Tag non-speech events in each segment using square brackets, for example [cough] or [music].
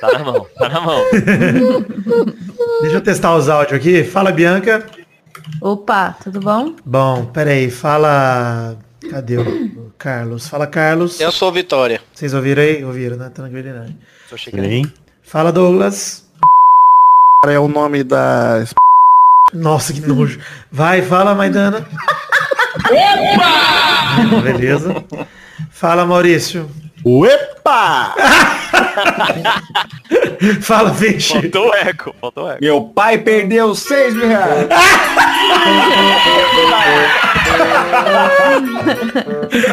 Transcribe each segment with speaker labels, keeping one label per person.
Speaker 1: Tá na mão, tá na mão.
Speaker 2: Deixa eu testar os áudios aqui. Fala, Bianca.
Speaker 3: Opa, tudo bom?
Speaker 2: Bom, peraí, fala. Cadê o o Carlos? Fala, Carlos.
Speaker 4: Eu sou Vitória.
Speaker 2: Vocês ouviram aí? Ouviram, né? Tranquilidade.
Speaker 4: Só cheguei.
Speaker 5: Bem,
Speaker 2: Fala, Douglas.
Speaker 6: É o nome da.
Speaker 2: Nossa, que nojo. Vai, fala, Maidana. Beleza. Fala, Maurício.
Speaker 6: Uepa!
Speaker 2: Fala, Vixe.
Speaker 1: Faltou eco, faltou eco.
Speaker 6: Meu pai perdeu 6 mil reais.
Speaker 5: [laughs]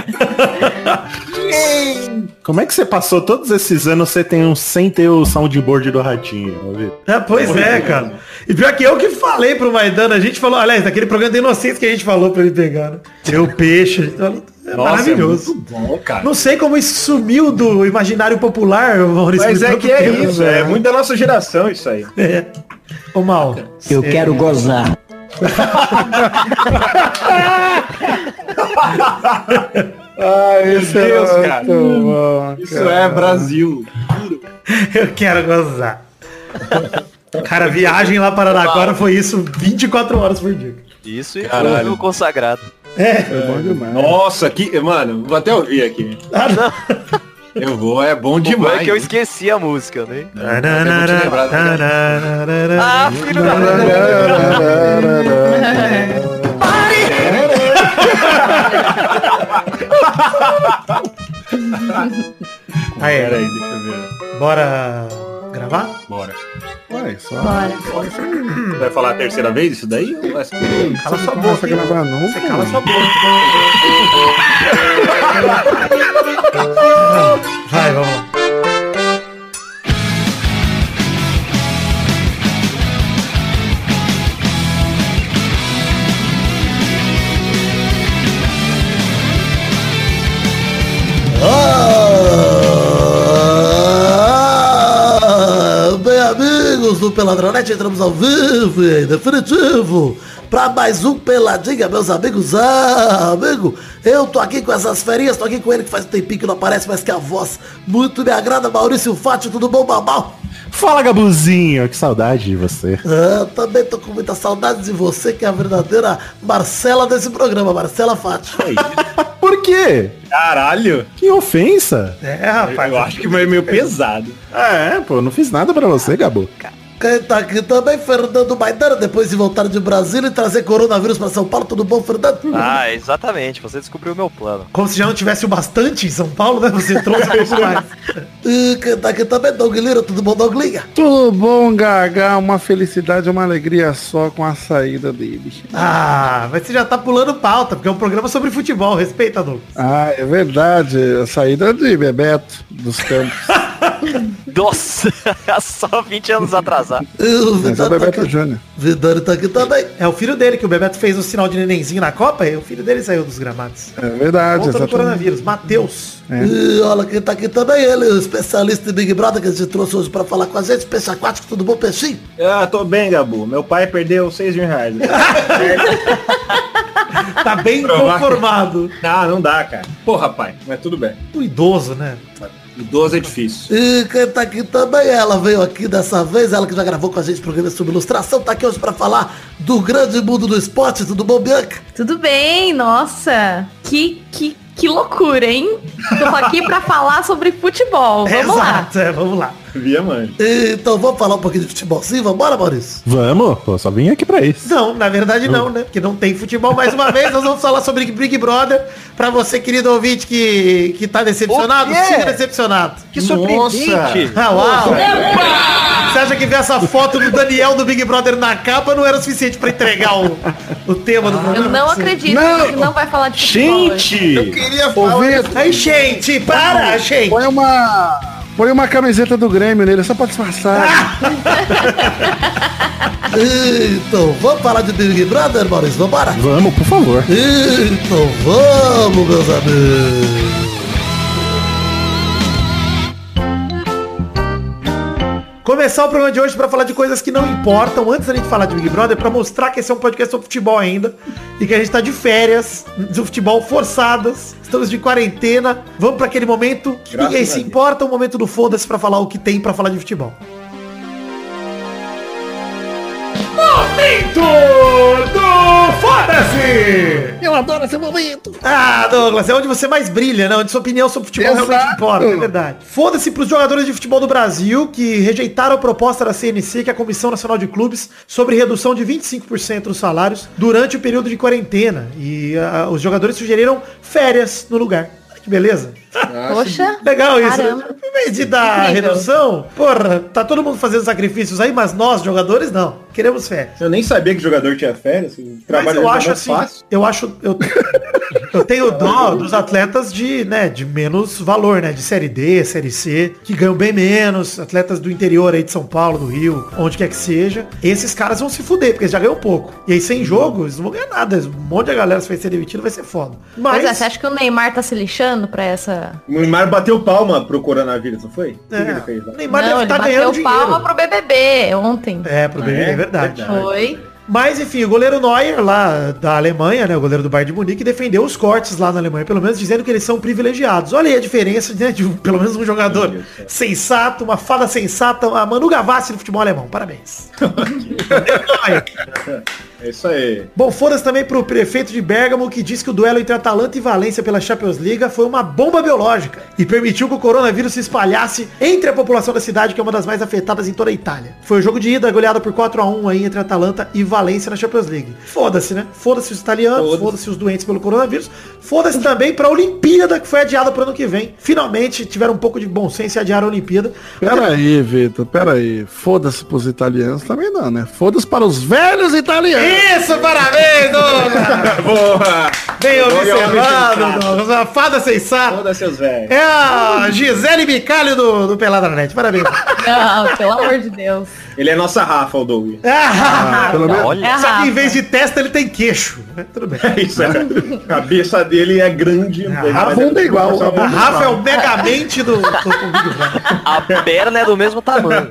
Speaker 5: Como é que você passou todos esses anos você tem um sem ter o soundboard do ratinho? tá Vamos ver.
Speaker 2: Ah, pois é, cara. E pior que eu que falei pro Maidana, a gente falou, aliás, naquele programa de inocência que a gente falou pra ele pegar, né? Meu peixe. a gente falou, É maravilhoso.
Speaker 6: muito bom, cara.
Speaker 2: Não sei como isso sumiu do imaginário popular, Maurício.
Speaker 6: Mas
Speaker 2: por
Speaker 6: é
Speaker 2: tanto
Speaker 6: que é
Speaker 2: tempo.
Speaker 6: isso,
Speaker 5: né?
Speaker 6: é muito da nossa geração isso aí.
Speaker 2: É. Ô, Mal.
Speaker 7: Eu
Speaker 2: cê-
Speaker 7: quero gozar.
Speaker 6: Ai, meu Deus, cara. Isso
Speaker 7: Isso
Speaker 6: é Brasil.
Speaker 2: [laughs] Eu quero gozar. Cara, viagem lá para Araraquara foi isso 24 horas por dia.
Speaker 1: Isso
Speaker 6: Caralho.
Speaker 1: e o consagrado.
Speaker 2: É.
Speaker 7: bom demais.
Speaker 6: Nossa, que. Mano, vou até ouvir aqui.
Speaker 2: Ah, não.
Speaker 6: Eu vou, é bom
Speaker 1: O bom
Speaker 6: demais.
Speaker 1: é que eu esqueci a música, né?
Speaker 6: É, lembrado daquela.
Speaker 1: Ah, filho da...
Speaker 2: Aí,
Speaker 6: Pera aí, deixa eu ver.
Speaker 2: bora gravar?
Speaker 6: Bora.
Speaker 7: Ué, só.
Speaker 3: Bora.
Speaker 6: Vai falar a terceira vez isso daí?
Speaker 2: Cala sua
Speaker 7: Não começa
Speaker 2: boca.
Speaker 7: a
Speaker 2: hein?
Speaker 7: gravar não,
Speaker 2: Você
Speaker 7: cara.
Speaker 2: cala sua boca. Vai, vamos lá.
Speaker 8: Ah, Bem, amigos do Peladronete, entramos ao vivo e em definitivo para mais um Peladinha, meus amigos. Ah, amigo, eu tô aqui com essas ferinhas, tô aqui com ele que faz um tempinho que não aparece, mas que a voz muito me agrada. Maurício Fátio, tudo bom, babau?
Speaker 5: Fala, Gabuzinho. Que saudade de você.
Speaker 8: Ah, também tô com muita saudade de você, que é a verdadeira Marcela desse programa, Marcela Fátio.
Speaker 5: Por quê?
Speaker 6: Caralho!
Speaker 5: Que ofensa.
Speaker 2: É, rapaz.
Speaker 6: Eu acho que é meio pesado.
Speaker 5: É, pô, não fiz nada pra você, Gabu.
Speaker 8: Quem tá aqui também, Fernando Maidana, depois de voltar de Brasília e trazer coronavírus para São Paulo. Tudo bom, Fernando?
Speaker 1: Ah, exatamente, você descobriu o meu plano.
Speaker 2: Como se já não tivesse o bastante em São Paulo, né? Você
Speaker 8: [laughs]
Speaker 2: trouxe um pouco mais.
Speaker 8: E quem tá aqui também, Doug Lira, tudo bom, Douglinha?
Speaker 7: Tudo bom, Gaga? Uma felicidade, uma alegria só com a saída dele.
Speaker 2: Ah, mas você já tá pulando pauta, porque é um programa sobre futebol, respeita, Douglas.
Speaker 7: Ah, é verdade. A saída de Bebeto dos
Speaker 2: [laughs]
Speaker 7: campos.
Speaker 1: Nossa, [laughs] só 20 anos atrasado.
Speaker 8: E o
Speaker 7: Mas é o
Speaker 8: Vidani tá
Speaker 7: Bebeto
Speaker 8: aqui,
Speaker 7: Júnior.
Speaker 8: Vidani tá aqui também.
Speaker 2: É o filho dele, que o Bebeto fez o sinal de nenenzinho na Copa, e o filho dele saiu dos gramados.
Speaker 7: É
Speaker 8: Ah,
Speaker 7: verdade,
Speaker 2: Conta do
Speaker 7: exatamente.
Speaker 2: coronavírus, Matheus.
Speaker 5: É.
Speaker 8: E olha quem tá aqui também, ele, o especialista em Big Brother que a gente trouxe hoje pra falar com a gente. Peixe aquático, tudo bom, peixinho?
Speaker 6: Ah, tô bem, Gabu. Meu pai perdeu 6 mil reais.
Speaker 2: Tá bem
Speaker 6: Provar.
Speaker 2: conformado.
Speaker 6: ah, não dá, cara. Porra, pai, mas tudo bem.
Speaker 2: O idoso, né?
Speaker 6: Idoso é difícil.
Speaker 8: E quem tá aqui também, ela veio aqui dessa vez, ela que já gravou com a gente o programa sobre ilustração, tá aqui hoje pra falar do grande mundo do esporte. Tudo bom, Bianca?
Speaker 3: Tudo bem? Nossa, que, que, que loucura, hein? Tô aqui pra falar
Speaker 2: [laughs]
Speaker 3: sobre futebol. Vamos lá.
Speaker 2: Exato, é, vamos lá.
Speaker 6: Via mãe.
Speaker 8: Então vamos falar um pouquinho de futebol sim? Vambora, Maurício?
Speaker 5: Vamos, pô, só vim aqui pra isso.
Speaker 2: Não, na verdade não, né? Porque não tem futebol. Mais uma vez, nós vamos falar sobre Big Brother. Pra você, querido ouvinte, que, que tá decepcionado,
Speaker 1: O quê?
Speaker 2: siga decepcionado.
Speaker 1: Que surpreendente!
Speaker 2: Ah, uau. Você acha que ver essa foto do Daniel do Big Brother na capa não era o suficiente pra entregar o, o tema do programa?
Speaker 3: Eu não acredito
Speaker 7: Não.
Speaker 3: que não vai falar de futebol. hoje.
Speaker 5: Gente!
Speaker 6: Queria
Speaker 7: Ô, Vitor,
Speaker 2: Ai, gente, para, gente.
Speaker 7: põe uma... Põe uma camiseta do Grêmio nele, só pra disfarçar.
Speaker 8: Então, vamos falar de Big Brother, Maurício? Vambora?
Speaker 5: Vamos, por favor.
Speaker 8: Então vamos, meus amigos.
Speaker 2: Começar o programa de hoje pra falar de coisas que não importam antes da gente falar de Big Brother, pra mostrar que esse é um podcast sobre futebol ainda e que a gente tá de férias, do futebol forçadas, estamos de quarentena, vamos pra aquele momento que
Speaker 6: Graças
Speaker 2: ninguém
Speaker 6: a
Speaker 2: se
Speaker 6: Deus.
Speaker 2: importa, o momento do foda-se pra falar o que tem pra falar de futebol. Momento do foda-se!
Speaker 7: Eu adoro esse momento.
Speaker 2: Ah, Douglas, é onde você mais brilha, né? Onde sua opinião sobre futebol
Speaker 7: Exato.
Speaker 2: realmente importa, é verdade. Foda-se pros jogadores de futebol do Brasil que rejeitaram a proposta da CNC, que é a Comissão Nacional de Clubes, sobre redução de 25% dos salários durante o período de quarentena. E ah, os jogadores sugeriram férias no lugar. Olha Que beleza.
Speaker 3: Poxa. é,
Speaker 2: Legal isso.
Speaker 3: Caramba.
Speaker 2: Né? Em vez de dar
Speaker 3: Incrível.
Speaker 2: redução, porra, tá todo mundo fazendo sacrifícios aí, mas nós, jogadores, não. Queremos férias.
Speaker 6: Eu nem sabia que jogador tinha férias.
Speaker 2: Mas
Speaker 6: Trabalho é
Speaker 2: eu acho assim, eu acho, eu, eu tenho dó dos atletas de, né, de menos valor, né, de série D, série C, que ganham bem menos, atletas do interior aí de São Paulo, do Rio, onde quer que seja, esses caras vão se fuder, porque eles já ganham pouco. E aí sem jogo, eles não vão ganhar nada, um monte de galera se vai ser demitido, vai ser foda.
Speaker 3: Mas
Speaker 2: Mas,
Speaker 3: é, você acha que o Neymar tá se lixando pra essa...
Speaker 6: O Neymar bateu palma pro coronavírus, não foi? O que
Speaker 2: é,
Speaker 6: ele fez lá?
Speaker 2: o Neymar
Speaker 3: não,
Speaker 2: deve
Speaker 3: ele
Speaker 2: estar ganhando
Speaker 3: bateu
Speaker 2: dinheiro.
Speaker 3: palma pro BBB ontem.
Speaker 2: É, pro bem, é verdade.
Speaker 3: Foi.
Speaker 2: Mas enfim, o goleiro Neuer lá da Alemanha, né, o goleiro do Bayern de Munique, defendeu os cortes lá na Alemanha, pelo menos dizendo que eles são privilegiados. Olha aí a diferença né, de um- pelo menos um jogador sensato, uma fada sensata, a Manu Gavassi do futebol alemão. Parabéns. Neuer.
Speaker 6: É isso aí.
Speaker 2: Bom, foda-se também pro prefeito de Bergamo que disse que o duelo entre Atalanta e Valência pela Champions League foi uma bomba biológica e permitiu que o coronavírus se espalhasse entre a população da cidade, que é uma das mais afetadas em toda a Itália. Foi o jogo de ida, goleada por 4 a 1 aí entre Atalanta e Valência na Champions League. Foda-se, né? Foda-se os italianos,
Speaker 6: Foda-se.
Speaker 2: foda-se os doentes pelo coronavírus, foda-se também pra Olimpíada que foi adiada pro ano que vem. Finalmente tiveram um pouco de bom senso e adiaram a Olimpíada.
Speaker 7: Pera aí, Vitor, pera aí. Foda-se pros italianos também não, né? Foda-se para os velhos italianos.
Speaker 2: Isso, parabéns, Douglas!
Speaker 6: Ah, Boa!
Speaker 2: Bem
Speaker 6: Olha, olha,
Speaker 2: observado, Douglas. Uma fada sensata.
Speaker 6: Foda seus velhos.
Speaker 2: É a Gisele Bicalho do, do Peladranet,
Speaker 3: [laughs]
Speaker 2: parabéns.
Speaker 3: Não, pelo amor de Deus.
Speaker 6: Ele é nossa Rafa, o Doug.
Speaker 2: Ah,
Speaker 7: Pelo menos
Speaker 1: Olha,
Speaker 3: É a
Speaker 2: Só
Speaker 3: Rafa.
Speaker 2: que em vez de testa ele tem queixo. né? Tudo bem.
Speaker 6: É isso aí. A cabeça dele é grande.
Speaker 2: Ah,
Speaker 6: Ele
Speaker 7: a
Speaker 6: vai-
Speaker 7: bunda é igual, a
Speaker 2: A
Speaker 7: bunda-
Speaker 2: Rafa é o megamente do, né? do, do Big Brother.
Speaker 1: a perna é do mesmo tamanho.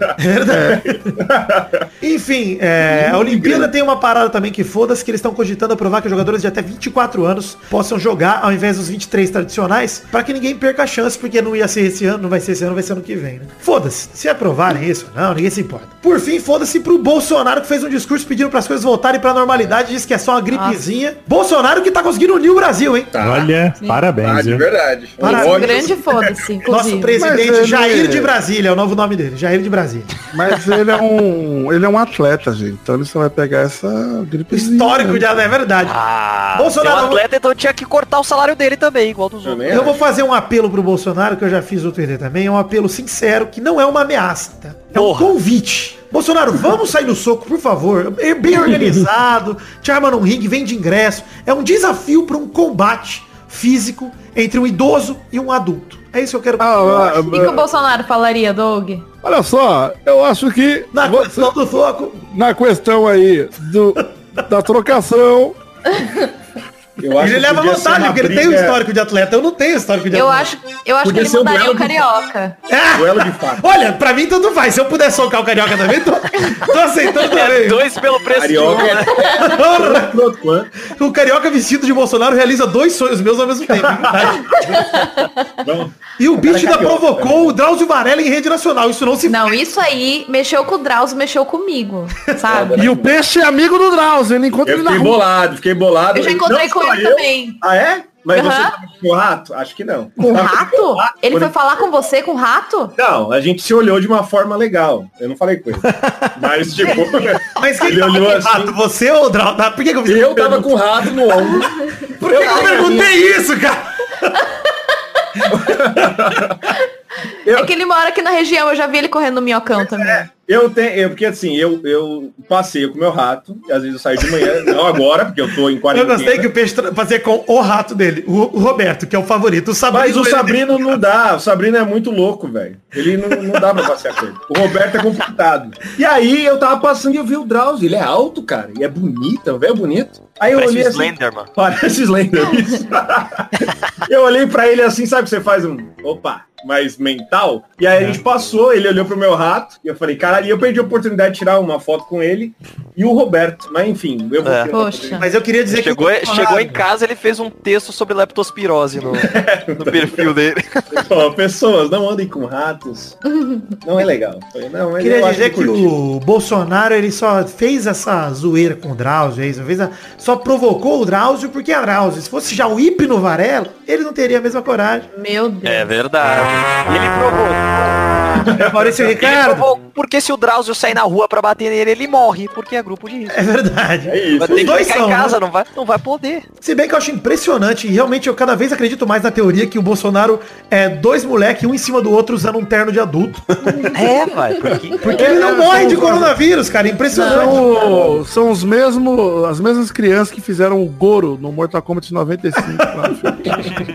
Speaker 2: [laughs] Enfim, é, a Olimpíada tem uma parada também que foda-se que eles estão cogitando aprovar que jogadores de até 24 anos possam jogar ao invés dos 23 tradicionais pra que ninguém perca a chance, porque não ia ser esse ano, não vai ser esse ano, vai ser ano que vem, né? Foda-se. Se aprovarem isso, não, ninguém se importa. Por fim, foda-se pro Bolsonaro que fez um discurso pedindo pras coisas voltarem pra normalidade, disse que é só uma gripezinha. Bolsonaro que tá conseguindo unir o Brasil, hein?
Speaker 6: Tá
Speaker 5: Olha, parabéns, viu?
Speaker 6: Ah, verdade. Um
Speaker 2: Parabéns.
Speaker 6: Olha,
Speaker 3: Grande foda-se, inclusive.
Speaker 2: Nosso presidente
Speaker 7: Mas ele-
Speaker 2: Jair de Brasília, é o novo nome dele, Jair de Brasília.
Speaker 7: Mas ele é um. Ele é um atleta, gente. Então ele só vai pegar essa gripe.
Speaker 2: Histórico de é verdade.
Speaker 1: Ah,
Speaker 2: Bolsonaro,
Speaker 1: seu atleta, então tinha que cortar o salário dele também, igual dos outros.
Speaker 6: Também
Speaker 2: Eu
Speaker 6: acho.
Speaker 2: vou fazer um apelo pro Bolsonaro, que eu já fiz no Twitter também, é um apelo sincero, que não é uma ameaça, tá? É um
Speaker 1: Porra.
Speaker 2: convite. Bolsonaro, vamos sair no soco, por favor. É Bem organizado, te arma num ringue, vende ingresso. É um desafio pra um combate físico entre um idoso e um adulto. É isso que eu quero.
Speaker 7: Ah, ah,
Speaker 2: Eu acho.
Speaker 3: O que, que o Bolsonaro falaria, Doug?
Speaker 7: Olha só, eu acho que
Speaker 2: Na questão do soco,
Speaker 7: na questão aí do, da trocação.
Speaker 6: Eu acho
Speaker 2: ele
Speaker 6: que
Speaker 2: leva
Speaker 6: podia ser
Speaker 2: vantagem,
Speaker 6: uma
Speaker 2: porque ele tem um
Speaker 6: briga-
Speaker 2: histórico de atleta. Eu não tenho histórico de
Speaker 3: Eu
Speaker 2: atleta. Ah,
Speaker 3: acho, eu acho que
Speaker 6: Podia
Speaker 3: ele
Speaker 6: ser um
Speaker 3: mandaria
Speaker 6: duelo
Speaker 3: o
Speaker 6: de-
Speaker 3: carioca.
Speaker 6: Duelo de
Speaker 3: [laughs]
Speaker 6: fato.
Speaker 2: Olha, pra mim tanto faz. Se eu puder socar o carioca também, tô, tô aceitando também.
Speaker 3: [laughs]
Speaker 1: Dois pelo preço
Speaker 6: Carioca é
Speaker 3: é
Speaker 1: de um, né?
Speaker 2: Porra!
Speaker 6: Pronto, quanto?
Speaker 2: O carioca vestido de Bolsonaro realiza dois sonhos meus ao mesmo tempo. é verdade.
Speaker 6: Vamos.
Speaker 2: E o bicho ainda
Speaker 6: carioca, né?
Speaker 2: provocou o Drauzio Varela em rede nacional. Isso não se
Speaker 3: Não, isso aí mexeu com o Drauzio, mexeu comigo, sabe?
Speaker 7: E o peixe é amigo do Drauzio, ele encontra
Speaker 6: Eu
Speaker 7: ele na
Speaker 6: fiquei
Speaker 7: rua.
Speaker 6: bolado, fiquei bolado.
Speaker 3: Eu já encontrei
Speaker 6: Não
Speaker 3: com
Speaker 6: só
Speaker 3: ele
Speaker 6: eu.
Speaker 3: também.
Speaker 6: Ah, é? Mas você
Speaker 3: Aham.
Speaker 6: tava com o rato? Acho que não.
Speaker 3: Com o
Speaker 6: Tava
Speaker 3: rato? Ele
Speaker 6: quando
Speaker 3: foi falar com você com o rato?
Speaker 6: Não, a gente se olhou de uma forma legal. Eu não falei com ele. [laughs] Mas, tipo,
Speaker 3: [laughs]
Speaker 2: Mas quem
Speaker 6: ele
Speaker 2: tava
Speaker 6: olhou
Speaker 2: com
Speaker 6: assim.
Speaker 2: rato? Você ou o Drauzio? Tá, Por que, que eu fiz
Speaker 6: eu tava com o rato no ombro.
Speaker 2: Por que, que eu perguntei isso, cara?
Speaker 3: É que ele mora aqui na região, eu já vi ele correndo no minhocão também.
Speaker 6: Eu tenho, eu- porque assim, eu, eu passeio com o meu rato, e às vezes eu saio de manhã, não agora, porque eu tô em
Speaker 2: Eu
Speaker 6: quarentena.
Speaker 2: gostei que o peixe tra- fazia com o rato dele, o o Roberto, que é o favorito. O Sabrina,
Speaker 6: Mas o
Speaker 2: ele-
Speaker 6: Sabrino não dá, o Sabrino é muito louco, velho. Ele não, não dá pra passear com ele. O Roberto é complicado. E aí eu tava passando e eu vi o Drauzio, ele é alto, cara, e é bonito, é um velho bonito. Aí eu
Speaker 1: Parece
Speaker 6: olhei
Speaker 1: o
Speaker 6: assim,
Speaker 1: Slender, mano.
Speaker 6: Parece Slender, isso. [laughs] eu olhei pra ele assim, sabe que você faz um opa, mas mental? E aí a gente passou, ele olhou pro meu rato e eu falei, caralho, oportunidade, eu perdi a oportunidade de tirar uma foto com ele e o Roberto. Mas enfim, eu vou
Speaker 1: É.
Speaker 6: ter uma
Speaker 3: Poxa.
Speaker 2: Mas eu queria dizer que.
Speaker 1: Chegou, chegou em casa, ele fez um texto sobre leptospirose no, no perfil dele.
Speaker 6: Ó, pessoas, não andem com ratos. Não é legal. Não, mas eu
Speaker 2: Queria
Speaker 6: acho
Speaker 2: dizer que
Speaker 6: curti.
Speaker 2: o Bolsonaro ele só fez essa zoeira com o Drauzio, aí, só, fez a- só provocou o Drauzio porque é Drauzio. Se fosse já o Hipno Varela, ele não teria a mesma coragem.
Speaker 3: Meu Deus.
Speaker 1: É verdade. Ele provou.
Speaker 2: Maurício
Speaker 1: Ele
Speaker 2: Ricardo,
Speaker 1: provou porque se o Drauzio sair na rua pra bater nele, ele morre, porque é grupo de risco.
Speaker 2: é verdade.
Speaker 6: É isso.
Speaker 1: Vai ter que
Speaker 2: dois
Speaker 1: ficar
Speaker 2: são,
Speaker 1: em
Speaker 2: né?
Speaker 1: casa, não, vai, não vai poder.
Speaker 2: Se bem que eu acho impressionante, e realmente eu cada vez acredito mais na teoria que o Bolsonaro é dois moleque, um em cima do outro, usando um terno de adulto.
Speaker 1: É, vai. Porque...
Speaker 2: Porque ele
Speaker 6: É,
Speaker 1: É,
Speaker 2: não morre de coronavírus, cara. é Impressionante.
Speaker 7: São, o- são os mesmo, as mesmas crianças que fizeram o Goro no Mortal Kombat 95. lá.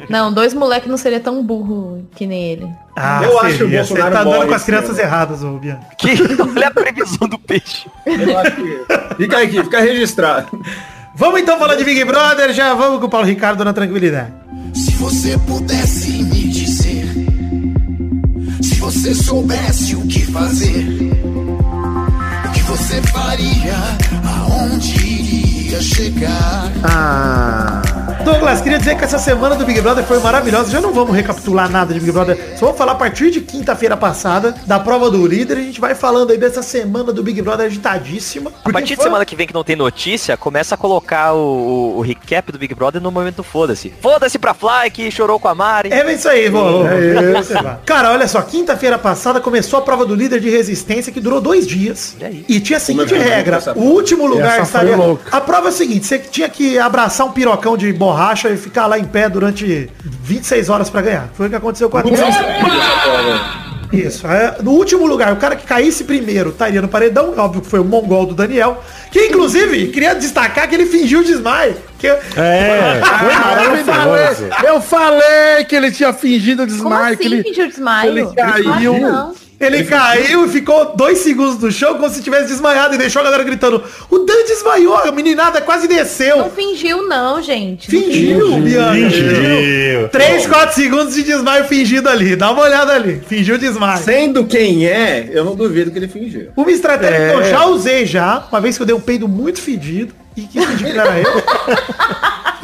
Speaker 3: Não, dois moleques não seria tão burro que nem ele.
Speaker 2: Ah,
Speaker 6: Eu acho que o
Speaker 2: seria. Você
Speaker 6: Bolsonaro
Speaker 2: tá andando
Speaker 6: morre
Speaker 2: com as
Speaker 6: esse
Speaker 2: crianças
Speaker 6: ano.
Speaker 2: erradas, ô Bianca.
Speaker 1: [laughs] Que... Olha a previsão do peixe.
Speaker 6: Eu acho que- Fica aqui, fica registrado.
Speaker 2: Vamos então falar de Big Brother, já vamos com o Paulo Ricardo na tranquilidade.
Speaker 4: Se você pudesse me dizer, se você soubesse o que fazer, o que você faria, aonde iria chegar?
Speaker 2: Ah. Douglas, queria dizer que essa semana do Big Brother foi maravilhosa. Já não vamos recapitular nada de Big Brother. Só vou falar a partir de quinta-feira passada, da prova do líder. A gente vai falando aí dessa semana do Big Brother agitadíssima.
Speaker 1: A partir de semana que vem que não tem notícia, começa a colocar o, o- o recap do Big Brother no momento do foda-se. Foda-se pra Fly, que chorou com a Mari.
Speaker 2: É isso aí, vou.
Speaker 6: É
Speaker 2: vou observar. Cara, olha só, quinta-feira passada começou a prova do líder de resistência que durou dois dias.
Speaker 1: E aí?
Speaker 2: E tinha a seguinte
Speaker 6: Como é que eu
Speaker 2: regra:
Speaker 6: vou pensar?
Speaker 2: o último lugar
Speaker 7: Essa foi
Speaker 2: estaria.
Speaker 7: louca.
Speaker 2: A prova é o seguinte: você tinha que abraçar um pirocão de borracha e ficar lá em pé durante 26 horas pra ganhar. Foi o que aconteceu com a Thaís. Isso, é. No último lugar, o cara que caísse primeiro estaria no paredão, é óbvio que foi o mongol do Daniel, que inclusive queria destacar que ele fingiu desmaio. Que [laughs] Ah,
Speaker 5: É, foi
Speaker 7: eu,
Speaker 5: maravilhoso.
Speaker 7: falei, eu falei que ele tinha fingido
Speaker 3: Como
Speaker 7: desmaio. que
Speaker 3: assim,
Speaker 7: ele-
Speaker 3: fingiu desmaio?
Speaker 7: ele caiu.
Speaker 3: Claro que não.
Speaker 2: ele caiu e ficou dois segundos do chão como se tivesse desmaiado e deixou a galera gritando: O Dan desmaiou, a meninada quase
Speaker 3: Não
Speaker 2: desceu.
Speaker 3: fingiu não, gente.
Speaker 2: Fingiu, Bianca.
Speaker 5: Fingiu.
Speaker 2: 3, 4 segundos de desmaio fingido ali. Dá uma olhada ali. Fingiu desmaio.
Speaker 6: Sendo quem é, eu não duvido que ele fingiu.
Speaker 2: Uma estratégia que eu já usei já, uma vez que eu dei um peido muito fedido e quis fingir que não [laughs] era eu.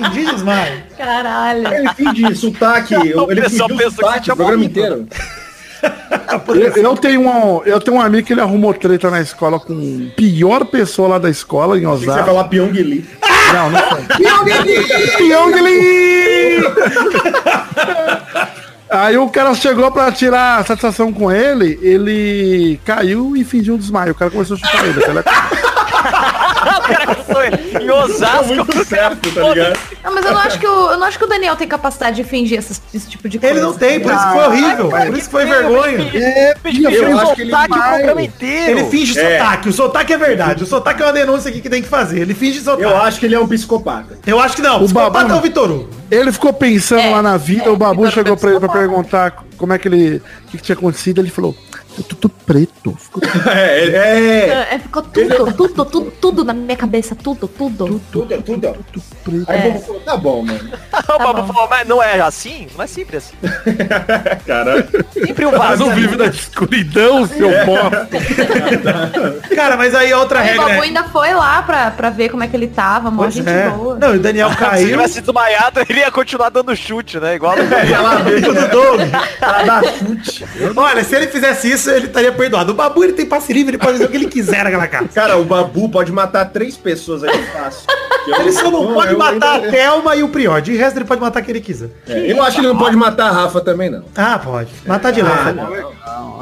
Speaker 2: Fingi desmaio.
Speaker 3: Caralho.
Speaker 6: Ele fingiu [laughs] sotaque,
Speaker 1: O
Speaker 6: ele
Speaker 1: pessoal pensou
Speaker 6: fingiu
Speaker 1: que você
Speaker 6: sotaque
Speaker 1: tinha
Speaker 6: o programa
Speaker 1: morrido.
Speaker 6: inteiro.
Speaker 7: Eu, eu tenho um, eu tenho um amigo que ele arrumou treta na escola com a pior pessoa lá da escola, em
Speaker 6: Você vai
Speaker 7: Osasco.
Speaker 6: falar Pyong Lee.
Speaker 7: Não, não foi. Pyongli! Aí o cara chegou pra tirar satisfação com ele, ele caiu e fingiu um desmaio. O cara começou a chutar ele. Ele-
Speaker 1: Ah, o cara que sou eu. Em Osasco.
Speaker 6: Muito certo, tá ligado?
Speaker 3: Não, mas eu não acho que o, eu não acho que o Daniel tem capacidade de fingir essas- esse tipo de coisa.
Speaker 2: Ele não tem, por isso que foi horrível. Por isso Ah, que foi vergonha.
Speaker 1: É, bicho,
Speaker 7: eu
Speaker 1: fez
Speaker 6: acho que ele
Speaker 1: sotaque o
Speaker 7: vai.
Speaker 1: programa inteiro.
Speaker 2: Ele finge
Speaker 6: É.
Speaker 2: sotaque. O sotaque é verdade. O sotaque é uma denúncia aqui que tem que fazer. Ele finge sotaque.
Speaker 6: Eu acho que ele é um psicopata.
Speaker 2: Eu acho que não.
Speaker 7: O
Speaker 2: psicopata
Speaker 7: Babu-
Speaker 2: é o Vitor Hugo.
Speaker 7: Ele ficou pensando
Speaker 3: É,
Speaker 7: lá na vida,
Speaker 3: é,
Speaker 7: o Babu
Speaker 3: Vitor
Speaker 7: chegou pra ele pra
Speaker 3: pensou.
Speaker 7: perguntar como é que ele. O que, que tinha acontecido, ele falou, eu tô, tô preto. Ficou
Speaker 6: É, ele- é.
Speaker 3: É, ficou tudo, tudo, tudo, tudo na minha cabeça, tudo, tudo.
Speaker 6: Tudo, é tudo. ó.
Speaker 7: preto.
Speaker 6: Aí o povo falou, tá bom, mano.
Speaker 1: [laughs] o Babu
Speaker 3: bom.
Speaker 1: falou, mas não é assim? Não é simples assim.
Speaker 6: Caralho.
Speaker 1: Sempre um o vaso.
Speaker 7: da escuridão, seu bosta.
Speaker 2: Cara, mas aí outra
Speaker 3: Aí o
Speaker 2: regra.
Speaker 3: Babu
Speaker 2: é-
Speaker 3: ainda foi lá pra, pra ver como é que ele tava, mó
Speaker 2: Pois
Speaker 3: gente
Speaker 2: é.
Speaker 3: boa.
Speaker 2: Não, e o Daniel
Speaker 1: Se
Speaker 2: caiu.
Speaker 1: tivesse desmaiado, ele ia continuar dando chute, né? Igual
Speaker 9: [laughs]
Speaker 2: do Douglas. Olha, se ele fizesse isso, ele estaria perdoado. O Babu, ele tem passe livre, ele pode fazer o que ele quiser naquela casa.
Speaker 6: Cara, o Babu pode matar três pessoas aí fácil. Que eu-
Speaker 2: Ele só não pode
Speaker 6: eu
Speaker 2: matar a
Speaker 6: ainda-
Speaker 2: Thelma e o Prior. De resto, ele pode matar quem ele quiser.
Speaker 6: É, eu acho que ele não pode matar a Rafa também, não.
Speaker 2: Ah, pode. Matar de
Speaker 6: Ah,
Speaker 2: leve.
Speaker 6: não.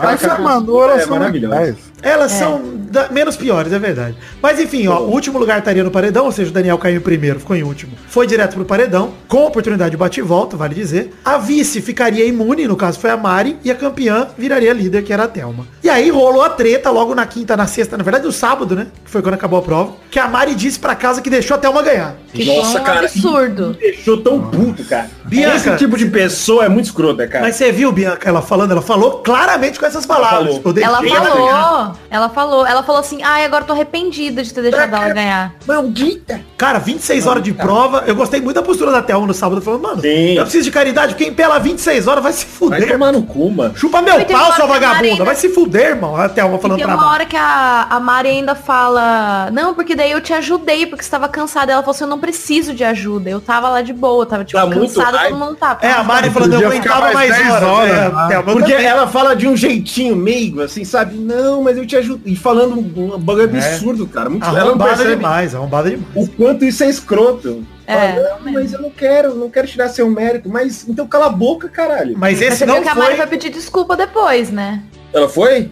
Speaker 7: Essa manora
Speaker 6: É
Speaker 7: são
Speaker 6: maravilhoso.
Speaker 7: legais.
Speaker 2: Elas são da- menos piores, é verdade. Mas enfim, ó, o último lugar estaria no paredão, ou seja, o Daniel caiu em primeiro, ficou em último. Foi direto pro paredão, com oportunidade de bate e volta, vale dizer. A vice ficaria imune, no caso foi a Mari, e a campeã viraria líder, que era a Thelma. E aí rolou a treta logo na quinta, na sexta, na verdade no sábado, né? Que foi quando acabou a prova, que a Mari disse pra casa que deixou a Thelma ganhar.
Speaker 3: Que
Speaker 6: Nossa,
Speaker 3: foi um
Speaker 6: cara.
Speaker 3: absurdo.
Speaker 6: Deixou tão puto, cara.
Speaker 2: Bianca.
Speaker 6: Esse tipo de pessoa é muito escrota, cara.
Speaker 2: Mas você viu, Bianca, ela falando? Ela falou claramente com essas palavras.
Speaker 6: falou.
Speaker 2: Eu deixei
Speaker 3: Ela
Speaker 2: ela ganhar.
Speaker 3: falou, ela falou, ela falou assim, ai, agora eu tô arrependida de ter deixado ela ganhar.
Speaker 6: Maldita!
Speaker 2: Cara, 26 horas de prova. Eu gostei muito da postura da Thelma no sábado. Falando, mano,
Speaker 6: Sim.
Speaker 2: eu preciso de caridade. Quem pela 26 horas vai se
Speaker 6: Vai
Speaker 2: fuder.
Speaker 6: tomar no cu, mano.
Speaker 2: Chupa meu
Speaker 3: E tem
Speaker 2: pau,
Speaker 3: uma
Speaker 2: sua
Speaker 3: hora que a
Speaker 2: vagabunda.
Speaker 3: Marina-
Speaker 2: Vai se fuder, irmão. A Thelma
Speaker 3: E
Speaker 2: falando
Speaker 3: tem
Speaker 2: pra
Speaker 3: uma
Speaker 2: mim.
Speaker 3: hora que a, a Mari ainda fala, não, porque daí eu te ajudei, porque você tava cansada. Ela falou assim, eu não preciso de ajuda. Eu tava lá de boa, tava tipo
Speaker 6: Tá muito
Speaker 3: cansada,
Speaker 6: hype.
Speaker 3: todo mundo tá." tava.
Speaker 2: É, a Mari falando, eu
Speaker 7: Podia ficar
Speaker 2: aguentava mais,
Speaker 7: mais 10
Speaker 2: horas.
Speaker 7: horas,
Speaker 2: É,
Speaker 7: né?
Speaker 2: Thelma,
Speaker 6: Porque
Speaker 2: também.
Speaker 6: ela fala de um jeitinho meigo, assim, sabe? Não, mas eu te ajudo. E falando um um bagulho absurdo, cara. Muito, ela não
Speaker 2: Arrombada
Speaker 6: percebe
Speaker 2: demais, arrombada demais.
Speaker 6: o quanto isso é escroto.
Speaker 3: É,
Speaker 6: Fala, não, mas eu não quero, não quero tirar seu mérito. Mas então cala a boca, caralho.
Speaker 2: Mas
Speaker 3: Mas
Speaker 2: esse
Speaker 3: você
Speaker 2: não
Speaker 3: viu que a Mari
Speaker 2: foi...
Speaker 3: vai pedir desculpa depois, né?
Speaker 6: Ela foi?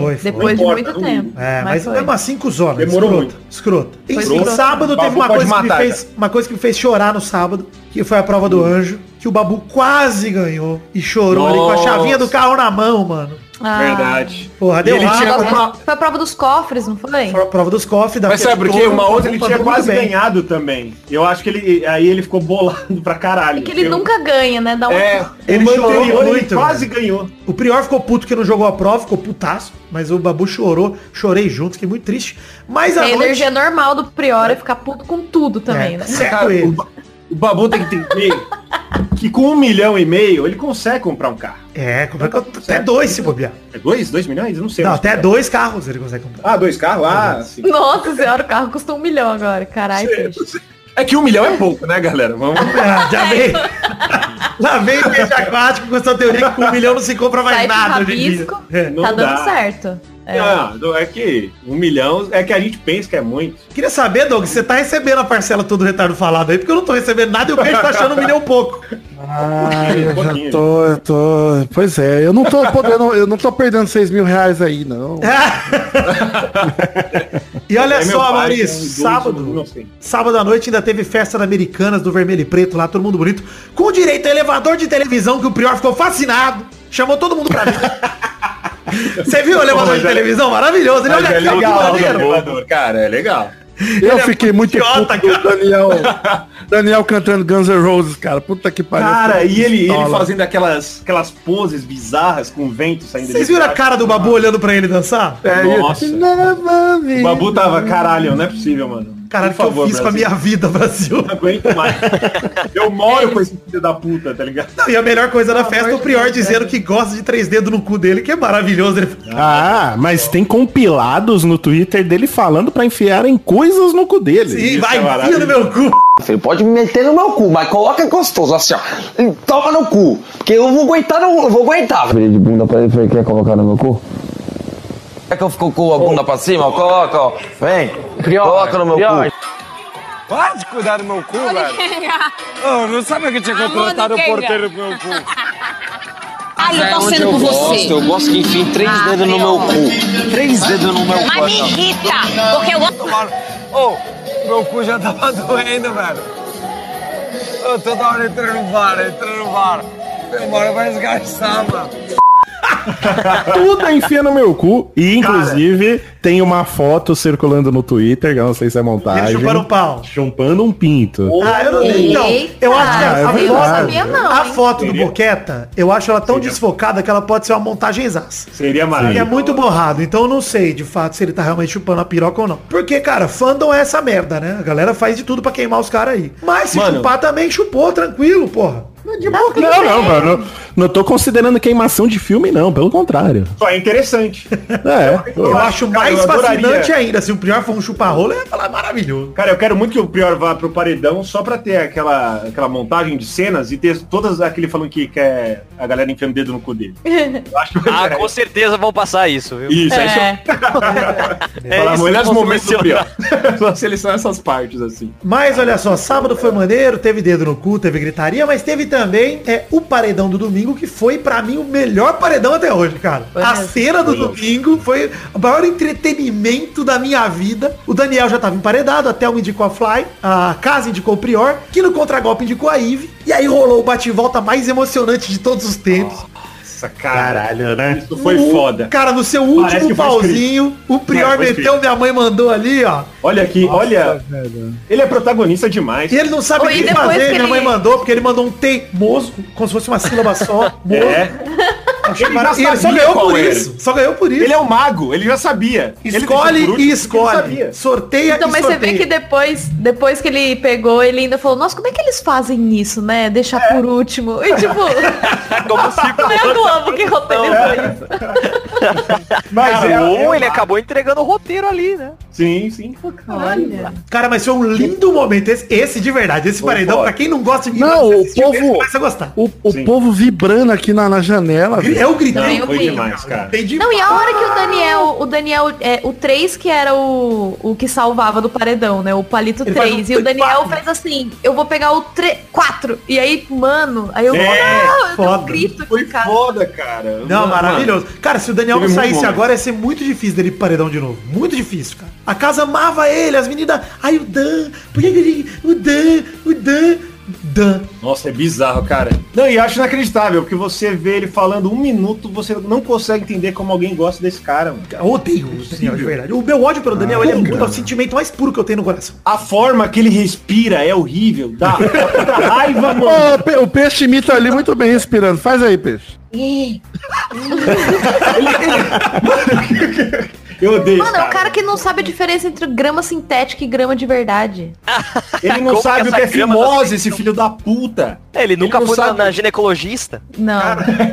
Speaker 2: Foi, foi.
Speaker 3: depois
Speaker 6: Não
Speaker 3: de
Speaker 6: importa,
Speaker 3: muito
Speaker 6: não ligo.
Speaker 3: tempo.
Speaker 2: É, mas,
Speaker 3: foi.
Speaker 2: mesmo assim, cuzona.
Speaker 6: Demorou
Speaker 2: escrota, Escrota. Em, em
Speaker 3: escrota.
Speaker 2: sábado
Speaker 6: Babu
Speaker 2: teve uma
Speaker 6: pode
Speaker 2: coisa, que me
Speaker 6: matar, Hum.
Speaker 2: fez, uma coisa que me fez chorar no sábado, que foi a prova do anjo, que o Babu quase ganhou e chorou ali com a chavinha do carro na mão, mano.
Speaker 3: Ah.
Speaker 6: Verdade.
Speaker 2: Porra, deu
Speaker 6: ele
Speaker 2: água, né?
Speaker 6: tinha
Speaker 3: Agora,
Speaker 2: foi
Speaker 6: uma-
Speaker 3: Foi a prova dos cofres, não foi?
Speaker 2: a prova dos cofres. da
Speaker 6: Mas
Speaker 2: Fiat
Speaker 6: sabe por quê?
Speaker 2: Toro,
Speaker 6: Uma
Speaker 2: o
Speaker 6: outra ele
Speaker 2: Babu
Speaker 6: tinha
Speaker 2: mandou
Speaker 6: quase
Speaker 2: muito bem.
Speaker 6: ganhado também. Eu acho que ele aí ele ficou bolado pra caralho.
Speaker 3: É que ele
Speaker 6: Eu-
Speaker 3: nunca ganha, né? Dá um... [laughs]
Speaker 6: É,
Speaker 2: Ele
Speaker 6: o
Speaker 2: chorou
Speaker 6: anterior
Speaker 2: muito,
Speaker 6: ele quase ganhou.
Speaker 2: O Prior ficou puto que não jogou a prova, ficou putaço, mas o Babu chorou, chorei junto, fiquei muito triste. Mas
Speaker 3: É
Speaker 2: a
Speaker 3: a
Speaker 2: noite...
Speaker 3: energia normal do Prior é ficar puto com tudo também,
Speaker 2: É,
Speaker 3: né? [laughs]
Speaker 2: certo
Speaker 6: Cara,
Speaker 2: ele.
Speaker 6: o, Ba- o Babu tem que entender que com um milhão e meio ele consegue comprar um carro.
Speaker 2: É, como é que eu... até dois se bobear.
Speaker 6: É dois? Dois milhões? Eu não sei.
Speaker 2: Não,
Speaker 6: Mas-
Speaker 2: até dois carros ele consegue comprar.
Speaker 6: Ah, dois carros? Ah, sim.
Speaker 3: Nossa senhora, o carro custou um milhão agora, caralho. peixe.
Speaker 6: É que um milhão é pouco, né, galera? Vamos...
Speaker 2: Ah, já veio. [laughs] Lá vem o peixe aquático com essa teoria que com um milhão não se compra mais
Speaker 3: Sai de
Speaker 2: nada hoje em dia.
Speaker 3: rabisco,
Speaker 2: É.
Speaker 6: Não
Speaker 3: tá dando
Speaker 6: dá.
Speaker 3: certo. É.
Speaker 6: Não, é que um milhão é que a gente pensa que é muito.
Speaker 2: Queria saber, Doug, você tá recebendo a parcela todo retardo falado aí, porque eu não tô recebendo nada e o peixe tá achando um milhão pouco.
Speaker 7: Ah, eu já
Speaker 6: Um pouquinho.
Speaker 7: tô, eu tô. Pois é, eu não tô podendo, eu não tô perdendo 6 mil reais
Speaker 6: [laughs]
Speaker 7: aí, não.
Speaker 2: É. [laughs] E olha
Speaker 6: É meu
Speaker 2: só,
Speaker 6: pai,
Speaker 2: Maurício,
Speaker 6: que é um idoso,
Speaker 2: sábado,
Speaker 6: não sei.
Speaker 2: sábado à noite ainda teve festa da Americanas do Vermelho e Preto lá, todo mundo bonito, com direito a elevador de televisão que o Prior ficou fascinado, chamou todo mundo pra ver.
Speaker 6: [laughs]
Speaker 2: Você viu o elevador de televisão? Maravilhoso. Ele
Speaker 6: é- Mas
Speaker 2: olha
Speaker 6: é
Speaker 2: aqui, ó, que
Speaker 6: legal,
Speaker 2: maneiro.
Speaker 6: elevador, cara, é legal.
Speaker 7: Eu fiquei muito
Speaker 2: idiota,
Speaker 7: puto
Speaker 2: cara.
Speaker 6: [laughs]
Speaker 7: do Daniel, Daniel cantando Guns N' Roses, cara. Puta que pariu.
Speaker 6: Cara, e ele, ele
Speaker 7: Pistola.
Speaker 6: fazendo aquelas, aquelas poses bizarras com o vento saindo
Speaker 2: Vocês
Speaker 6: de
Speaker 2: viram a
Speaker 6: baixo.
Speaker 2: cara do Babu olhando pra ele dançar?
Speaker 7: É, e-
Speaker 6: Nossa.
Speaker 7: Never me-
Speaker 6: O Babu tava, caralho, não é possível, mano.
Speaker 2: Caralho, o que eu fiz com a
Speaker 6: Brasil.
Speaker 2: minha vida, Brasil?
Speaker 6: [laughs] Não aguento mais.
Speaker 2: [laughs]
Speaker 6: Eu moro com esse filho da puta, tá ligado?
Speaker 2: Não, e a melhor coisa da festa é o Prior dizendo que gosta de três dedos no cu dele, que é maravilhoso. Ele fala,
Speaker 6: tá
Speaker 5: Ah, mas tem compilados no Twitter dele falando pra enfiarem coisas no cu dele.
Speaker 2: Sim,
Speaker 6: isso
Speaker 2: vai,
Speaker 6: é
Speaker 2: enfia no meu cu.
Speaker 10: Filho, pode me meter no meu cu, mas coloca gostoso, assim, ó. E Toma no cu, que eu vou aguentar, no, eu vou aguentar. Virei de bunda pra ele, falei, quer colocar no meu cu? É que eu fico com a bunda pra cima? Coloca, ó. Vem, coloca no meu cu.
Speaker 9: Pode cuidar do meu cu, velho. Oh, não sabe que tinha contratado o porteiro pro meu cu.
Speaker 11: [laughs] Ai, eu tô sendo por você.
Speaker 10: eu gosto que enfim três
Speaker 11: Ah,
Speaker 10: dedos no meu
Speaker 11: Prior.
Speaker 10: cu. Três dedos no meu
Speaker 11: Mas
Speaker 10: cu.
Speaker 11: me
Speaker 10: assim, ó.
Speaker 11: irrita, porque eu gosto.
Speaker 9: Oh, meu cu já tava doendo, velho. Eu toda hora entrando no bar, entrando no bar. Minha hora vai esgarçar, mano.
Speaker 5: Tudo é enfia no meu cu. E inclusive tem uma foto circulando no Twitter, que eu não sei se é montagem.
Speaker 2: Ele chupando um pau.
Speaker 5: Chupando um pinto.
Speaker 2: Ah, eu não Então,
Speaker 3: Eita,
Speaker 2: eu acho que a,
Speaker 7: é
Speaker 2: a
Speaker 7: verdade.
Speaker 3: eu não
Speaker 2: foto,
Speaker 3: sabia não,
Speaker 2: a
Speaker 3: hein?
Speaker 2: foto do Boqueta, eu acho ela tão desfocada que ela pode ser uma montagem exaça.
Speaker 6: Seria
Speaker 2: Ele é
Speaker 6: maravilhoso.
Speaker 2: muito borrado, então eu não sei de fato se ele tá realmente chupando a piroca ou não. Porque, cara, fandom é essa merda, né? A galera faz de tudo pra queimar os caras aí. Mas se
Speaker 6: Mano.
Speaker 2: chupar também, chupou, tranquilo, porra. De boa,
Speaker 5: Não, não, mano. Não tô considerando queimação de filme, não. Pelo contrário.
Speaker 6: Só é interessante.
Speaker 5: É. pô.
Speaker 2: Eu acho
Speaker 6: Cara,
Speaker 2: mais
Speaker 6: eu adoraria.
Speaker 2: fascinante ainda. Se o Prior for um chupa-rola, eu ia falar maravilhoso.
Speaker 6: Cara, eu quero muito que o Prior vá pro paredão só pra ter aquela, aquela montagem de cenas e ter todas aquele falando que quer a galera enfiando o dedo no cu dele. Eu acho que
Speaker 1: Ah, com certeza vão passar isso, viu?
Speaker 6: Isso, é isso.
Speaker 3: É.
Speaker 1: É
Speaker 6: Falar
Speaker 1: isso que
Speaker 6: melhores
Speaker 1: vão
Speaker 6: momentos do
Speaker 1: selecionar.
Speaker 6: Prior. Só selecionar essas partes, assim.
Speaker 2: Mas olha só, sábado foi maneiro, teve dedo no cu, teve gritaria, mas teve também é, o paredão do domingo, que foi pra mim o melhor paredão até hoje, cara.
Speaker 3: Foi
Speaker 2: a
Speaker 3: mesmo.
Speaker 2: cena do domingo foi o maior entretenimento da minha vida. O Daniel já tava emparedado, a Thelma indicou a Fly, a Casa indicou o Prior, que no contragolpe indicou a Ive. E aí rolou o bate-volta mais emocionante de todos os tempos.
Speaker 6: Nossa, cara.
Speaker 2: Caralho, né?
Speaker 6: Isso foi
Speaker 2: O-
Speaker 6: foda.
Speaker 2: Cara, no seu
Speaker 6: Parece
Speaker 2: último
Speaker 6: que foi
Speaker 2: pauzinho, o Prior
Speaker 6: Cara, foi
Speaker 2: meteu,
Speaker 6: escrito.
Speaker 2: minha mãe mandou ali, ó.
Speaker 6: Olha aqui, olha. Ele é protagonista demais.
Speaker 2: E ele não sabe
Speaker 3: Ô,
Speaker 2: o
Speaker 3: e
Speaker 2: que
Speaker 3: depois
Speaker 2: fazer,
Speaker 3: que
Speaker 2: minha mãe
Speaker 3: ele-
Speaker 2: mandou, porque ele mandou um teimoso, como se fosse uma sílaba
Speaker 6: [laughs]
Speaker 2: só. moço.
Speaker 6: É. Ele já
Speaker 2: E ele só
Speaker 6: sabia
Speaker 2: ganhou
Speaker 6: qual
Speaker 2: por
Speaker 6: era.
Speaker 2: isso. Só ganhou por isso.
Speaker 6: Ele é um mago, ele já sabia. Ele
Speaker 2: Escolhe
Speaker 6: deixou por
Speaker 2: e
Speaker 6: último, porque ele
Speaker 2: escolhe.
Speaker 6: sabia.
Speaker 2: Sorteia
Speaker 3: Então,
Speaker 2: e
Speaker 3: mas você
Speaker 2: sorteia.
Speaker 3: vê que depois, depois que ele pegou, ele ainda falou, nossa, como é que eles fazem isso, né? Deixar por último. E tipo, [laughs]
Speaker 1: Como se
Speaker 3: não é a Globo que roteirizou isso.
Speaker 6: [laughs] Mas
Speaker 1: Cara,
Speaker 6: é-
Speaker 1: o um,
Speaker 6: é
Speaker 1: ele acabou entregando o roteiro ali, né?
Speaker 6: Sim, sim.
Speaker 3: Olha.
Speaker 2: Cara, mas foi um lindo momento. Esse, esse de verdade, esse
Speaker 6: Foi
Speaker 2: paredão,
Speaker 6: foda.
Speaker 2: pra quem não gosta de
Speaker 7: Não, o
Speaker 2: assistiu,
Speaker 7: povo-
Speaker 2: Vai você gostar.
Speaker 7: O, o
Speaker 6: Sim.
Speaker 7: povo vibrando aqui na, na janela. velho.
Speaker 2: É o gritinho.
Speaker 6: Não,
Speaker 3: Eu
Speaker 6: foi
Speaker 3: vi.
Speaker 6: demais, cara.
Speaker 2: Tem de
Speaker 3: Não, e a hora que o Daniel, o Daniel, é, o 3 que era o, o que salvava do paredão, né? O palito
Speaker 2: Ele faz
Speaker 3: 3.
Speaker 2: um
Speaker 3: E o Daniel
Speaker 2: quatro.
Speaker 3: fez assim, eu vou pegar o 3, 4. E aí, mano, aí eu,
Speaker 6: É,
Speaker 3: não, eu dei
Speaker 2: foda.
Speaker 3: um grito aqui,
Speaker 6: Foi
Speaker 3: cara.
Speaker 6: foda, cara.
Speaker 2: Não, maravilhoso. Cara, se o Daniel não
Speaker 6: Teve muito
Speaker 2: saísse
Speaker 6: momento.
Speaker 2: agora, ia ser muito difícil dele ir pro paredão de novo. Muito difícil, cara. A casa amava ele, as meninas. Ai, o Dan, por que que ele. O Dan, o Dan, Dan.
Speaker 6: Nossa, é bizarro, cara. Não, e acho inacreditável, porque você vê ele falando um minuto, você não consegue entender como alguém gosta desse cara, mano.
Speaker 2: Eu odeio o Daniel, de verdade. O meu ódio pelo
Speaker 6: Ah,
Speaker 2: Daniel, ele é muito, é o sentimento mais puro que eu tenho no coração.
Speaker 6: A forma que ele respira é horrível. Dá, dá puta raiva,
Speaker 7: [laughs]
Speaker 6: mano.
Speaker 7: Ô, pe- o peixe imita ali muito bem respirando. Faz aí, peixe.
Speaker 3: é
Speaker 6: Eu odeio esse
Speaker 3: Mano, é um
Speaker 6: cara.
Speaker 3: cara que não sabe a diferença entre grama sintética e grama de verdade.
Speaker 6: Ele não
Speaker 1: Como que
Speaker 6: sabe o
Speaker 1: essa
Speaker 6: que é
Speaker 1: grama tá
Speaker 6: fimose, esse filho da puta.
Speaker 1: É, Ele nunca
Speaker 6: não
Speaker 1: foi na,
Speaker 6: sabe.
Speaker 1: na ginecologista.
Speaker 3: Não.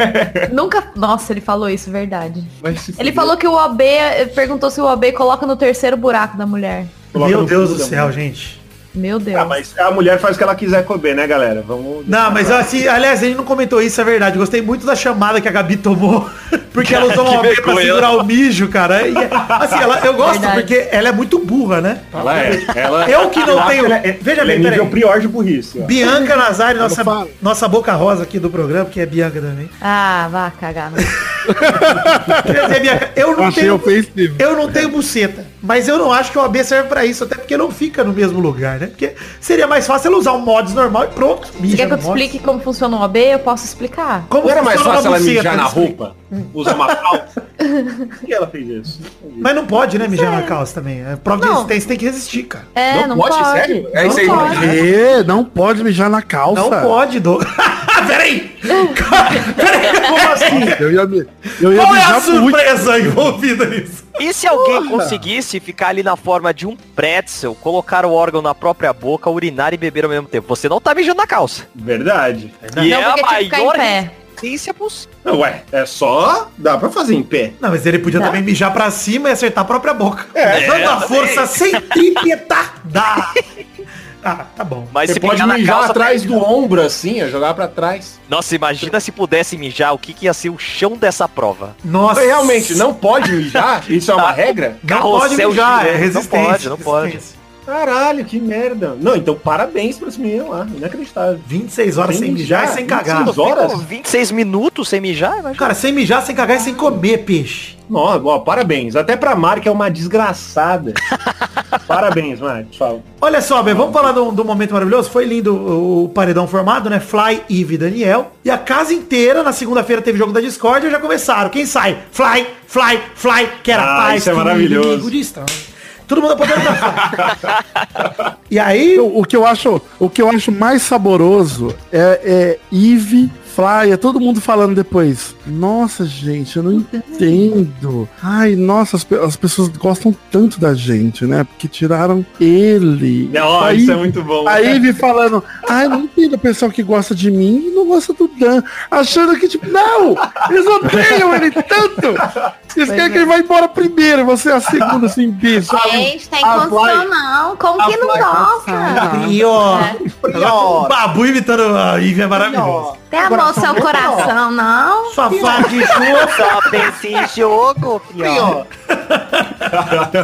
Speaker 3: [laughs] Nunca. Nossa, ele falou isso, verdade.
Speaker 6: Vai se
Speaker 3: Ele
Speaker 6: fuder.
Speaker 3: falou que o OB eh, perguntou se o OB coloca no terceiro buraco da mulher.
Speaker 6: Coloca
Speaker 2: meu
Speaker 6: no
Speaker 2: Deus
Speaker 6: cu
Speaker 2: do
Speaker 6: da
Speaker 2: céu, gente.
Speaker 3: Meu Deus.
Speaker 6: Ah, mas a mulher faz o que ela quiser comer, né, galera? Vamos.
Speaker 2: Não, mas assim, aliás, a gente não comentou isso, é verdade. Gostei muito da chamada que a Gabi tomou. [laughs] Porque ela
Speaker 6: [laughs]
Speaker 2: usou
Speaker 1: Que
Speaker 2: uma almeia pra
Speaker 1: vergonha.
Speaker 2: segurar o mijo, cara. E, assim, ela, eu gosto
Speaker 3: Verdade.
Speaker 2: porque ela é muito burra, né?
Speaker 6: Ela é. Ela...
Speaker 2: Eu que não
Speaker 6: acho
Speaker 2: tenho-
Speaker 6: que ela é-
Speaker 2: Veja
Speaker 6: ela
Speaker 2: bem, peraí.
Speaker 6: é nível prior de burrice. ó.
Speaker 2: Bianca Nazari, nossa,
Speaker 7: fala.
Speaker 2: nossa boca rosa aqui do programa, que é Bianca também.
Speaker 3: Ah, vá cagar. no-
Speaker 2: Quer dizer, Bianca, eu não
Speaker 7: Achei
Speaker 2: tenho.
Speaker 7: ofensivo.
Speaker 2: Eu não tenho buceta, mas eu não acho que o AB serve pra isso, até porque não fica no mesmo lugar, né? Porque seria mais fácil ela usar um mods normal e pronto.
Speaker 3: Você
Speaker 2: mija
Speaker 3: quer que eu
Speaker 2: no
Speaker 3: te
Speaker 2: mods.
Speaker 3: explique como funciona o OB? Eu posso explicar.
Speaker 2: Como
Speaker 6: Não era mais
Speaker 2: funciona
Speaker 6: fácil
Speaker 2: uma
Speaker 6: ela
Speaker 2: buceta,
Speaker 6: mijar na
Speaker 2: me explica.
Speaker 6: roupa? Usar
Speaker 2: [laughs]
Speaker 6: uma calça? Por que ela fez isso?
Speaker 2: Mas não pode, né, mijar na calça também. É prova de
Speaker 3: Não.
Speaker 2: resistência, tem que resistir, cara.
Speaker 3: É, não, pode.
Speaker 6: sério? É
Speaker 3: Não
Speaker 6: isso aí.
Speaker 3: pode.
Speaker 7: É, não pode mijar na calça.
Speaker 2: Não pode, Douglas. [laughs] Peraí!
Speaker 6: Como assim?
Speaker 7: Eu ia, me- eu ia
Speaker 2: Qual é a
Speaker 7: mijar por último.
Speaker 2: surpresa envolvida nisso?
Speaker 1: E se alguém conseguisse ficar ali na forma de um pretzel, colocar o órgão na própria boca, urinar e beber ao mesmo tempo? Você não tá mijando na calça.
Speaker 6: Verdade.
Speaker 1: E
Speaker 3: Não,
Speaker 1: é a
Speaker 3: porque tinha que ficar em
Speaker 1: maior
Speaker 3: pé.
Speaker 1: resistência possível.
Speaker 6: Não, ué, é só. Dá pra fazer em pé.
Speaker 2: Não, mas ele podia
Speaker 3: Tá.
Speaker 2: também mijar pra cima e acertar a própria boca. É, Dando a força centrípeta. Ah, tá bom.
Speaker 1: Mas
Speaker 6: Você
Speaker 1: se
Speaker 6: pode
Speaker 1: mijar na
Speaker 6: mijar
Speaker 1: calça...
Speaker 6: atrás do ombro assim, ó, jogar pra trás.
Speaker 1: Nossa, imagina se pudesse mijar, o que, que ia ser o chão dessa prova?
Speaker 2: Nossa.
Speaker 6: Mas realmente, não pode mijar? Isso é uma regra?
Speaker 2: Não pode
Speaker 1: Carrossel
Speaker 2: mijar,
Speaker 1: de-
Speaker 2: é resistência.
Speaker 1: Não pode, não pode.
Speaker 2: resistência.
Speaker 6: Caralho, que merda. Não, então parabéns pra esse menino lá. Inacreditável.
Speaker 2: 26 horas sem
Speaker 6: Sem
Speaker 2: mijar e
Speaker 6: mijar,
Speaker 2: sem cagar.
Speaker 6: 26
Speaker 1: Ficou
Speaker 6: horas?
Speaker 1: 26 minutos sem mijar? Imagina.
Speaker 2: Cara, sem mijar, sem cagar e sem comer peixe.
Speaker 6: Nossa, ó, parabéns. Até pra Mari, que é uma desgraçada. parabéns, Mari. Fala.
Speaker 2: Olha só, Bê, vamos falar do, do um momento maravilhoso. Foi lindo o, o paredão formado, né? Fly, Eve e Daniel. E a casa inteira, na segunda-feira, teve jogo da Discord e já começaram. Quem sai? Fly, Fly, Fly, que era
Speaker 6: Ah,
Speaker 2: paz.
Speaker 6: isso é
Speaker 2: que
Speaker 6: maravilhoso.
Speaker 2: inimigo distrai. Todo mundo apontando pra
Speaker 6: [laughs]
Speaker 2: fora. E aí,
Speaker 7: Eu- o que eu acho, o que eu acho mais saboroso é, é Eve, Fly, é todo mundo falando depois. Nossa, gente, eu não entendo. Ai, nossa, as, pe- as pessoas gostam tanto da gente, né? Porque tiraram ele.
Speaker 6: Não,
Speaker 7: Aí-
Speaker 6: isso é muito bom.
Speaker 7: A Ivy falando, ai, não entendo o pessoal que gosta de mim e não gosta do Dan. Achando que, tipo, não, eles odeiam ele tanto. Eles querem que ele vá embora primeiro, você é a segunda, assim, bicho.
Speaker 3: Gente, tem condição não. Como que não gosta?
Speaker 2: Prior. O Babu imitando a Eve é maravilhoso.
Speaker 3: Tem amor no seu coração, não?
Speaker 2: Safado de chuva.
Speaker 1: Só pensa em jogo, pior.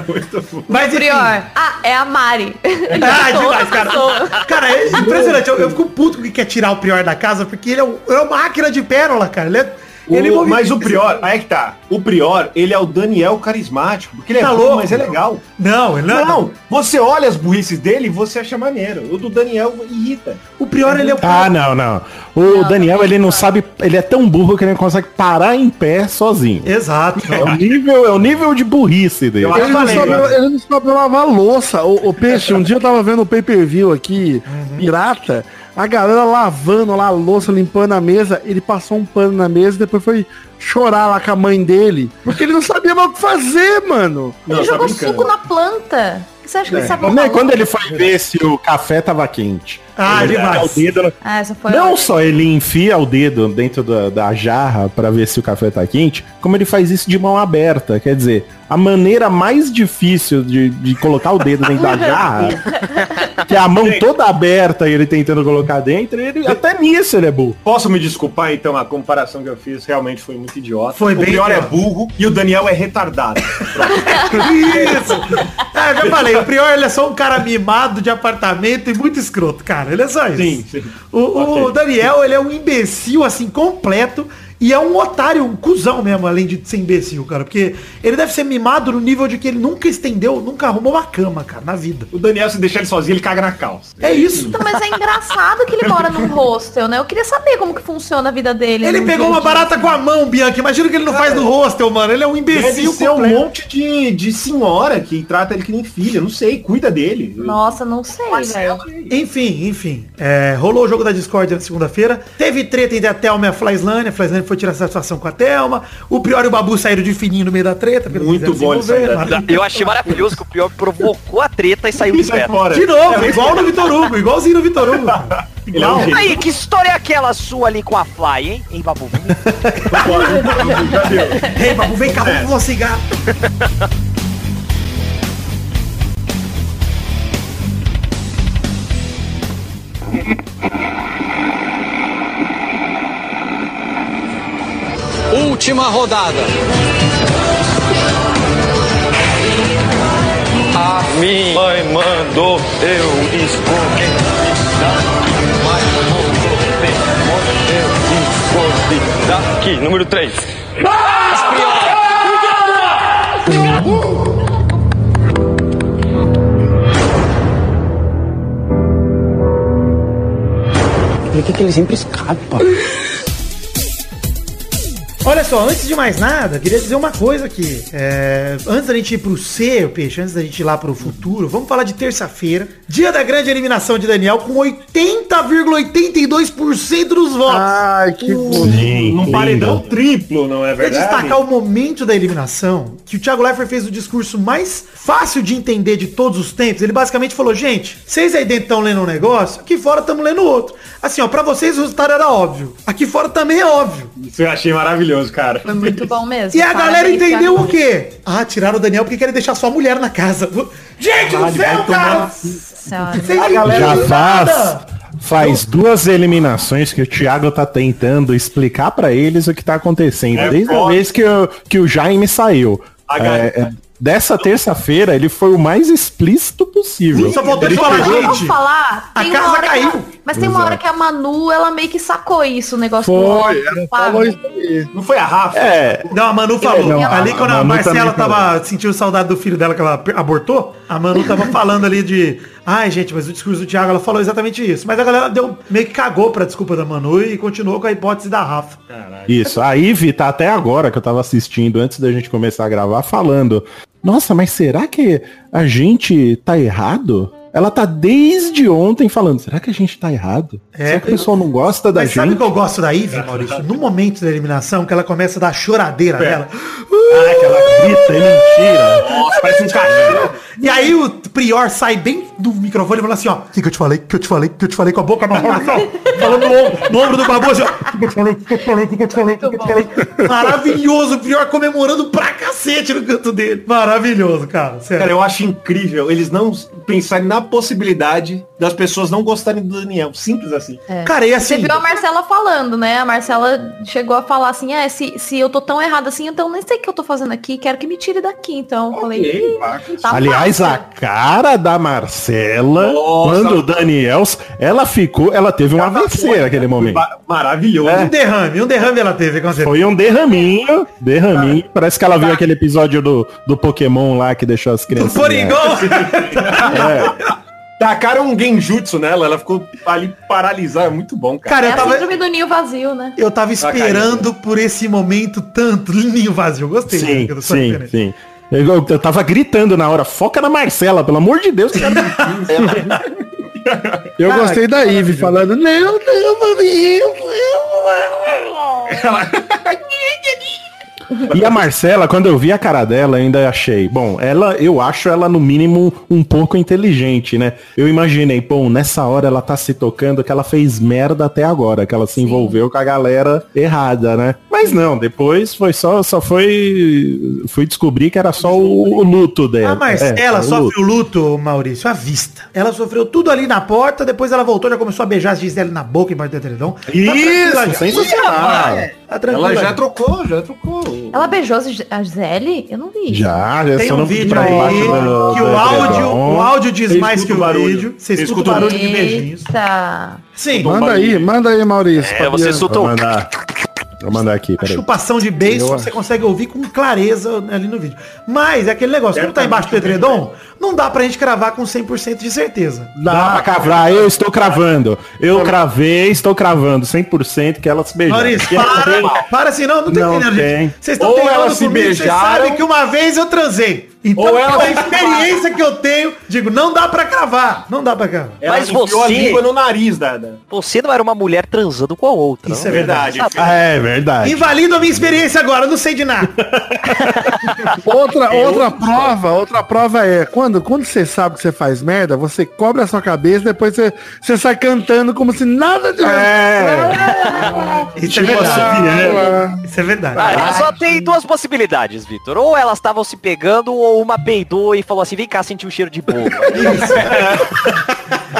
Speaker 6: muito bom.
Speaker 2: Mas enfim.
Speaker 3: Prior. Ah, é a Mari.
Speaker 2: Ah, demais, cara. Cara, é impressionante. Eu, eu fico puto que quer tirar o Prior da casa, porque ele é, um- é uma máquina de pérola, cara. Ele é, Ele
Speaker 6: O-
Speaker 2: movimenta-
Speaker 6: mas o Prior, aí é que tá. O Prior, ele é o Daniel carismático, porque ele é
Speaker 2: Tá
Speaker 6: louco,
Speaker 2: louco.
Speaker 6: mas é legal.
Speaker 2: Não, ele não é-
Speaker 6: Não, você olha as burrices dele e você acha maneiro. O do Daniel irrita.
Speaker 2: O Prior, ele é o
Speaker 5: Ah, não, não. O Daniel, ele não sabe. Ele é tão burro que ele não consegue parar em pé sozinho.
Speaker 2: Exato.
Speaker 5: É o nível, é o nível de burrice dele.
Speaker 6: Eu acho
Speaker 7: Ele não,
Speaker 6: Falei,
Speaker 7: sabe,
Speaker 6: né?
Speaker 7: ele não sabe lavar louça. O, peixe, um dia eu tava vendo o pay per view aqui, pirata, a galera lavando lá a louça, limpando a mesa. Ele passou um pano na mesa e depois foi chorar lá com a mãe dele. Porque ele não sabia mais o que fazer, mano.
Speaker 3: Ele
Speaker 6: Não, tá
Speaker 3: jogou
Speaker 6: brincando.
Speaker 3: suco na planta. O que Você acha que ele sabe
Speaker 5: Como é
Speaker 3: lavar
Speaker 5: quando
Speaker 3: louça?
Speaker 5: ele foi ver se o café tava quente.
Speaker 2: Ah,
Speaker 5: Ele
Speaker 2: demais.
Speaker 5: dá o dedo no-
Speaker 3: Ah, essa foi
Speaker 5: Não
Speaker 3: ótima.
Speaker 5: só ele enfia o dedo dentro da, da jarra pra ver se o café tá quente, como ele faz isso de mão aberta. Quer dizer, a maneira mais difícil de, de colocar o dedo dentro da jarra, que é a mão toda aberta e ele tentando colocar dentro, ele, até nisso ele é burro.
Speaker 6: Posso me desculpar, então, a comparação que eu fiz realmente foi muito idiota.
Speaker 2: Foi
Speaker 6: o
Speaker 2: bem
Speaker 6: Prior é
Speaker 2: idiota.
Speaker 6: burro e o Daniel é retardado. [laughs]
Speaker 2: Isso! É, eu já falei, o Prior ele é só um cara mimado de apartamento e muito escroto, cara. Ele é só isso.
Speaker 6: Sim, sim.
Speaker 2: O, o
Speaker 6: Ok.
Speaker 2: Daniel, ele é um imbecil, assim, completo. E é um otário, um cuzão mesmo, além de ser imbecil, cara. Porque ele deve ser mimado no nível de que ele nunca estendeu, nunca arrumou uma cama, cara, na vida.
Speaker 6: O Daniel, se deixar ele sozinho, ele caga na calça.
Speaker 2: É isso.
Speaker 3: Então, mas é engraçado que ele mora num hostel, né? Eu queria saber como que funciona a vida dele.
Speaker 2: Ele
Speaker 3: no
Speaker 2: pegou
Speaker 3: dia a
Speaker 2: uma
Speaker 3: dia.
Speaker 2: barata com a mão, Bianca. Imagina o que ele não faz no hostel, mano. Ele é um
Speaker 6: Deve
Speaker 2: imbecil
Speaker 6: ser um
Speaker 2: completo.
Speaker 6: monte de, de senhora que trata ele que nem filha, não sei, cuida dele.
Speaker 3: Nossa, não sei, velho.
Speaker 2: Enfim, enfim. É, rolou o jogo da Discord na segunda-feira. Teve treta entre a Thelma e a Flaislane. A Flaislane foi tirar satisfação com a Thelma. O Prior e o Babu saíram de fininho no meio da treta. porque não
Speaker 6: Muito
Speaker 2: quiseram se
Speaker 6: bom isso aí,
Speaker 2: envolver,
Speaker 6: né?
Speaker 2: nada.
Speaker 1: Eu achei maravilhoso que o Prior provocou a treta e saiu
Speaker 6: E
Speaker 1: de
Speaker 6: sai
Speaker 1: perto.
Speaker 6: fora.
Speaker 2: De novo,
Speaker 6: É,
Speaker 2: igual no Vitor Hugo. Igualzinho no Vitor
Speaker 6: [laughs]
Speaker 2: Hugo.
Speaker 6: Ele é um
Speaker 2: Igual.
Speaker 6: gênio.
Speaker 1: Aí, que história é aquela sua ali com a Fly, hein? Hein, Babu?
Speaker 6: Já deu.
Speaker 2: Ei, Babu, vem cá,
Speaker 6: É.
Speaker 2: vamos fumar um cigarro.
Speaker 9: Última rodada.
Speaker 10: Minha mãe mandou eu escolher. Daqui, número 3.
Speaker 2: Olha só, antes de mais nada, eu queria dizer uma coisa aqui. É, antes da gente ir pro C, Peixe, antes da gente ir lá pro futuro, vamos falar de terça-feira. Dia da grande eliminação de Daniel com 80,82% dos votos.
Speaker 6: Ah,
Speaker 7: Ai, que bonito.
Speaker 6: Num paredão é triplo, não é
Speaker 2: Eu queria
Speaker 6: verdade?
Speaker 2: destacar o momento da eliminação, que o Thiago Leifert fez o discurso mais fácil de entender de todos os tempos. Ele basicamente falou, gente, vocês aí dentro estão lendo um negócio, aqui fora estamos lendo outro. Assim, ó, pra vocês o resultado era óbvio. Aqui fora também é óbvio.
Speaker 6: Isso eu achei maravilhoso, cara.
Speaker 3: Foi muito bom mesmo.
Speaker 2: E a
Speaker 3: Parabéns,
Speaker 2: galera entendeu
Speaker 3: Thiago.
Speaker 2: o quê? Ah, tiraram o Daniel porque querem deixar só a mulher na casa. [laughs] Gente do céu, cara!
Speaker 3: Senhora.
Speaker 2: Vocês não
Speaker 5: Já
Speaker 2: entenderam
Speaker 5: faz,
Speaker 2: nada.
Speaker 5: faz duas eliminações que o Thiago tá tentando explicar pra eles o que tá acontecendo.
Speaker 6: É
Speaker 5: Desde a
Speaker 6: foda.
Speaker 5: vez que o, que o Jaime saiu.
Speaker 6: A
Speaker 5: É,
Speaker 6: galera-
Speaker 5: é, dessa terça-feira, ele foi o mais explícito possível.
Speaker 2: Só faltou ele
Speaker 5: Ele
Speaker 2: falar,
Speaker 5: chegou-
Speaker 3: Mas vamos
Speaker 2: gente,
Speaker 3: falar,
Speaker 2: a
Speaker 3: tem
Speaker 2: casa
Speaker 3: uma hora
Speaker 2: caiu.
Speaker 3: Que ela- mas tem uma
Speaker 5: Exato.
Speaker 3: hora que a Manu, ela meio que sacou isso, o negócio do
Speaker 7: Foi,
Speaker 3: ódio,
Speaker 7: ela
Speaker 3: sabe?
Speaker 7: falou isso aí.
Speaker 6: Não foi a Rafa?
Speaker 5: É,
Speaker 2: Não, a Manu falou.
Speaker 5: não,
Speaker 2: ali
Speaker 5: a
Speaker 2: quando a,
Speaker 5: Manu
Speaker 2: Marcela
Speaker 5: também falou.
Speaker 2: tava sentiu saudade do filho dela que ela per- abortou, a Manu
Speaker 5: [laughs]
Speaker 2: tava falando ali de. Ai, gente, mas o discurso do Thiago, ela falou exatamente isso. Mas a galera deu, meio que cagou pra desculpa da Manu e continuou com a hipótese da Rafa.
Speaker 5: Isso, a Ive tá até agora que eu tava assistindo antes da gente começar a gravar falando. Nossa, mas será que a gente tá errado? Ela tá desde ontem falando, será que a gente tá errado?
Speaker 2: É.
Speaker 5: será que o pessoal não gosta da
Speaker 2: Mas sabe o
Speaker 5: gente? É,
Speaker 2: que eu gosto da Ivy, Maurício? No momento da eliminação, que ela começa a dar a choradeira dela.
Speaker 5: Ah, que ela grita, é mentira.
Speaker 6: Nossa, parece um cachorro.
Speaker 2: E aí o Prior sai bem do microfone e fala assim, ó, o que, que eu te falei, que eu te falei, que eu te falei com a boca amarrada, assim, ó, falando no, ombro- no ombro do babu, assim, ó, "O que que eu te falei, o que que eu te falei, o que que eu te falei, o que que eu te falei. Maravilhoso, o Prior comemorando pra cacete no canto dele. Maravilhoso, cara, sério.
Speaker 6: Cara, eu acho incrível eles não pensarem na menor possibilidade das pessoas não gostarem do Daniel. Simples assim.
Speaker 3: É.
Speaker 2: Cara, e
Speaker 3: Você
Speaker 2: assim.
Speaker 3: viu a Marcela falando, né? A Marcela chegou a falar assim, é, se, se eu tô tão errada assim, então nem sei o que eu tô fazendo aqui, quero que me tire daqui. Então, eu falei,
Speaker 6: Ok, bacana.
Speaker 3: tá
Speaker 5: Aliás, a
Speaker 3: fácil.
Speaker 5: cara da Marcela,
Speaker 6: Nossa.
Speaker 5: quando o Daniel, ela ficou, ela teve um
Speaker 3: tá
Speaker 5: AVC naquele momento. É.
Speaker 6: Ba- Maravilhoso.
Speaker 2: Um derrame, um derrame ela teve, com certeza.
Speaker 5: Foi um derraminho, derraminho. Parece que ela viu aquele episódio do, do Pokémon lá que deixou as crianças.
Speaker 7: né?
Speaker 2: Porygon!
Speaker 6: Tacaram um genjutsu nela, ela ficou ali paralisada. É muito bom, cara.
Speaker 2: Cara,
Speaker 3: É
Speaker 2: eu
Speaker 3: a
Speaker 2: tava,
Speaker 3: síndrome do ninho vazio, né?
Speaker 2: eu tava esperando por esse momento tanto. Ninho vazio, eu gostei.
Speaker 5: Sim,
Speaker 2: né, do Sonic
Speaker 5: sim, sim.
Speaker 2: Pioneer.
Speaker 5: Eu, eu tava gritando na hora, foca na Marcela, pelo amor de Deus. cara.
Speaker 7: [laughs] Eu gostei da Ive falando, não, não, mami, eu, eu,
Speaker 5: e a Marcela, quando eu vi a cara dela, ainda achei. Bom, ela, eu acho ela no mínimo um pouco inteligente, né? Eu imaginei, bom, nessa hora ela tá se tocando que ela fez merda até agora, que ela se envolveu com a galera errada, né? Mas não, depois foi só, só foi, fui descobrir que era só o, o luto dela.
Speaker 2: Ah, mas
Speaker 5: É,
Speaker 2: ela
Speaker 5: o luto.
Speaker 2: sofre o luto, Maurício, à vista. Ela sofreu tudo ali na porta, depois ela voltou, já começou a beijar a Gisele na boca embaixo do edredom. Tá tranquila
Speaker 5: Isso,
Speaker 2: já.
Speaker 5: sensacional.
Speaker 2: Tá
Speaker 6: Ela
Speaker 2: tranquila
Speaker 6: já
Speaker 2: já.
Speaker 6: trocou, já trocou.
Speaker 3: Ela beijou a Gis- a Gisele? Eu não vi.
Speaker 5: Já, já
Speaker 2: Tem
Speaker 5: só
Speaker 2: um
Speaker 5: não
Speaker 2: vídeo
Speaker 5: pra
Speaker 2: aí
Speaker 5: debaixo do-
Speaker 2: que
Speaker 5: do
Speaker 2: o áudio,
Speaker 5: edredom.
Speaker 2: o áudio diz
Speaker 6: Eu
Speaker 2: mais que
Speaker 6: escuto
Speaker 2: o
Speaker 6: barulho.
Speaker 2: vídeo. Você
Speaker 6: Eu
Speaker 2: escuta o
Speaker 6: escuto
Speaker 2: barulho de beijinhos.
Speaker 3: Eita.
Speaker 2: Sim,
Speaker 7: eu, manda aí, manda aí, Maurício.
Speaker 1: É, você
Speaker 7: Fabiano.
Speaker 5: Vou
Speaker 1: soltou.
Speaker 5: mandar, vou mandar aqui,
Speaker 2: a
Speaker 5: peraí.
Speaker 2: chupação de beijo
Speaker 7: Eu
Speaker 2: você consegue ouvir com clareza ali no vídeo. Mas é aquele negócio, como tá embaixo do edredom, não dá pra gente cravar com 100% de certeza.
Speaker 5: Dá pra cravar, eu estou cravando. Eu cravei, estou cravando 100% que é elas beijaram.
Speaker 2: Maurício, para, para assim, não, não tem
Speaker 5: Não
Speaker 2: entendendo,
Speaker 5: tem.
Speaker 2: gente. Vocês estão
Speaker 6: Ou
Speaker 2: pegando
Speaker 6: elas se
Speaker 2: comigo,
Speaker 6: beijaram.
Speaker 2: Vocês sabem que uma vez eu transei. Então,
Speaker 6: Ou elas
Speaker 2: com a
Speaker 6: se
Speaker 2: experiência que eu tenho, digo, não dá pra cravar. Não dá pra cravar.
Speaker 6: Ela
Speaker 1: Mas
Speaker 6: enfiou a
Speaker 1: você-
Speaker 6: língua no nariz da. da-
Speaker 5: É
Speaker 1: Você não era uma mulher transando com a outra.
Speaker 2: Isso
Speaker 1: não?
Speaker 2: é verdade.
Speaker 5: Ah, é verdade.
Speaker 2: Invalido a minha experiência agora, eu não sei de
Speaker 6: [laughs]
Speaker 2: nada.
Speaker 7: Outra, outra prova, outra prova é, quando, quando você sabe que você faz merda, você cobre a sua cabeça, depois você, você sai cantando como se nada de
Speaker 5: É.
Speaker 2: Isso
Speaker 6: Tipo
Speaker 2: é verdade.
Speaker 6: assim, né?
Speaker 2: Isso é verdade.
Speaker 1: Ah, só tem duas possibilidades, Vitor. Ou elas estavam se pegando, ou uma peidou e falou assim, vem cá sentir o cheiro de bolo.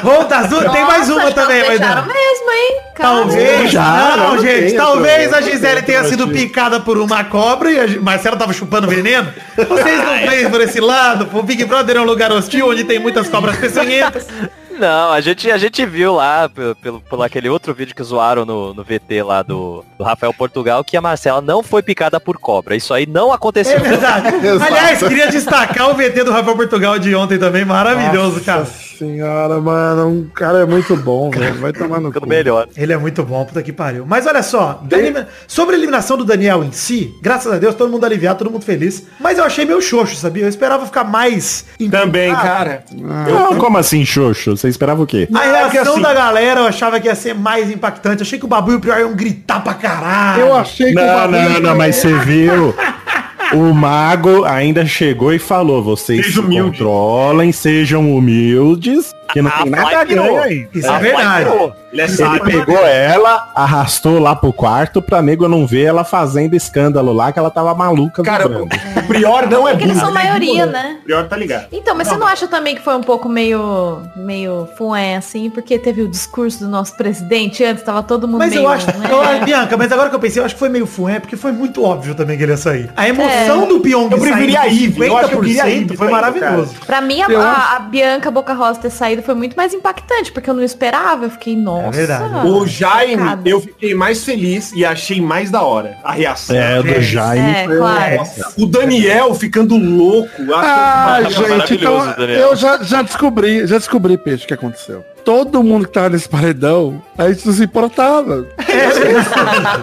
Speaker 2: Volta azul, tem mais
Speaker 3: Nossa,
Speaker 2: uma
Speaker 3: acho que
Speaker 2: também,
Speaker 3: elas
Speaker 2: mas não.
Speaker 3: beijaram mesmo, hein? Cara.
Speaker 2: Talvez,
Speaker 5: Já,
Speaker 2: não,
Speaker 5: não
Speaker 2: gente,
Speaker 5: tem
Speaker 2: talvez
Speaker 5: outra-
Speaker 2: a Gisele tenha sido picada por uma cobra e a Gi- Marcela tava chupando veneno. Vocês não veem por esse lado, o Big Brother é um lugar hostil onde tem muitas cobras peçonhentas.
Speaker 1: [laughs] Não, a gente, a gente viu lá, pelo, pelo, por aquele outro vídeo que zoaram no, no VT lá do, do Rafael Portugal, que a Marcela não foi picada por cobra. Isso aí não
Speaker 2: É
Speaker 1: aconteceu.
Speaker 2: verdade. Aliás, queria destacar o VT do Rafael Portugal de ontem também, maravilhoso, cara.
Speaker 7: Senhora, mano, o cara é muito bom, velho. Vai tomar no cu.
Speaker 1: [laughs] Ficando melhor.
Speaker 2: Ele é muito bom, puta que pariu. Mas olha só, da elimina- sobre a eliminação do Daniel em si, graças a Deus, todo mundo aliviado, todo mundo feliz. Mas eu achei meio xoxo, sabia? Eu esperava ficar mais...
Speaker 6: é. Também, cara.
Speaker 5: Ah, Não, como assim, Xoxo? Você esperava o quê?
Speaker 2: A
Speaker 6: é que
Speaker 2: reação
Speaker 6: assim-
Speaker 2: da galera eu achava que ia ser mais impactante. Achei que o Babu e o Prior iam gritar pra caralho.
Speaker 7: Eu achei que
Speaker 5: Não,
Speaker 7: bagulho
Speaker 5: não, não, mas você
Speaker 7: [laughs]
Speaker 5: viu. O mago ainda chegou e falou: vocês
Speaker 6: Seja
Speaker 5: se
Speaker 6: humilde.
Speaker 5: controlem, sejam humildes, que não
Speaker 1: Ah,
Speaker 5: tem nada
Speaker 1: vai,
Speaker 5: a
Speaker 1: pirou.
Speaker 5: ganhar aí.
Speaker 7: Ah,
Speaker 2: Isso é verdade.
Speaker 6: Ele é
Speaker 5: Ele
Speaker 6: sábio.
Speaker 5: pegou ela, arrastou lá pro quarto pra nego não ver ela fazendo escândalo lá, que ela tava maluca.
Speaker 6: Cara, o
Speaker 5: vibrando.
Speaker 6: o Prior não é
Speaker 3: Porque eles
Speaker 6: burro.
Speaker 3: são
Speaker 6: ele é
Speaker 3: maioria,
Speaker 6: ignorante.
Speaker 3: né?
Speaker 6: O Prior tá ligado.
Speaker 3: Então, mas você não acha também que foi um pouco meio, meio fué, assim, porque teve o discurso do nosso presidente antes, tava todo mundo
Speaker 2: Mas
Speaker 3: meio...
Speaker 2: eu acho,
Speaker 3: né?
Speaker 2: eu acho- Bianca, mas agora que eu pensei, eu acho que foi meio fué, porque foi muito óbvio também que ele ia sair. A emoção
Speaker 3: É.
Speaker 2: do Pyong
Speaker 6: Eu preferia
Speaker 2: saindo
Speaker 6: a Ivy,
Speaker 2: com
Speaker 6: eu acho que eu queria a Ivy
Speaker 2: 50% foi
Speaker 6: saindo,
Speaker 2: maravilhoso.
Speaker 3: Pra mim, a,
Speaker 7: Eu
Speaker 3: a- a Bianca Boca Rosa ter saído foi muito mais impactante, porque eu não esperava, eu fiquei, nossa...
Speaker 2: É verdade.
Speaker 6: O Jaime,
Speaker 3: chocada.
Speaker 6: eu fiquei mais feliz e achei mais da hora a reação.
Speaker 5: É, o do Jaime.
Speaker 3: É, claro.
Speaker 6: O Daniel ficando louco. acho
Speaker 7: Ah,
Speaker 6: maravilhoso.
Speaker 7: gente, então
Speaker 1: Daniel.
Speaker 7: eu já, já descobri, já descobri, Peixe, o que aconteceu. Todo mundo que tava nesse paredão, a gente não se importava.
Speaker 5: É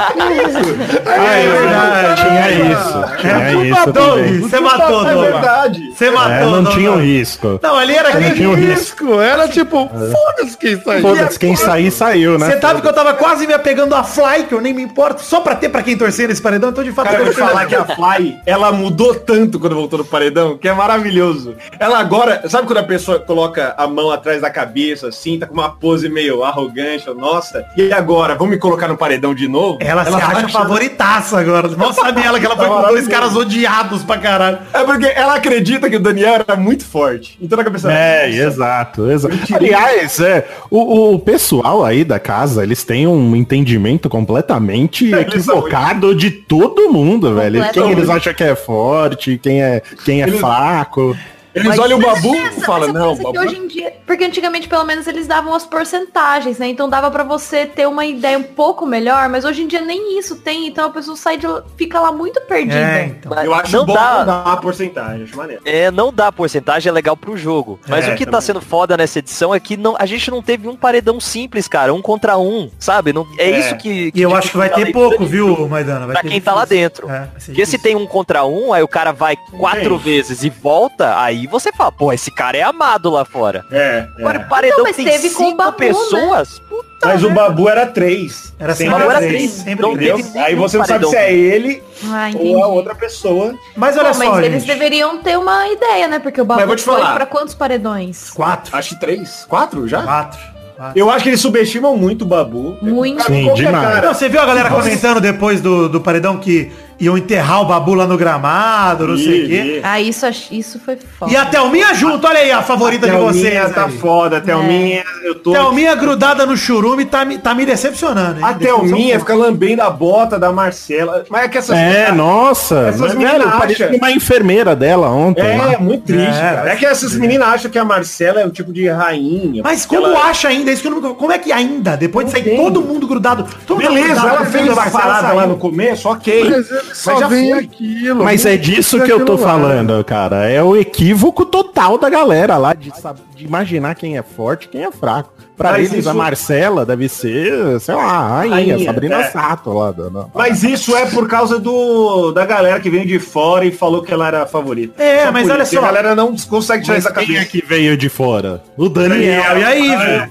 Speaker 5: Ah, é verdade. Tinha isso.
Speaker 7: É
Speaker 5: Tinha isso também.
Speaker 2: Você matou,
Speaker 6: É
Speaker 2: Douglas.
Speaker 6: verdade.
Speaker 2: Você matou,
Speaker 5: É, não
Speaker 2: Douglas.
Speaker 5: tinha o risco.
Speaker 2: Não, ali era
Speaker 5: Não
Speaker 2: aquele...
Speaker 5: tinha o risco.
Speaker 7: né? um
Speaker 5: É.
Speaker 7: Risco, era tipo, foda-se quem saiu. tá
Speaker 5: Foda-se, quem sair, saiu,
Speaker 2: Você
Speaker 5: né?
Speaker 2: sabe que eu tava quase me apegando a Fly, que eu nem me importo, só pra ter pra quem torcer nesse paredão, então de fato
Speaker 6: Cara, eu
Speaker 2: eu
Speaker 6: vou te falar que
Speaker 2: a...
Speaker 6: a Fly, ela mudou tanto quando voltou no paredão, que é maravilhoso. Ela agora, sabe quando a pessoa coloca a mão atrás da cabeça, assim, assim, tá com uma pose meio arrogante, nossa, e agora, vamos me colocar no paredão de novo?
Speaker 2: Ela, se
Speaker 6: vai
Speaker 2: acha
Speaker 6: achando-
Speaker 2: favoritaça agora. Mal sabe ela que ela foi com dois caras odiados pra caralho.
Speaker 6: É porque ela acredita que o Daniel era muito forte. Então na cabeça dela,
Speaker 5: É,
Speaker 6: nossa,
Speaker 5: exato, exato. Aliás, é, o, o pessoal aí da casa, eles têm um entendimento completamente equivocado de todo mundo, velho. Quem
Speaker 6: Completamente.
Speaker 5: eles acham que é forte, quem é, quem é
Speaker 6: Eles-
Speaker 5: fraco.
Speaker 6: Eles
Speaker 3: Mas
Speaker 6: olham o
Speaker 3: você
Speaker 6: babu
Speaker 3: pensa-
Speaker 6: e falam,
Speaker 3: você
Speaker 6: não,
Speaker 3: pensa que
Speaker 6: babu.
Speaker 3: hoje em dia, porque antigamente pelo menos eles davam as porcentagens, né? Então dava pra você ter uma ideia um pouco melhor, mas hoje em dia nem isso tem, então a pessoa sai de lá- fica lá muito perdida.
Speaker 2: É, então.
Speaker 1: Mas
Speaker 6: Eu acho
Speaker 1: não
Speaker 6: bom
Speaker 1: dá-
Speaker 6: dar a porcentagem, acho maneiro.
Speaker 1: É, não dá porcentagem, é legal pro jogo. Mas
Speaker 6: É,
Speaker 1: o que tá
Speaker 6: também.
Speaker 1: sendo foda nessa edição é que não, a gente não teve um paredão simples, cara, um contra um, sabe? Não, é,
Speaker 6: É.
Speaker 1: isso que, que
Speaker 2: E eu acho que vai ter
Speaker 1: dificulta a
Speaker 2: pouco,
Speaker 1: leitura
Speaker 2: viu, Maidana? Vai
Speaker 1: tá Pra
Speaker 2: ter
Speaker 1: quem tá lá
Speaker 2: difícil.
Speaker 1: dentro.
Speaker 2: É, vai ser
Speaker 1: Porque se
Speaker 2: difícil.
Speaker 1: tem um contra um, aí o cara vai quatro vezes e volta, aí você fala, pô, esse cara é amado lá fora.
Speaker 6: É,
Speaker 1: Agora,
Speaker 6: é.
Speaker 1: o paredão
Speaker 3: Então, mas
Speaker 1: tem
Speaker 3: teve com o
Speaker 1: cinco
Speaker 3: Babu, né?
Speaker 1: pessoas, puta
Speaker 6: Mas o babu era três.
Speaker 2: Era
Speaker 1: né?
Speaker 2: sempre
Speaker 6: Sempre
Speaker 1: Babu era
Speaker 2: três,
Speaker 1: três,
Speaker 2: sempre
Speaker 1: não
Speaker 2: três.
Speaker 6: Entendeu?
Speaker 1: teve
Speaker 6: Aí
Speaker 1: nenhum
Speaker 6: você não sabe
Speaker 1: paredão.
Speaker 6: se é ele
Speaker 3: Ah, entendi.
Speaker 6: ou a outra pessoa.
Speaker 2: Mas
Speaker 3: Bom,
Speaker 2: olha
Speaker 3: mas
Speaker 2: só, gente.
Speaker 3: eles deveriam ter uma ideia, né? Porque o
Speaker 6: Mas eu
Speaker 3: Babu
Speaker 6: vou te
Speaker 3: foi
Speaker 6: falar.
Speaker 3: pra quantos paredões?
Speaker 2: Quatro.
Speaker 6: Acho que três. Quatro já?
Speaker 2: Quatro. quatro.
Speaker 6: Eu acho que eles subestimam muito o Babu.
Speaker 3: Muito.
Speaker 6: Cara,
Speaker 5: Sim,
Speaker 6: qualquer
Speaker 5: demais.
Speaker 2: Não,
Speaker 6: cara-
Speaker 2: você viu a galera comentando depois do, do paredão que iam enterrar o babu lá no gramado, não sei o quê.
Speaker 6: Ih,
Speaker 3: Ah, isso, ach- isso foi foda.
Speaker 2: E a Thelminha junto, olha aí a favorita de
Speaker 6: Thelminha
Speaker 2: vocês.
Speaker 6: tá
Speaker 2: aí. É.
Speaker 6: foda, Thelminha, eu tô...
Speaker 2: Thelminha grudada no churume tá, me- tá me decepcionando, hein?
Speaker 6: A Thelminha fica lambendo a bota da Marcela. Mas é que essas...
Speaker 5: É, nossa.
Speaker 6: Essas
Speaker 5: Mas,
Speaker 6: meninas
Speaker 5: velho, parecia
Speaker 6: acham.
Speaker 5: uma enfermeira dela ontem. Ah,
Speaker 6: É, muito triste,
Speaker 2: É,
Speaker 6: cara. É que essas meninas acham que a Marcela é um tipo de rainha.
Speaker 2: Mas como
Speaker 6: Ela-
Speaker 2: acha ainda? Isso que eu não, como é que ainda? Depois de
Speaker 6: Não
Speaker 2: sair
Speaker 6: tem.
Speaker 2: todo mundo grudado. Todo mundo
Speaker 6: Beleza,
Speaker 2: grudado,
Speaker 6: ela
Speaker 2: todo
Speaker 6: fez
Speaker 2: mundo
Speaker 6: as
Speaker 2: grudado,
Speaker 6: paradas lá
Speaker 2: saiu.
Speaker 6: no começo, ok.
Speaker 7: Mas ele só
Speaker 6: já
Speaker 7: vem
Speaker 6: foi.
Speaker 7: aquilo.
Speaker 5: Mas é disso que eu tô
Speaker 7: Aquilo lá.
Speaker 5: falando, cara. É o equívoco total da galera lá de, sab- de imaginar quem é forte e quem é fraco. Pra
Speaker 6: Mas
Speaker 5: eles, a
Speaker 6: isso-
Speaker 5: Marcela deve ser, sei lá, a rainha,
Speaker 6: Rainha,
Speaker 5: Sabrina
Speaker 6: é.
Speaker 5: Sato lá. da- da-
Speaker 6: Mas isso é por causa do da galera que veio de fora e falou que ela era a favorita.
Speaker 2: É,
Speaker 6: Só
Speaker 2: mas
Speaker 6: por
Speaker 2: olha
Speaker 6: isso.
Speaker 2: só.
Speaker 6: A galera não consegue tirar
Speaker 5: Mas
Speaker 6: essa
Speaker 5: quem
Speaker 6: cabeça.
Speaker 5: é que veio de fora? O
Speaker 2: Daniel,
Speaker 5: Daniel.
Speaker 2: e aí,
Speaker 6: né?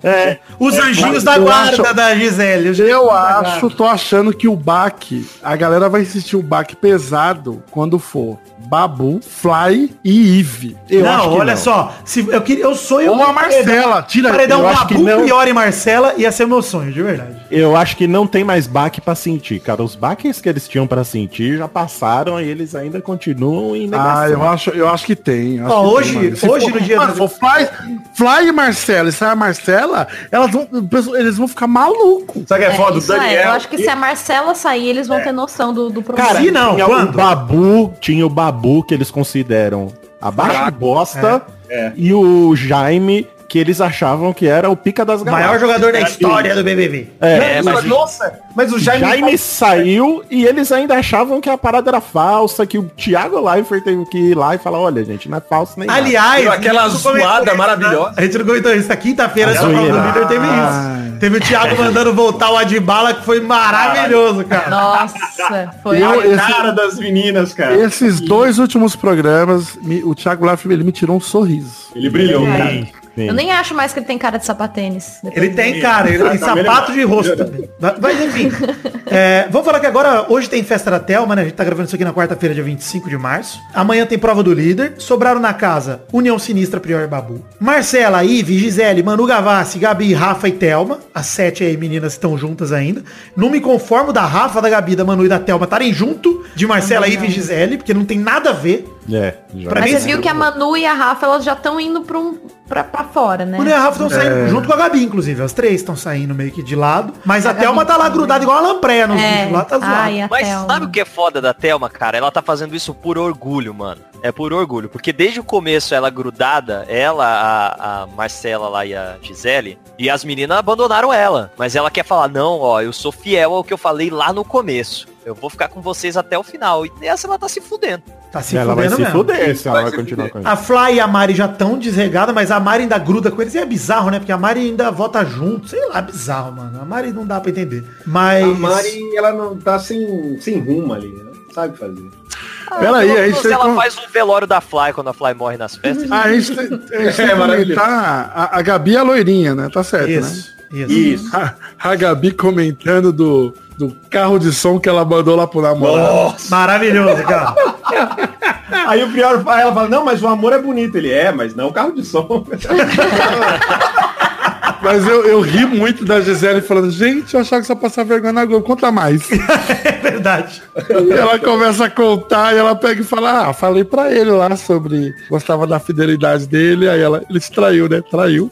Speaker 2: velho? É. Os anjinhos da guarda da Gisele. os
Speaker 7: Eu
Speaker 2: anjinhos da
Speaker 7: acho,
Speaker 2: guarda.
Speaker 7: tô achando que o baque, a galera vai assistir o baque pesado quando for Babu, Fly e Eve. Eu acho
Speaker 2: não,
Speaker 7: que
Speaker 2: olha só. Se, eu, queria, eu sonho.
Speaker 7: Ou a Marcela, tira
Speaker 2: Paredão
Speaker 7: eu acho que
Speaker 2: Babu,
Speaker 7: não.
Speaker 2: Priori e Marcela ia ser meu sonho, de verdade.
Speaker 5: Eu acho que não tem mais baque pra sentir, cara. Os baques que eles tinham pra sentir já passaram e eles ainda continuam em
Speaker 7: Ah,
Speaker 5: negação.
Speaker 7: eu acho, eu acho que tem. eu acho
Speaker 2: Ó,
Speaker 7: que tem,
Speaker 2: hoje-
Speaker 7: mano. Se
Speaker 2: hoje
Speaker 7: for-
Speaker 2: no dia
Speaker 7: Mano,
Speaker 2: do-
Speaker 7: for Fly, Fly e Marcela, e sai a Marcela, elas vão, eles vão ficar malucos.
Speaker 6: Sabe o que é foda? O
Speaker 3: isso é,
Speaker 6: Daniel.
Speaker 3: eu acho que se a Marcela sair, eles vão ter noção do, do problema.
Speaker 2: Cara, né? se não,
Speaker 5: tinha o
Speaker 2: quando?
Speaker 5: Babu, tinha o Babu que eles consideram abaixo de bosta
Speaker 6: É, é.
Speaker 5: e o Jaime que eles achavam que era o pica das galáxias.
Speaker 2: Maior jogador da
Speaker 6: é
Speaker 2: história do BBB.
Speaker 5: É,
Speaker 6: mas, nossa, mas o
Speaker 5: Jaime,
Speaker 6: Jaime.
Speaker 5: saiu e eles ainda achavam que a parada era falsa, que o Thiago Leifert teve que ir lá e falar, olha, gente, não é falso nem nada.
Speaker 2: Aliás,
Speaker 6: Deu aquela
Speaker 2: a gente não comentou
Speaker 6: zoada
Speaker 2: isso,
Speaker 6: maravilhosa.
Speaker 2: né? A gente não comentou isso. Na quinta-feira,
Speaker 5: A
Speaker 2: essa prova do
Speaker 5: zoeira.
Speaker 2: líder teve isso. Teve o Thiago mandando voltar o Adbala, que foi maravilhoso, cara.
Speaker 3: Nossa, foi.
Speaker 7: Eu-
Speaker 6: a cara das meninas, cara.
Speaker 7: Esses dois últimos programas, me- o Thiago Leifert, ele me tirou um sorriso.
Speaker 6: Ele brilhou, cara.
Speaker 5: Sim.
Speaker 3: Eu nem acho mais que ele tem cara de sapatênis. Depois
Speaker 2: Ele tem, cara, ele tem
Speaker 6: Ah, tá
Speaker 2: sapato de
Speaker 6: melhor.
Speaker 2: rosto também. Mas- Mas enfim. É, vamos falar que agora, hoje tem festa da Thelma, né? A gente tá gravando isso aqui na quarta-feira, dia 25 de março. Amanhã tem prova do líder. Sobraram na casa União Sinistra, Prior e Babu. Marcela, Ive, Gisele, Manu Gavassi, Gabi, Rafa e Thelma. As sete aí, meninas, estão juntas ainda. Não me conformo da Rafa, da Gabi, da Manu e da Thelma estarem junto de Marcela, Ive e Gisele, porque não tem nada a ver.
Speaker 5: É, já.
Speaker 2: Pra
Speaker 3: Mas
Speaker 2: mim,
Speaker 3: você viu que a Manu e a Rafa, elas já estão indo pra, um, pra, pra fora, né?
Speaker 2: Manu e a Rafa estão
Speaker 7: É.
Speaker 2: saindo junto com a Gabi, inclusive. As três estão saindo meio que de lado. Mas a,
Speaker 3: Gabi
Speaker 2: Thelma tá lá grudada igual a lampreia nos
Speaker 3: É.
Speaker 2: bichos lá, tá zoada.
Speaker 3: Ai, a
Speaker 1: Mas
Speaker 3: Thelma.
Speaker 1: sabe o que é foda da Thelma, cara? Ela tá fazendo isso por orgulho, mano. É por orgulho. Porque desde o começo ela grudada, ela, a, a Marcela lá e a Gisele, e as meninas abandonaram ela. Mas ela quer falar, não, ó, eu sou fiel ao que eu falei lá no começo. Eu vou ficar com vocês até o final. E nessa ela tá se fudendo.
Speaker 2: Tá se
Speaker 5: ela vai
Speaker 2: fudendo
Speaker 5: se
Speaker 2: mesmo.
Speaker 7: né?
Speaker 5: fuder se ela
Speaker 9: Vai
Speaker 5: vai
Speaker 9: se
Speaker 5: continuar
Speaker 9: fuder.
Speaker 5: com isso.
Speaker 2: A Fly e a Mari já estão desregadas, mas a Mari ainda gruda com eles. E é bizarro, né? Porque a Mari ainda vota junto. Sei lá, bizarro, mano. A Mari não dá pra entender. Mas.
Speaker 6: A Mari, ela não tá sem, sem rumo ali, né? Não Sabe o que fazer.
Speaker 1: Ah,
Speaker 7: Peraí, é
Speaker 1: pelo
Speaker 7: aí
Speaker 1: menos
Speaker 7: você
Speaker 1: ela
Speaker 7: com-
Speaker 1: faz um velório da Fly quando a Fly morre nas festas.
Speaker 7: Ah, a gente tem, a gente tem
Speaker 6: É,
Speaker 7: que
Speaker 6: maravilhoso.
Speaker 7: comentar, a, a Gabi é a loirinha, né? Tá certo, né?
Speaker 2: Isso, isso.
Speaker 6: Isso.
Speaker 7: A, a Gabi comentando do, do carro de som que ela mandou lá pro namorado.
Speaker 5: Oh!
Speaker 6: Nossa.
Speaker 2: Maravilhoso, cara. [laughs]
Speaker 6: Aí o Prior fala, ela fala, não, mas o amor é bonito. Ele é, mas não o carro de som.
Speaker 7: Mas eu, eu ri muito da Gisele falando, gente, eu achava que só passar vergonha na Globo. Conta
Speaker 5: [laughs]
Speaker 7: mais.
Speaker 2: É verdade.
Speaker 7: E ela começa a contar e ela pega e fala, ah, falei pra ele lá sobre. Gostava da fidelidade dele, aí ela, ele se traiu, né? Traiu.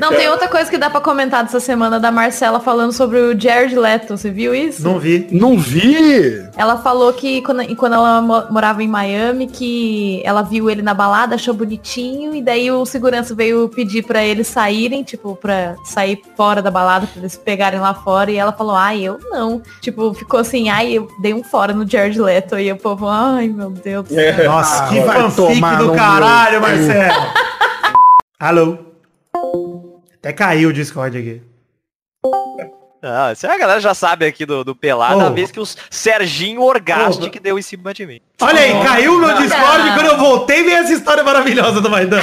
Speaker 3: Não, tem outra coisa que dá pra comentar dessa semana da Marcela falando sobre o Jared Leto. Você viu isso?
Speaker 2: Não vi.
Speaker 7: Não vi!
Speaker 3: Ela falou que quando, quando ela mo- morava em Miami, que ela viu ele na balada, achou bonitinho, e daí o segurança veio pedir pra eles saírem, tipo, pra sair fora da balada, pra eles pegarem lá fora, e ela falou, ai, eu não. Tipo, ficou assim, ai, eu dei um fora no Jared Leto, e o povo, ai, meu Deus
Speaker 6: É.
Speaker 3: do céu.
Speaker 2: Nossa,
Speaker 7: Ah,
Speaker 2: que
Speaker 7: vai
Speaker 2: fanfic
Speaker 7: tomar no
Speaker 2: do
Speaker 7: meu
Speaker 2: caralho,
Speaker 7: cu.
Speaker 2: Marcelo. Alô? Até caiu o Discord aqui.
Speaker 1: Ah, isso aí a galera já sabe aqui do, do Pelado,
Speaker 2: Oh.
Speaker 1: a vez que o Serginho Orgaste que deu em cima de mim.
Speaker 2: Olha aí, caiu o meu Discord
Speaker 3: Não.
Speaker 2: quando eu voltei veio essa história maravilhosa do Maidan.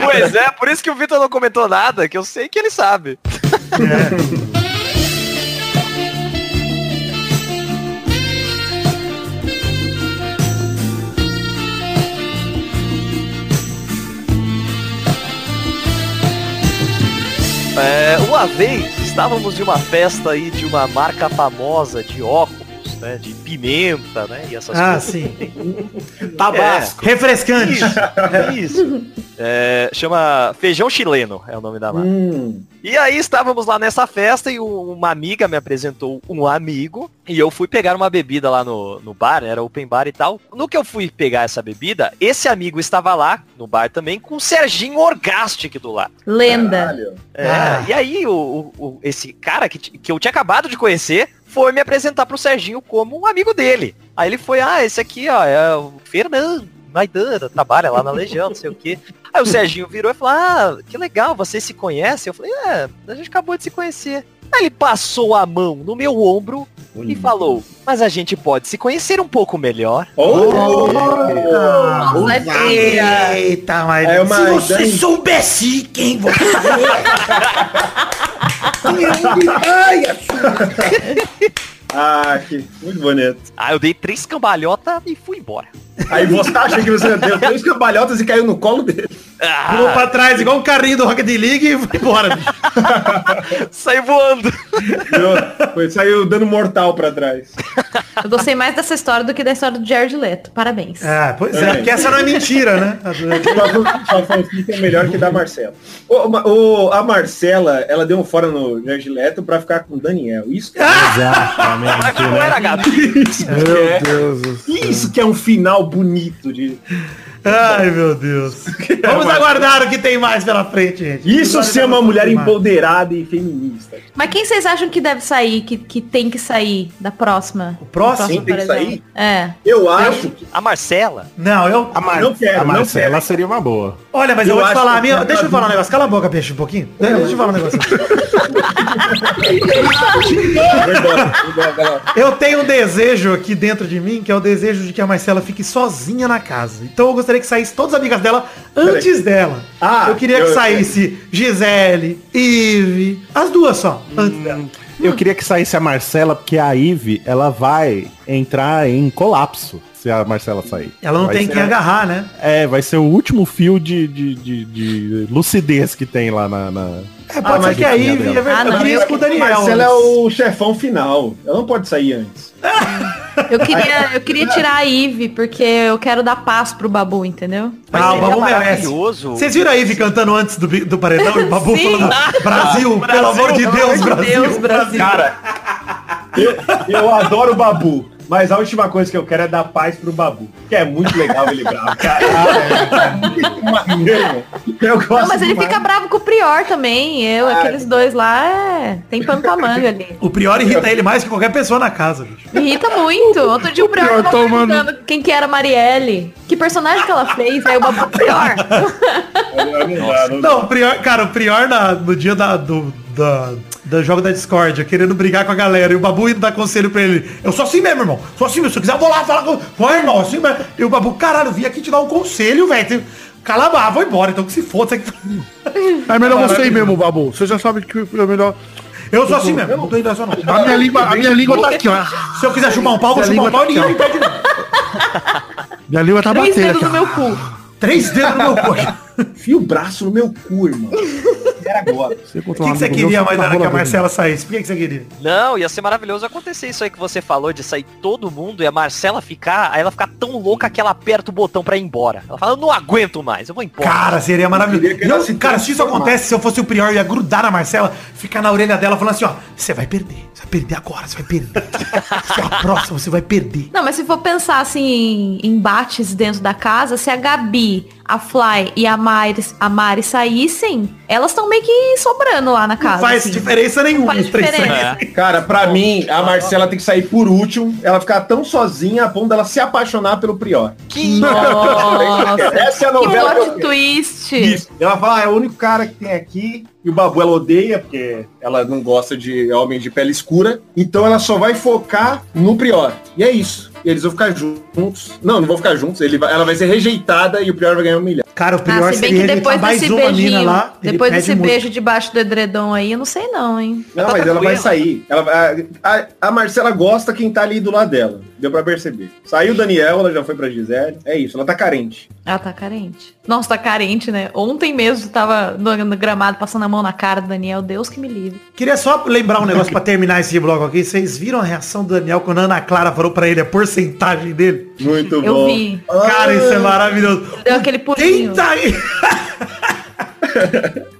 Speaker 1: Pois é, por isso que o Vitor não comentou nada, que eu sei que ele sabe. É. É, uma vez estávamos de uma festa aí de uma marca famosa de óculos, né? De pimenta, né? E essas
Speaker 2: [laughs] Ah,
Speaker 1: coisas. É,
Speaker 2: sim.
Speaker 1: Tabasco.
Speaker 2: É. Refrescante.
Speaker 1: Isso, isso. É, chama Feijão Chileno, é o nome da marca.
Speaker 6: Hum,
Speaker 1: E aí estávamos lá nessa festa e um- uma amiga me apresentou um amigo e eu fui pegar uma bebida lá no, no bar, era open bar e tal. No que eu fui pegar essa bebida, esse amigo estava lá no bar também com o Serginho Orgastic do lado.
Speaker 3: Lenda.
Speaker 6: caralho.
Speaker 1: É,
Speaker 2: Ah.
Speaker 1: E aí o, o- o- esse cara que, t- que eu tinha acabado de conhecer foi me apresentar pro Serginho como um amigo dele. Aí ele foi, ah, esse aqui, ó, é o Fernando Maidana, trabalha lá na Legião, não sei o quê. Aí o Serginho virou e falou, ah, que legal, vocês se conhecem? Eu falei, é, a gente acabou de se conhecer. Aí ele passou a mão no meu ombro e falou, mas a gente pode se conhecer um pouco melhor.
Speaker 2: Ah,
Speaker 3: Nossa, é feia.
Speaker 2: Eita, mas
Speaker 6: É uma-
Speaker 2: se
Speaker 8: Você
Speaker 6: Dani-
Speaker 8: soubesse quem você
Speaker 6: Ah, que muito bonito.
Speaker 1: Aí eu dei três cambalhotas e fui embora.
Speaker 6: Aí você acha que você deu três cambalhotas e caiu no colo dele.
Speaker 2: Pulou
Speaker 1: Ah,
Speaker 2: pra trás igual um carrinho do Rocket League e foi embora. bicho.
Speaker 1: saí voando.
Speaker 6: Deu- foi- saiu dando mortal pra trás.
Speaker 3: Eu gostei mais dessa história do que da história do Jared Leto. Parabéns.
Speaker 2: Ah, pois é, porque essa não é mentira, né?
Speaker 6: Sua- Sua fanfic é melhor que da Marcela. Ô, ma- ô, a Marcela, ela deu um fora no Jared Leto pra ficar com o Daniel. Isso que,
Speaker 1: Mas
Speaker 6: é
Speaker 1: [laughs]
Speaker 5: Exatamente,
Speaker 1: não
Speaker 5: né?
Speaker 1: era gato.
Speaker 6: isso que
Speaker 7: Meu
Speaker 6: é.
Speaker 7: Deus do céu.
Speaker 6: Isso que é um final bonito de.
Speaker 2: Ai, meu Deus. Vamos aguardar o que tem mais pela frente, gente.
Speaker 6: Isso
Speaker 2: Vamos
Speaker 6: ser uma
Speaker 2: aguardar
Speaker 6: mulher
Speaker 2: o que tem mais.
Speaker 6: empoderada e feminista.
Speaker 3: Mas quem vocês acham que deve sair, que, que tem que sair da próxima?
Speaker 2: O próximo
Speaker 3: Do
Speaker 6: tem que
Speaker 3: por exemplo?
Speaker 6: sair?
Speaker 3: É.
Speaker 6: Eu acho que.
Speaker 1: A Marcela.
Speaker 2: Não, eu.
Speaker 5: A, Mar-
Speaker 6: Não quero,
Speaker 5: a
Speaker 6: não
Speaker 5: Marcela
Speaker 6: quero.
Speaker 5: seria uma boa.
Speaker 2: Olha, mas eu,
Speaker 6: Eu
Speaker 2: vou te
Speaker 6: acho
Speaker 2: falar a
Speaker 6: que- é
Speaker 2: minha. Deixa eu falar um negócio. Cala a boca, peixe, um pouquinho. Deixa eu te falar um negócio.
Speaker 6: Vai embora, vai embora, vai embora.
Speaker 2: Eu tenho um desejo aqui dentro de mim, que é o desejo de que a Marcela fique sozinha na casa. Então eu gostaria que saísse todas as amigas dela antes dela.
Speaker 6: Ah,
Speaker 2: eu queria que
Speaker 6: eu-
Speaker 2: saísse Gisele, Ive, as duas só, antes dela.
Speaker 5: Eu queria que saísse a Marcela, porque a Ive, ela vai entrar em colapso se a Marcela sair.
Speaker 2: Ela não
Speaker 5: Vai
Speaker 2: tem
Speaker 5: ser-
Speaker 2: quem agarrar, né?
Speaker 5: É, vai ser o último fio de, de, de- de lucidez que tem lá na. na-
Speaker 2: É,
Speaker 7: Ah,
Speaker 2: pode
Speaker 5: mas
Speaker 2: ser que a
Speaker 5: adivinha
Speaker 2: Ive, é
Speaker 5: dela.
Speaker 2: verdade.
Speaker 3: Ah,
Speaker 2: eu
Speaker 3: não,
Speaker 2: queria
Speaker 3: eu-
Speaker 2: isso com o Daniel.
Speaker 6: Marcela é
Speaker 2: mas-
Speaker 6: o chefão final. Ela não pode sair antes.
Speaker 3: Eu queria, eu queria tirar a Ive, porque eu quero dar paz pro Babu, entendeu?
Speaker 2: Ah, o Babu merece.
Speaker 1: maravilhoso.
Speaker 2: Vocês viram a Ive cantando antes do, bi- do paredão e o Babu
Speaker 3: Sim.
Speaker 2: falando Brasil, pelo amor de Deus, Brasil.
Speaker 3: Deus, Brasil.
Speaker 6: Cara, eu, eu adoro o Babu, mas a última coisa que eu quero é dar paz pro Babu. Que é muito legal ele bravo, cara. Muito maneiro. Eu gosto
Speaker 3: Não, mas ele
Speaker 6: demais.
Speaker 3: fica bravo com o Prior também. Eu, aqueles dois lá, é... tem pano pra manga ali.
Speaker 2: O Prior irrita ele mais que qualquer pessoa na casa, bicho.
Speaker 3: Irrita muito. Outro dia o Prior
Speaker 7: Prior
Speaker 3: tava
Speaker 7: tomando-
Speaker 3: perguntando quem que era a Marielle. Que personagem que ela fez? Aí o Babu Prior.
Speaker 6: Não dá, não dá.
Speaker 2: Não, o Prior, cara, o Prior na- no dia da, do, da, da jogo da Discord, é querendo brigar com a galera, e o Babu indo dar conselho pra ele. Eu sou assim mesmo, irmão. Sou assim mesmo. Se eu quiser, eu vou lá falar com. Vai, irmão, assim mesmo. E o Babu, caralho, eu vim aqui te dar um conselho, velho. Tem- Cala a barra, vou embora, então que se foda. [laughs] Você... um
Speaker 7: É melhor você ir mesmo, Babu. Você já sabe que é melhor.
Speaker 2: Eu sou assim mesmo, eu não tô indo nessa não.
Speaker 7: A minha língua, a minha língua tá aqui, ó.
Speaker 2: Se eu quiser chupar um pau, eu vou
Speaker 7: Minha
Speaker 2: chupar um
Speaker 7: língua
Speaker 2: pau, ninguém
Speaker 7: tá
Speaker 2: me
Speaker 7: aqui,
Speaker 2: impede. não.
Speaker 7: Minha língua tá
Speaker 3: Três
Speaker 7: batendo
Speaker 3: dedos
Speaker 7: aqui.
Speaker 3: no
Speaker 7: ó.
Speaker 3: meu cu.
Speaker 2: [laughs] Três dedos no meu corpo.
Speaker 6: Fia o braço no meu cu, irmão. Era agora.
Speaker 2: O que, que você queria, Maidana, que a Marcela saísse? Por que, que você queria?
Speaker 1: Não, ia ser maravilhoso acontecer isso aí que você falou, de sair todo mundo e a Marcela ficar, aí ela ficar tão louca que ela aperta o botão pra ir embora. Ela fala, eu não aguento mais, eu vou embora.
Speaker 2: Cara, seria mmaravilhoso.
Speaker 6: queria que ela
Speaker 2: Eu-
Speaker 6: se
Speaker 2: cara, se isso
Speaker 6: transformasse.
Speaker 2: acontece, se eu fosse o Prior, eu ia grudar na Marcela, ficar na orelha dela falando assim, ó, você vai perder. Você vai perder agora, você vai perder. Você é a próxima, você vai perder.
Speaker 3: Não, mas se for pensar assim em embates dentro da casa, se a Gabi, a Fly e a Mari, a Mari saíssem, elas estão meio que sobrando lá na casa.
Speaker 2: Não faz
Speaker 3: assim.
Speaker 2: diferença nenhuma.
Speaker 3: faz
Speaker 2: os três
Speaker 3: diferença.
Speaker 1: É.
Speaker 2: saem.
Speaker 6: Cara, pra mim, a Marcela tem que sair por último, ela ficar tão sozinha a ponto dela se apaixonar pelo Prior.
Speaker 1: Que
Speaker 3: Nossa,
Speaker 6: Essa é a
Speaker 3: que
Speaker 6: novela que eu
Speaker 3: plot twist.
Speaker 6: Isso. Ela fala, ah, é o único cara que tem aqui. E o Babu ela odeia, porque ela não gosta de homem de pele escura. Então ela só vai focar no Prior. E é isso. E eles vão ficar juntos. Não, não vão ficar juntos. Ele vai- ela vai ser rejeitada e o Prior vai ganhar um milhão.
Speaker 2: Cara, o Prior
Speaker 3: Ah, se bem
Speaker 2: seria
Speaker 3: que
Speaker 2: ele
Speaker 3: depois
Speaker 2: mais
Speaker 3: desse
Speaker 2: uma mina
Speaker 3: beijinho,
Speaker 2: lá. ele
Speaker 3: depois
Speaker 2: pede
Speaker 3: desse
Speaker 2: muito.
Speaker 3: beijo debaixo do edredom aí, eu não sei não, hein?
Speaker 6: Não,
Speaker 1: Tá
Speaker 6: mas ela vai
Speaker 1: tranquila.
Speaker 6: sair. Ela, vai- a, a- a Marcela gosta quem tá ali do lado dela. Deu pra perceber. Saiu o Daniel, ela já foi pra Gisele. É isso, ela tá carente.
Speaker 3: Ela tá carente. Nossa, tá carente, né? Ontem mesmo tava no, no gramado passando a mão na cara do Daniel, Deus que me livre.
Speaker 2: Queria só lembrar um negócio pra terminar esse bloco aqui. Vocês viram a reação do Daniel quando a Ana Clara falou pra ele a porcentagem dele?
Speaker 6: Muito
Speaker 3: Eu
Speaker 6: bom.
Speaker 3: vi.
Speaker 2: Cara, isso é maravilhoso.
Speaker 3: Deu aquele pulinho.
Speaker 2: Quem tá aí?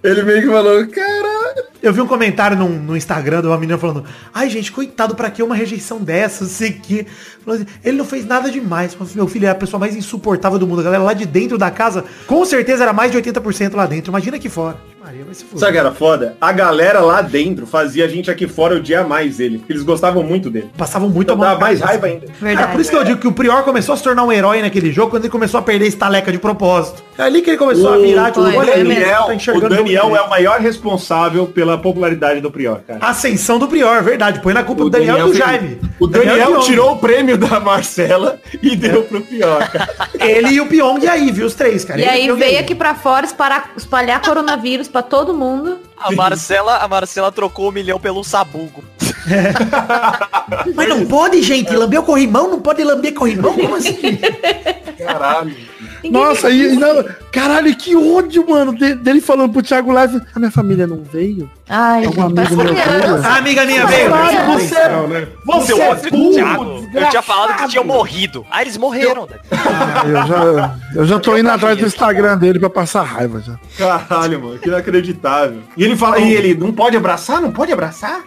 Speaker 6: Ele meio que falou, caralho.
Speaker 2: Eu vi um comentário num- no Instagram de uma menina falando, ai gente, coitado, pra que uma rejeição dessa, não sei o quê. Falou assim, Ele não fez nada demais. Meu filho é a pessoa mais insuportável do mundo. A galera lá de dentro da casa, com certeza era mais de 80% lá dentro. Imagina aqui fora. Maria, vai se fuder.
Speaker 6: Sabe o que era foda? A galera lá dentro fazia a gente aqui fora odiar mais ele. porque Eles gostavam muito dele.
Speaker 2: Passavam muito
Speaker 6: Então
Speaker 2: a mão
Speaker 6: dá
Speaker 2: na
Speaker 6: mais
Speaker 2: cabeça.
Speaker 6: raiva ainda.
Speaker 3: Verdade.
Speaker 2: Cara, É por isso que eu digo que o Prior começou a se tornar um herói naquele jogo quando ele começou a perder estaleca de propósito. É ali que ele começou a virar, tipo,
Speaker 3: Foi,
Speaker 2: olha
Speaker 3: foi
Speaker 2: aí,
Speaker 3: mesmo.
Speaker 2: tá
Speaker 6: o
Speaker 2: enxergando
Speaker 6: Daniel
Speaker 2: tudo.
Speaker 6: é o maior responsável pela popularidade do Prior, cara.
Speaker 2: Ascensão do Prior, verdade. Põe na culpa do Daniel, e do Jaime.
Speaker 6: O Daniel,
Speaker 2: e Pyong.
Speaker 6: tirou o prêmio da Marcela e deu pro Prior, cara.
Speaker 2: Ele e o Pyong e aí, viu? Os três, cara.
Speaker 3: E
Speaker 2: Ele o
Speaker 3: aí
Speaker 2: Pyong
Speaker 3: veio aqui pra fora espalhar, espalhar coronavírus pra todo mundo.
Speaker 1: A Marcela, a Marcela trocou o milhão pelo sabugo.
Speaker 2: Mas não pode, gente. Lamber o corrimão? Não pode lamber corrimão? Como [laughs] assim?
Speaker 6: Caralho.
Speaker 7: Nossa, e, e não, caralho, que ódio, mano, de- dele falando pro Thiago Live, a minha família não veio?
Speaker 3: Ai,
Speaker 7: É um
Speaker 3: gente, parece
Speaker 7: amigo meu,
Speaker 6: né?
Speaker 3: criança.
Speaker 2: ah, amiga minha, veio.
Speaker 7: Caralho, você é
Speaker 2: Você
Speaker 1: Seu
Speaker 2: é
Speaker 1: outro
Speaker 2: burro.
Speaker 1: Thiago. Eu tinha falado que tinha morrido. Ah, eles morreram. né?
Speaker 7: Ah, eu já, eu já tô indo atrás do Instagram dele pra passar raiva já.
Speaker 6: Caralho, mano, que inacreditável. E ele fala, e ele, não pode abraçar? Não pode abraçar?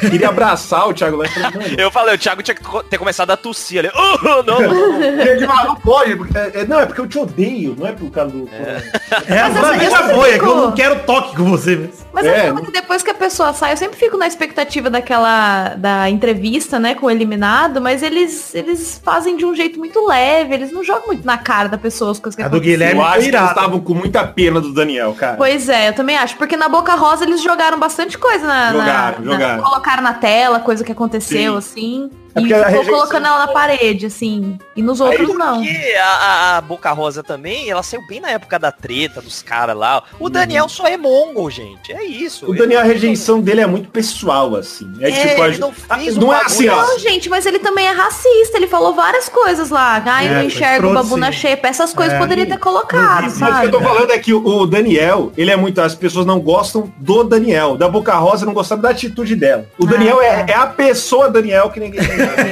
Speaker 6: Queria abraçar o Thiago Leifert. Falei, mano,
Speaker 1: Eu falei, o Thiago tinha que co- ter começado a tossir ali. [laughs] Oh, não, não.
Speaker 6: ele fala, não pode, porque, é, não, é porque eu te odeio, não é por causa do...
Speaker 2: É, a
Speaker 3: essa
Speaker 2: minha
Speaker 3: criança
Speaker 2: boia, que eu
Speaker 3: ficou.
Speaker 2: não quero toque com você. velho.
Speaker 3: Mas
Speaker 6: É,
Speaker 3: eu falo
Speaker 6: não-
Speaker 3: que depois que a pessoa sai, eu sempre fico na expectativa daquela da entrevista, né, com o eliminado, mas eles eles fazem de um jeito muito leve, eles não jogam muito na cara da pessoa as coisas que
Speaker 2: A do
Speaker 3: acontecem.
Speaker 2: Guilherme
Speaker 6: Eu acho que eles
Speaker 2: Irado.
Speaker 6: estavam com muita pena do Daniel, cara.
Speaker 3: Pois é, eu também acho, porque na Boca Rosa eles jogaram bastante coisa na, na-
Speaker 6: Jogaram,
Speaker 3: na-
Speaker 6: jogaram.
Speaker 3: colocaram na tela, coisa que aconteceu assim,
Speaker 6: É
Speaker 3: e
Speaker 6: porque a
Speaker 3: ficou
Speaker 6: rejeição-
Speaker 3: colocando ela na parede assim, e nos
Speaker 1: Aí,
Speaker 3: outros não.
Speaker 1: porque a, a- a Boca Rosa também, ela saiu bem na época da treta dos caras lá. O Daniel só é mongo, gente. É isso.
Speaker 6: O
Speaker 1: Ele-
Speaker 6: Daniel, a rejeição dele é muito pessoal, assim. É,
Speaker 1: É,
Speaker 6: tipo, a
Speaker 1: ele
Speaker 6: gente-
Speaker 1: não fez
Speaker 6: não
Speaker 1: um
Speaker 6: é
Speaker 1: bagulho
Speaker 6: assim, ó.
Speaker 1: assim.
Speaker 3: Não, gente, mas ele também é racista, ele falou várias coisas lá.
Speaker 2: É,
Speaker 3: Ai, eu não
Speaker 2: foi
Speaker 3: enxergo o babu
Speaker 2: escroto,
Speaker 3: na
Speaker 2: sim.
Speaker 3: xepa. Essas coisas
Speaker 2: É.
Speaker 3: poderia ter colocado,
Speaker 6: Mas o que eu
Speaker 3: sabe?
Speaker 6: tô falando é que o- o Daniel, ele é muito. As pessoas não gostam do Daniel. Da Boca Rosa não gostaram da atitude dela. O
Speaker 3: Ah,
Speaker 6: Daniel é,
Speaker 3: tá.
Speaker 6: é a pessoa Daniel que [laughs] ninguém.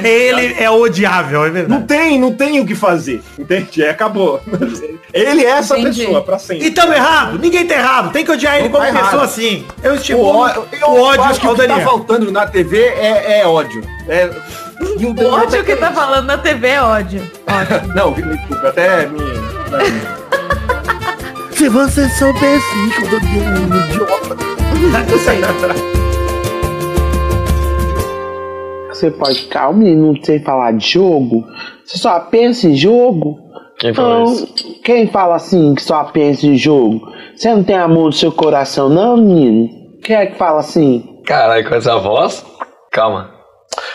Speaker 2: Ele é odiável, é
Speaker 6: não
Speaker 2: verdade.
Speaker 6: tem, não tem o que fazer. Entende? É, acabou. Ele é essa
Speaker 3: Entendi.
Speaker 6: pessoa pra
Speaker 2: E
Speaker 6: sempre.
Speaker 2: tamo errado, ninguém tá errado. Tem que odiar ele
Speaker 6: Não tá
Speaker 2: como pessoa
Speaker 6: errado.
Speaker 2: assim. Eu
Speaker 6: O
Speaker 2: estimulo o,
Speaker 6: ó- tipo, eu
Speaker 2: ódio
Speaker 6: acho que
Speaker 2: ao
Speaker 6: o que tá
Speaker 2: Daniel.
Speaker 6: faltando na TV é, é ódio. É, e o tá-
Speaker 3: O
Speaker 6: Daniel
Speaker 3: ódio que tá
Speaker 6: querendo-
Speaker 3: falando na TV é ódio. Ódio.
Speaker 6: Não, desculpa, até me.
Speaker 7: Se você soubesse que eu tô um idiota.
Speaker 2: Tá
Speaker 12: Você pode ficar, o menino não sei falar de jogo, você só pensa em jogo. Quem fala Então, Quem fala assim que só pensa em jogo? Você não tem amor no seu coração, não, menino? Quem é que fala assim?
Speaker 10: Caralho, com essa voz? Calma.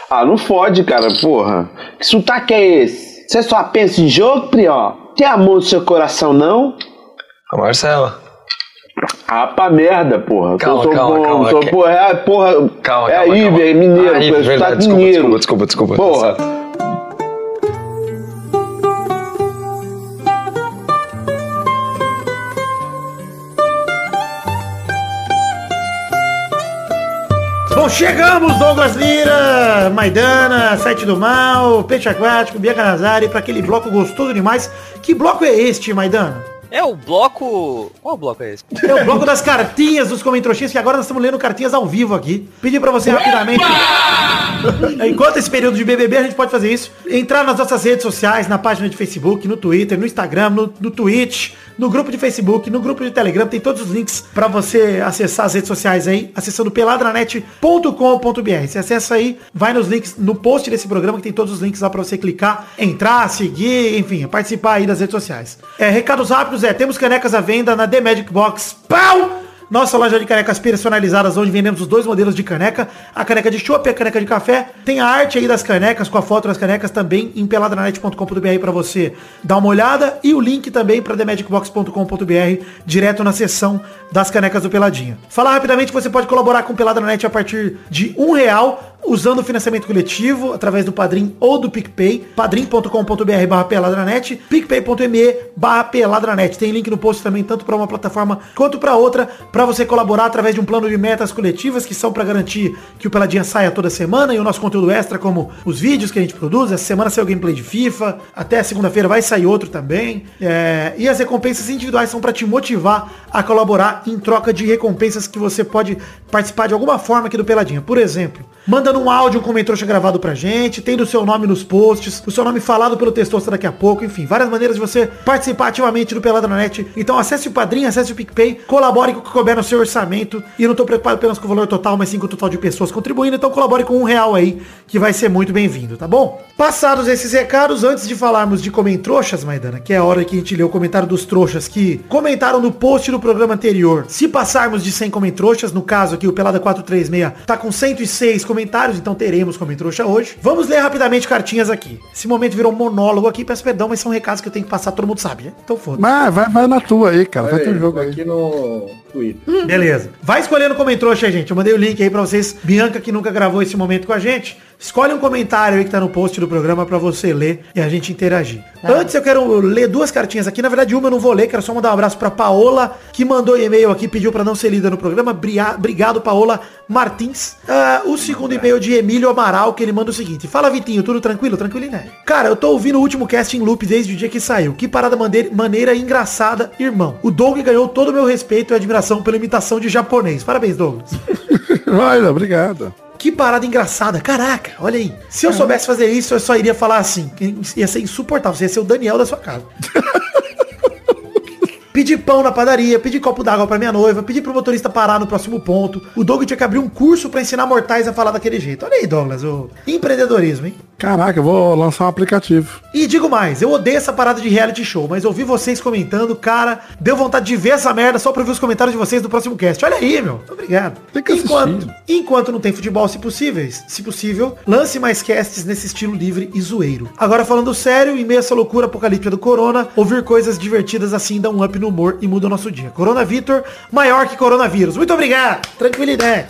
Speaker 12: Ah, não fode, cara, porra. Que sotaque é esse? Você só pensa em jogo, Prió? Tem amor no seu coração, não?
Speaker 10: A Marcela.
Speaker 12: Ah, pra merda, porra.
Speaker 10: Calma,
Speaker 12: sou
Speaker 10: calma,
Speaker 12: bom,
Speaker 10: calma,
Speaker 12: Sou,
Speaker 10: que-
Speaker 12: porra, é, porra,
Speaker 10: Calma,
Speaker 12: é
Speaker 10: calma,
Speaker 12: aí,
Speaker 10: calma.
Speaker 12: velho, mineiro,
Speaker 10: Ah, Ive,
Speaker 12: é
Speaker 10: verdade,
Speaker 12: sotaque
Speaker 10: desculpa,
Speaker 12: mineiro.
Speaker 10: desculpa, desculpa, desculpa.
Speaker 12: Porra.
Speaker 2: Chegamos, Douglas Lira, Maidana, Sete do Mal, Peixe Aquático, Bianca Nazari, pra aquele bloco gostoso demais. Que bloco é este, Maidana?
Speaker 1: É o bloco. Qual bloco é esse?
Speaker 2: É o bloco das cartinhas dos comentroxinhos, que agora nós estamos lendo cartinhas ao vivo aqui. Pedir pra você rapidamente. [laughs] Enquanto esse período de BBB, a gente pode fazer isso. Entrar nas nossas redes sociais, na página de Facebook, no Twitter, no Instagram, no, no Twitch, no grupo de Facebook, no grupo de Telegram. Tem todos os links pra você acessar as redes sociais aí, acessando peladranet.com.br. Você acessa aí, vai nos links no post desse programa, que tem todos os links lá pra você clicar, entrar, seguir, enfim, participar aí das redes sociais. É, recados rápidos é, temos canecas à venda na The Magic Box. Pau! Nossa loja de canecas personalizadas, onde vendemos os dois modelos de caneca, a caneca de chopp e a caneca de café. Tem a arte aí das canecas, com a foto das canecas também em peladranet.com.br para você dar uma olhada e o link também para themagicbox.com.br, direto na seção das canecas do Peladinha. Falar rapidamente que você pode colaborar com o Peladranet a partir de um real usando o financiamento coletivo através do Padrim ou do PicPay, padrim.com.br barra peladranet, picpay.me barra peladranet. Tem link no post também, tanto para uma plataforma quanto para outra, para você colaborar através de um plano de metas coletivas que são para garantir que o Peladinha saia toda semana e o nosso conteúdo extra, como os vídeos que a gente produz, essa semana saiu gameplay de FIFA, até segunda-feira vai sair outro também, é, e as recompensas individuais são para te motivar a colaborar em troca de recompensas que você pode participar de alguma forma aqui do Peladinha. Por exemplo, manda mandando um áudio, um comentário gravado pra gente, tendo o seu nome nos posts, o seu nome falado pelo Testosta daqui a pouco, enfim, várias maneiras de você participar ativamente do Pelada na Net. Então acesse o Padrim, acesse o PicPay, colabore com o que couber no seu orçamento, e eu não tô preocupado apenas com o valor total, mas sim com o total de pessoas contribuindo, então colabore com um real aí, que vai ser muito bem-vindo, tá bom? Passados esses recados, antes de falarmos de comentroxas, Maidana, que é a hora que a gente lê o comentário dos trouxas que comentaram no post do programa anterior, se passarmos de 100 comentroxas, no caso aqui o Pelada 436 tá com 106 comentários então teremos como trouxa hoje. Vamos ler rapidamente cartinhas aqui. Esse momento virou um monólogo aqui, peço perdão, mas são recados que eu tenho que passar, todo mundo sabe, né? Então foda-se.
Speaker 7: Mas vai, vai na tua aí, cara. Vai
Speaker 6: Pera
Speaker 7: ter
Speaker 6: aí,
Speaker 7: um jogo
Speaker 6: tô
Speaker 7: aí.
Speaker 6: aqui no Twitter.
Speaker 2: Uhum. Beleza. Vai escolhendo como trouxa aí, gente. Eu mandei o link aí pra vocês. Bianca, que nunca gravou esse momento com a gente. Escolhe um comentário aí que tá no post do programa pra você ler e a gente interagir. Antes eu quero ler duas cartinhas aqui. Na verdade, uma eu não vou ler, quero só mandar um abraço pra Paola, que mandou e-mail aqui, pediu pra não ser lida no programa. Bria- Obrigado, Paola Martins. Ah, o segundo e-mail de Emílio Amaral, que ele manda o seguinte. Fala, Vitinho, tudo tranquilo? Tranquilo, né? Cara, eu tô ouvindo o último cast em loop desde o dia que saiu. Que parada mande- maneira engraçada, irmão. O Doug ganhou todo o meu respeito e admiração pela imitação de japonês. Parabéns, Douglas.
Speaker 7: Olha, obrigado.
Speaker 2: Que parada engraçada. Caraca, olha aí.
Speaker 7: É.
Speaker 2: Se eu soubesse fazer isso, eu só iria falar assim. que Ia ser insuportável. Você ia ser o Daniel da sua
Speaker 7: [laughs]
Speaker 2: casa. Pedi pão na padaria, pedi copo d'água pra minha noiva, pedi pro motorista parar no próximo ponto. O Doug tinha que abrir um curso pra ensinar mortais a falar daquele jeito. Olha aí, Douglas, o empreendedorismo, hein?
Speaker 7: Caraca, eu vou lançar um aplicativo.
Speaker 2: E digo mais, eu odeio essa parada de reality show, mas ouvir vocês comentando, cara, deu vontade de ver essa merda só pra ouvir os comentários de vocês do próximo cast. Olha aí, meu. Obrigado.
Speaker 7: Tem que assistir.
Speaker 2: enquanto, enquanto não tem futebol, se possíveis, se possível, lance mais casts nesse estilo livre e zoeiro. Agora falando sério, em meio a essa loucura apocalíptica do corona, ouvir coisas divertidas assim dá um up no humor e muda o nosso dia. Corona Vitor, maior que coronavírus. Muito obrigado. Tranquilidade.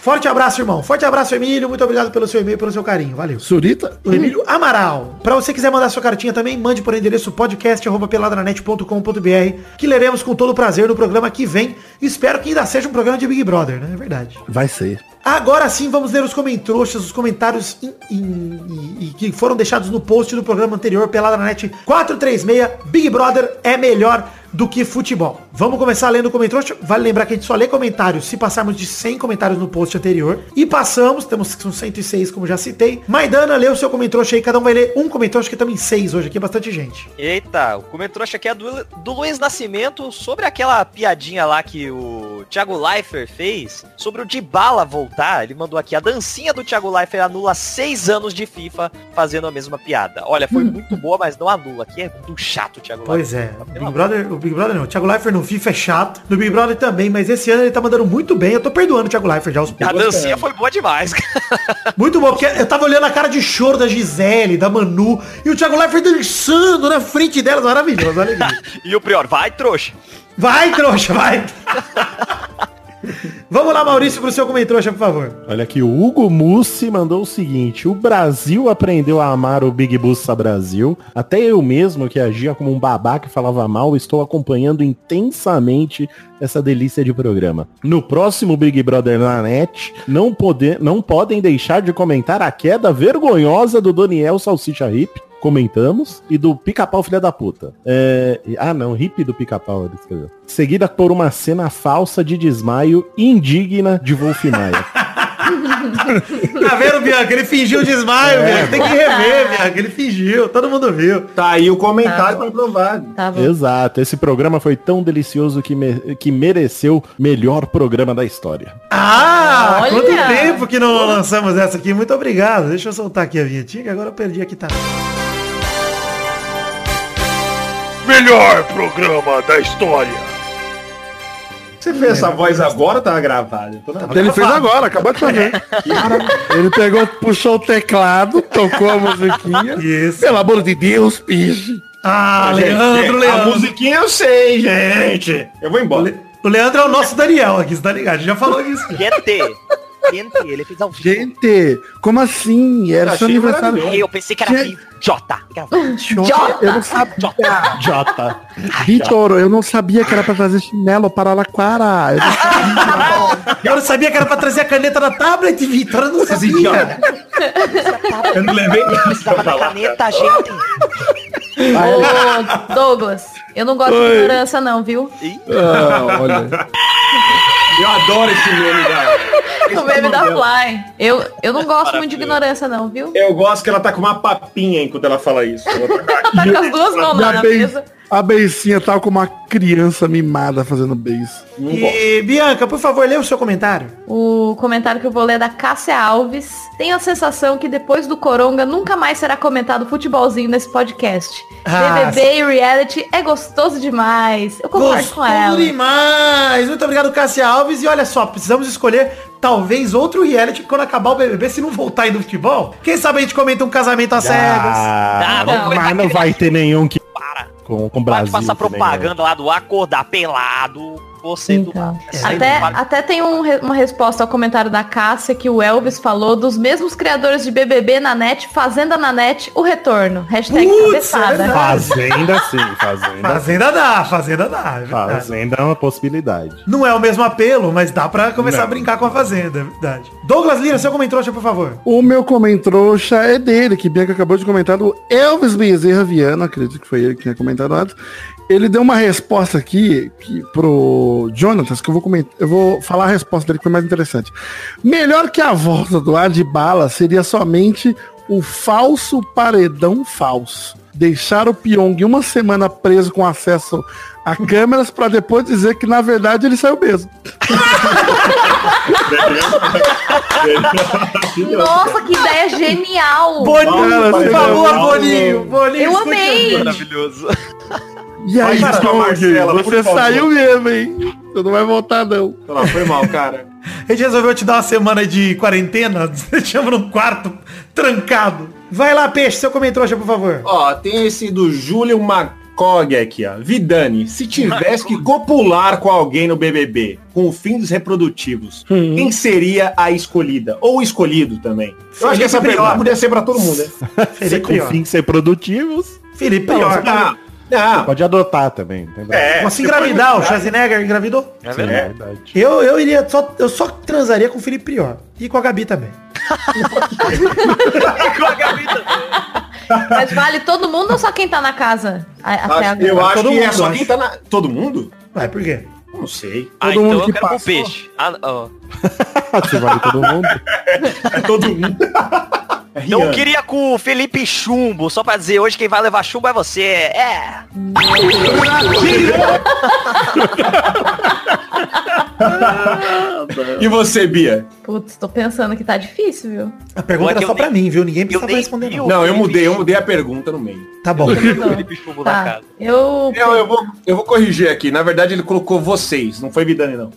Speaker 2: Forte abraço, irmão. Forte abraço, Emílio. Muito obrigado pelo seu e-mail, pelo seu carinho. Valeu.
Speaker 7: Surita?
Speaker 2: O Emílio Amaral. Pra você quiser mandar sua cartinha também, mande por endereço podcast@peladranet.com.br, que leremos com todo prazer no programa que vem. Espero que ainda seja um programa de Big Brother, né? É verdade.
Speaker 7: Vai ser.
Speaker 2: Agora sim, vamos ler os comentroxas, os comentários em- em- em- em- que foram deixados no post do programa anterior pela net 436. Big Brother é melhor do que futebol. Vamos começar lendo o comentroxa. Vale lembrar que a gente só lê comentários se passarmos de 100 comentários no post anterior. E passamos, temos são 106, como já citei. Maidana, lê o seu comentroxa aí. Cada um vai ler um comentroxa, que estamos em 6 hoje aqui, é bastante gente.
Speaker 1: Eita, o comentrouxa aqui é do, do Luiz Nascimento sobre aquela piadinha lá que o Thiago Leifert fez sobre o Dybala voltar. Ele mandou aqui, a dancinha do Thiago Leifert anula seis anos de FIFA fazendo a mesma piada. Olha,
Speaker 6: Hum.
Speaker 1: foi muito boa, mas não anula. Aqui é muito chato o Thiago
Speaker 2: Pois é,
Speaker 1: Leifert.
Speaker 2: o Big Brother, o Big Brother não, o Thiago Leifert no FIFA é chato, no Big Brother também, mas esse ano ele tá mandando muito bem, eu tô perdoando o Thiago Leifert já aos
Speaker 1: A
Speaker 2: poucos.
Speaker 1: dancinha foi boa demais, cara.
Speaker 2: Muito bom, porque eu tava olhando a cara de choro da Gisele, da Manu, e o Thiago Leifert dançando na frente delas, maravilhoso, olha aqui.
Speaker 1: E o Prior, vai, trouxa.
Speaker 2: Vai, trouxa, vai. [laughs] Vamos lá, Maurício, pro seu comentrouxa, por favor.
Speaker 5: Olha aqui, o Hugo Mussi mandou o seguinte: o Brasil aprendeu a amar o Big Bussa Brasil. Até eu mesmo, que agia como um babaca e falava mal, estou acompanhando intensamente essa delícia de programa. No próximo Big Brother na net, não, poder, não podem deixar de comentar a queda vergonhosa do Daniel Salsicha Hip. Comentamos, e do pica-pau filha da puta. É, ah não, hip do pica-pau, ele escreveu. Seguida por uma cena falsa de desmaio indigna de Wolf Maia.
Speaker 2: Tá vendo, Bianca? Ele fingiu desmaio,
Speaker 5: É.
Speaker 2: Bianca. Tem que rever, Bianca. Ele fingiu. Todo mundo viu.
Speaker 6: Tá aí o
Speaker 3: comentário Tá.
Speaker 6: comprovado.
Speaker 3: Tá bom.
Speaker 5: Exato, esse programa foi tão delicioso que, me- que mereceu melhor programa da história.
Speaker 2: Ah,
Speaker 3: Olha!
Speaker 2: quanto tempo que não lançamos essa aqui. Muito obrigado. Deixa eu soltar aqui a vinhetinha, que agora eu perdi aqui, tá?
Speaker 13: Melhor programa da história.
Speaker 6: Você fez
Speaker 5: É.
Speaker 6: essa voz agora ou tava gravada? Tô
Speaker 5: Tá.
Speaker 6: na-
Speaker 7: Ele fez agora, acabou de fazer. Ele pegou, puxou o teclado, tocou a musiquinha.
Speaker 2: Isso.
Speaker 7: Pelo amor de Deus, piche.
Speaker 2: Ah,
Speaker 6: Gente,
Speaker 2: Leandro,
Speaker 6: A
Speaker 2: Leandro.
Speaker 6: musiquinha eu sei, gente. Eu vou embora.
Speaker 2: O Leandro é o nosso Daniel aqui, você tá ligado? A gente já falou isso.
Speaker 1: Gente, gente, ele fez ao vivo.
Speaker 7: Gente, como assim? Era
Speaker 6: Achei
Speaker 7: seu aniversário.
Speaker 6: maravilhoso.
Speaker 1: Eu pensei que era
Speaker 7: Gente.
Speaker 1: vivo. Jota.
Speaker 7: Jota, Eu não sabia.
Speaker 5: Jota.
Speaker 7: Vitor, eu não sabia que era pra trazer chinelo para Araquara. Eu não
Speaker 2: Eu não sabia que era pra trazer a caneta na tablet, Vitor. Eu não
Speaker 6: Esses
Speaker 2: sabia.
Speaker 6: idiotas. Eu não levei isso pra
Speaker 1: Precisava da
Speaker 6: falar.
Speaker 1: caneta, gente.
Speaker 3: [laughs] Ô, Douglas, eu não gosto de ignorância não, viu?
Speaker 7: Ah, olha.
Speaker 6: Eu adoro esse meme da...
Speaker 3: O meme da Fly. Eu, eu não gosto muito de
Speaker 1: Maravilhoso.
Speaker 3: ignorância não,
Speaker 6: [laughs]
Speaker 3: viu?
Speaker 6: Eu gosto que ela tá com uma papinha enquanto ela fala isso. Ela
Speaker 5: [laughs]
Speaker 6: tá com a-
Speaker 3: Tá com as duas mãos lá
Speaker 7: Ainda
Speaker 3: na
Speaker 7: bem.
Speaker 3: mesa.
Speaker 7: A beicinha tava com uma criança mimada fazendo beijo.
Speaker 6: Não gosto.
Speaker 2: E, Bianca, por favor, lê o seu comentário.
Speaker 3: O comentário que eu vou ler é da Cássia Alves. Tenho a sensação que depois do Coronga nunca mais será comentado futebolzinho nesse podcast.
Speaker 2: Ah,
Speaker 3: BBB e reality é gostoso demais. Eu concordo com ela.
Speaker 2: demais! Muito obrigado, Cássia Alves. E olha só, precisamos escolher talvez outro reality quando acabar o BBB, se não voltar aí do futebol. Quem sabe a gente comenta um casamento às cegas.
Speaker 5: Ah,
Speaker 1: Ah, vamos começar
Speaker 5: mas não
Speaker 1: aquele
Speaker 5: vai ter nenhum que
Speaker 1: Para.
Speaker 5: com com o
Speaker 1: Para
Speaker 5: Brasil.
Speaker 1: de passar
Speaker 6: né?
Speaker 5: também, né?
Speaker 1: propaganda lá do acordar pelado. Você do
Speaker 3: Então.
Speaker 6: É
Speaker 1: Essa aí
Speaker 3: Até,
Speaker 1: não vale-
Speaker 3: até tem um re- uma resposta ao comentário da Cássia que o Elvis falou dos mesmos criadores de BBB na net, Fazenda na net, o retorno. Hashtag
Speaker 2: Putz, é
Speaker 3: cabeçada.
Speaker 5: né? Fazenda sim, fazenda.
Speaker 2: Fazenda dá, fazenda dá. é verdade.
Speaker 5: Fazenda assim, é uma possibilidade.
Speaker 2: Não é o mesmo apelo, mas dá pra começar
Speaker 5: Não.
Speaker 2: a brincar com a fazenda, é verdade. Douglas Lira, seu comentário, por favor.
Speaker 7: O meu comentrouxa é dele, que Bianca acabou de comentar, do Elvis Bezerra Viana, acredito que foi ele que tinha comentado antes. Ele deu uma resposta aqui que, pro Jonatas, que eu vou, comentar, eu vou falar a resposta dele que foi mais interessante. Melhor que a volta do ar de bala seria somente o falso paredão falso. Deixar o Pyong uma semana preso com acesso a câmeras para depois dizer que na verdade ele saiu mesmo.
Speaker 3: Nossa, que ideia
Speaker 6: [laughs]
Speaker 3: genial!
Speaker 2: Boninho,
Speaker 7: Cara,
Speaker 2: por
Speaker 7: você
Speaker 2: favor,
Speaker 6: é um
Speaker 2: Boninho. Boninho,
Speaker 3: Eu
Speaker 2: escute
Speaker 3: amei.
Speaker 2: agora.
Speaker 1: Maravilhoso. [laughs]
Speaker 7: E aí,
Speaker 6: Vai,
Speaker 7: Pyong,
Speaker 6: Marcela, por
Speaker 7: você
Speaker 6: favor.
Speaker 7: saiu mesmo, hein? Você não vai voltar, não.
Speaker 6: Sei lá, Foi mal, cara.
Speaker 2: A gente resolveu te dar uma semana de quarentena, [laughs] te chama num quarto trancado. Vai lá, peixe, seu comentrouxa, por favor.
Speaker 6: Ó, tem esse do Júlio Macog aqui, ó. Vidani, se tivesse que copular com alguém no BBB, com fins reprodutivos,
Speaker 2: Uhum.
Speaker 6: quem seria a escolhida? Ou o escolhido também? Eu acho
Speaker 2: Felipe
Speaker 6: que essa
Speaker 2: Prior.
Speaker 6: pergunta podia ser pra todo mundo, né?
Speaker 5: Você
Speaker 2: Felipe
Speaker 5: confia
Speaker 2: Prior.
Speaker 5: em ser produtivos,
Speaker 2: Felipe
Speaker 6: Não,
Speaker 2: Prior.
Speaker 6: não, não.
Speaker 5: pode adotar também. Tem
Speaker 6: Ah. É,
Speaker 2: Posso
Speaker 6: depois-
Speaker 2: engravidar, o Schwarzenegger engravidou?
Speaker 1: É
Speaker 5: Sim, é
Speaker 1: verdade.
Speaker 5: verdade.
Speaker 2: Eu, eu iria só, eu só transaria com o Felipe Prior. E com a Gabi também.
Speaker 3: Mas vale todo mundo ou só quem tá na casa? A- Até
Speaker 6: Acho-
Speaker 3: agora.
Speaker 6: Eu acho
Speaker 2: Todo
Speaker 6: que é
Speaker 2: mundo,
Speaker 6: só
Speaker 2: acho.
Speaker 6: quem tá na. Todo mundo?
Speaker 2: Vai, por quê?
Speaker 6: Não sei.
Speaker 1: Ah,
Speaker 7: Todo
Speaker 1: então
Speaker 7: mundo
Speaker 1: eu
Speaker 7: que
Speaker 1: quero pro
Speaker 7: passou.
Speaker 1: peixe. Ah, ó.
Speaker 5: Você vale todo
Speaker 6: [laughs]
Speaker 5: mundo.
Speaker 6: É todo mundo.
Speaker 2: [laughs]
Speaker 6: É
Speaker 1: Então eu
Speaker 6: Rihanna.
Speaker 1: queria com o Felipe Chumbo, só pra dizer, hoje quem vai levar chumbo é você. É.
Speaker 6: E você, Bia?
Speaker 3: Putz, tô pensando que tá difícil, viu?
Speaker 2: A pergunta
Speaker 1: Ué,
Speaker 2: era
Speaker 1: que
Speaker 2: só
Speaker 1: eu
Speaker 2: pra mim, viu? Ninguém precisava
Speaker 1: nem
Speaker 2: responder,
Speaker 1: vi
Speaker 2: não.
Speaker 1: o-
Speaker 6: Não, eu mudei, eu mudei a pergunta no meio.
Speaker 2: Tá bom.
Speaker 1: O Felipe Chumbo na
Speaker 3: Tá.
Speaker 1: casa.
Speaker 3: Eu.
Speaker 6: Eu, eu, vou, eu vou corrigir aqui. Na verdade, ele colocou vocês. Não foi Vidani, não.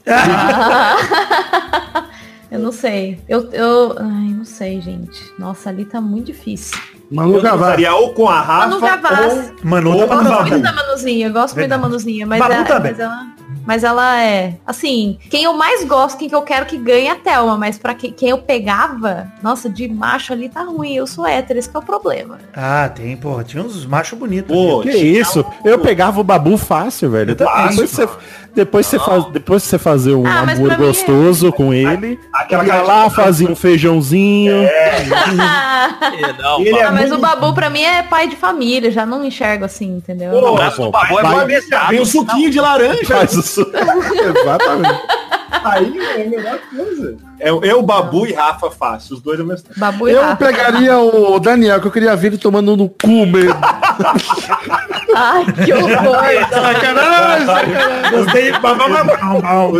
Speaker 3: Eu não sei. Eu, eu. Ai, não sei, gente. Nossa, ali tá muito difícil.
Speaker 7: Manu
Speaker 6: Eu
Speaker 7: Gavassi.
Speaker 6: usaria ou com a Rafa
Speaker 3: Manu Gavassi.
Speaker 6: ou...
Speaker 2: Manu
Speaker 6: Ou
Speaker 2: tá
Speaker 3: Eu gosto
Speaker 2: mandando.
Speaker 3: muito da Manuzinha, eu gosto muito da Manuzinha, mas,
Speaker 2: Babu
Speaker 3: ela-
Speaker 2: também.
Speaker 3: mas ela. Mas ela é, assim, quem eu mais gosto, quem que eu quero que ganhe é a Thelma. Mas pra que- quem eu pegava, nossa, de macho ali tá ruim. Eu sou hétero, esse que é o problema.
Speaker 2: [laughs] Ah, tem, porra. Tinha uns machos bonitos.
Speaker 5: Pô, que isso? Eu pegava o babu fácil, velho.
Speaker 2: também,
Speaker 5: depois, você, depois, você faz, depois você fazer um
Speaker 3: Ah, mas
Speaker 5: amor
Speaker 3: pra mim é-
Speaker 5: gostoso com ele,
Speaker 6: aquela
Speaker 5: ia
Speaker 6: cara de- É.
Speaker 5: lá, fazia um feijãozinho.
Speaker 7: é
Speaker 3: Ah, mas o Babu pra mim é pai de família, já não enxergo assim, entendeu?
Speaker 5: Pô,
Speaker 1: braço do Babu é
Speaker 5: vai-
Speaker 1: marmitado.
Speaker 6: Vem um suquinho de laranja.
Speaker 5: Faz o su- Exatamente.
Speaker 6: [laughs] Aí é a melhor coisa. Eu, eu, é Babu e Rafa faço, os dois ao mesmo tempo.
Speaker 3: Babu e
Speaker 7: [laughs] Eu
Speaker 3: Rafa.
Speaker 7: pegaria o Daniel, que eu queria ver ele tomando no
Speaker 6: [laughs]
Speaker 7: cu mesmo.
Speaker 3: Ai,
Speaker 2: [laughs]
Speaker 3: que horror.
Speaker 2: Sacanagem, sacanagem. tá Gostei. Mal, mal, mal, mal.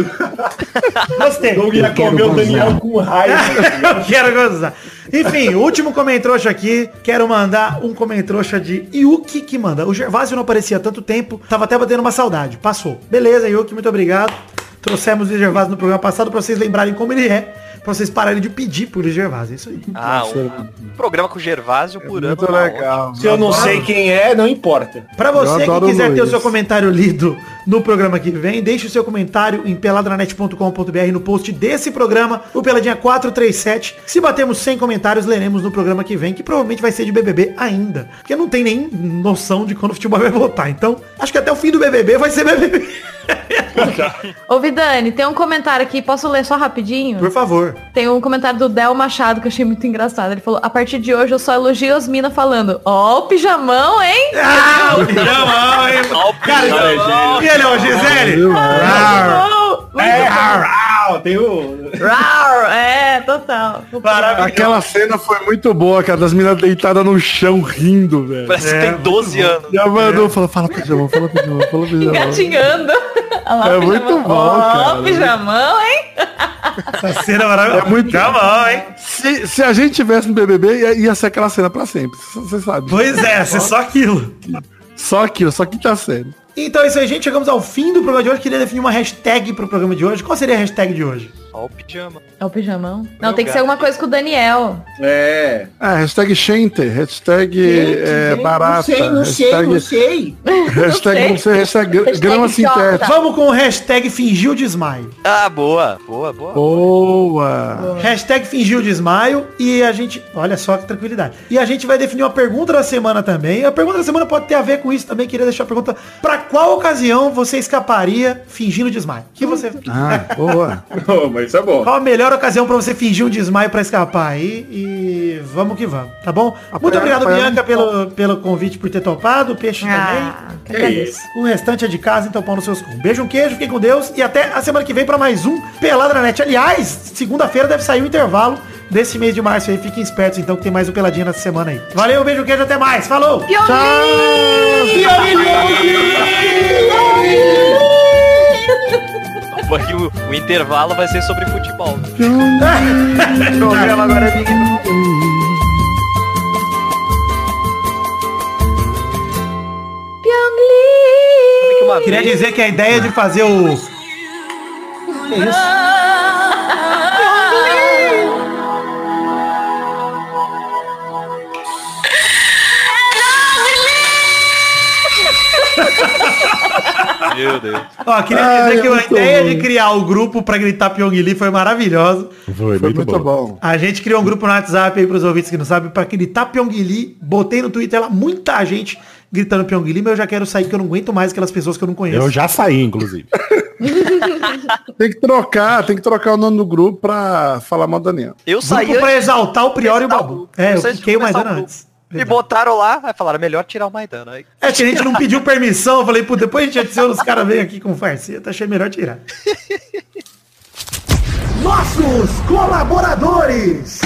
Speaker 2: Gostei.
Speaker 6: Eu ia comer o Daniel
Speaker 5: [laughs]
Speaker 6: com raiva.
Speaker 2: [laughs] Eu quero gozar. Enfim, o último comentrouxa aqui. Quero mandar um comentrouxa de Yuki que manda. O Gervásio não aparecia há tanto tempo. Tava até batendo uma saudade. Passou. Beleza, Yuki, muito obrigado. Trouxemos o Gervásio no programa passado pra vocês lembrarem como ele é. Pra vocês pararem de pedir por Gervásio. É isso aí.
Speaker 1: Ah, um programa com o
Speaker 7: É
Speaker 1: Gervásio por ano.
Speaker 7: Muito
Speaker 1: tá
Speaker 7: legal.
Speaker 6: Se eu não sei quem é, não importa.
Speaker 2: Pra
Speaker 7: Eu
Speaker 2: você que
Speaker 7: adoro o
Speaker 2: quiser ter o
Speaker 7: Luiz.
Speaker 2: seu comentário lido no programa que vem, deixe o seu comentário em peladranet.com.br no post desse programa, o Peladinha 437. Se batermos 100 comentários, leremos no programa que vem, que provavelmente vai ser de BBB ainda. Porque não tem nem noção de quando o futebol vai voltar. Então, acho que até o fim do BBB vai ser
Speaker 7: [laughs]
Speaker 2: BBB.
Speaker 3: Ô, Vidani, tem um comentário aqui, posso ler só rapidinho?
Speaker 2: Por favor.
Speaker 3: Tem um comentário do Del Machado que eu achei muito engraçado. Ele falou, a partir de hoje eu só elogio as minas falando, ó o pijamão, hein?
Speaker 1: Ó, o
Speaker 6: é
Speaker 2: Cara,
Speaker 1: pijamão.
Speaker 2: e ele, ó, Gisele? Rar,
Speaker 3: Uou! Muito
Speaker 6: É, rau, rau, tem o.
Speaker 3: bom. Rau! É, total.
Speaker 7: Aquela cena foi muito boa, cara, das meninas deitadas no chão rindo, velho.
Speaker 1: Parece que tem 12 anos.
Speaker 7: E a Manu falou, fala pijamão, fala pijamão, fala pijamão.
Speaker 3: Engatinhando. Olha lá,
Speaker 7: É
Speaker 3: o pijamão.
Speaker 7: muito bom,
Speaker 3: Ó,
Speaker 7: cara.
Speaker 3: o pijamão, hein?
Speaker 2: Essa cena é maravilhosa.
Speaker 7: É muito-
Speaker 2: Calma, hein?
Speaker 7: Se, se a gente tivesse no BBB, ia, ia ser aquela cena pra sempre, você sabe.
Speaker 2: Pois é, ser só aquilo.
Speaker 7: Só aquilo, só quinta série.
Speaker 2: Então é isso aí, gente. Chegamos ao fim do programa de hoje. Queria definir uma hashtag pro programa de hoje. Qual seria a hashtag de hoje?
Speaker 1: Ó, o pijama.
Speaker 3: É o pijamão. Não,
Speaker 1: Meu
Speaker 3: tem que ser
Speaker 1: gato.
Speaker 3: alguma coisa com o Daniel.
Speaker 6: É. [laughs]
Speaker 7: Ah, hashtag Shente, hashtag é, barata. hashtag,
Speaker 6: sei.
Speaker 7: hashtag,
Speaker 3: sei.
Speaker 7: não sei, hashtag gr-
Speaker 3: Hashtag
Speaker 7: grama
Speaker 3: Jota.
Speaker 7: sintética.
Speaker 2: Vamos com o hashtag fingiu desmaio.
Speaker 1: Ah, boa, boa, boa.
Speaker 7: Boa!
Speaker 2: Hashtag fingiu desmaio e a gente... Olha só que tranquilidade. E a gente vai definir uma pergunta da semana também. A pergunta da semana pode ter a ver com isso também. Queria deixar a pergunta. Pra qual ocasião você escaparia fingindo desmaio? Que você...
Speaker 7: Ah, boa.
Speaker 6: mas isso é bom.
Speaker 2: Qual a melhor ocasião pra você fingir um desmaio pra escapar aí? E vamos que vamos, tá bom? Muito obrigado,
Speaker 7: apoiar
Speaker 2: Bianca, pelo, pelo convite, por ter topado. O peixe
Speaker 3: Ah,
Speaker 2: também.
Speaker 3: que agradeço.
Speaker 2: O restante é de casa, então pão nos seus cu. Um Beijo, um queijo, fiquem com Deus e até a semana que vem pra mais um Peladranet. Aliás, segunda-feira deve sair o intervalo desse mês de março aí. Fiquem espertos, então, que tem mais um Peladinha nessa semana aí. Valeu, um beijo, um queijo, até mais. Falou!
Speaker 1: Porque o, o intervalo vai ser sobre futebol.
Speaker 3: Pyongli!
Speaker 1: Que uma
Speaker 2: Queria
Speaker 1: vez-
Speaker 2: dizer que a ideia de fazer o...
Speaker 1: Meu Deus.
Speaker 2: Ó, queria
Speaker 7: Ai,
Speaker 2: dizer que
Speaker 7: é
Speaker 2: a
Speaker 7: muito
Speaker 2: ideia
Speaker 7: bom.
Speaker 2: de criar o grupo pra gritar Pyong Lee foi maravilhosa.
Speaker 5: Foi,
Speaker 7: Foi
Speaker 5: muito, bom.
Speaker 2: A gente criou um grupo no WhatsApp aí pros ouvintes que não sabem, pra gritar Pyongyi, botei no Twitter lá muita gente gritando Pyongyi, mas eu já quero sair que eu não aguento mais aquelas pessoas que eu não conheço.
Speaker 5: Eu já saí, inclusive.
Speaker 7: [laughs] Tem que trocar, tem que trocar o nome do grupo pra falar mal do Daniel.
Speaker 1: Eu
Speaker 2: Grupo
Speaker 1: saí
Speaker 2: pra exaltar o Prior e o Babu. É, eu
Speaker 1: Vocês
Speaker 2: fiquei o
Speaker 1: começaram
Speaker 2: Maidana
Speaker 1: o
Speaker 2: antes.
Speaker 1: Me botaram lá, aí falaram, melhor tirar o Maidana. Aí,
Speaker 2: É que a gente não pediu permissão, eu falei, pô, depois a gente adiciona os caras vêm aqui com farceta, achei melhor tirar. Nossos colaboradores!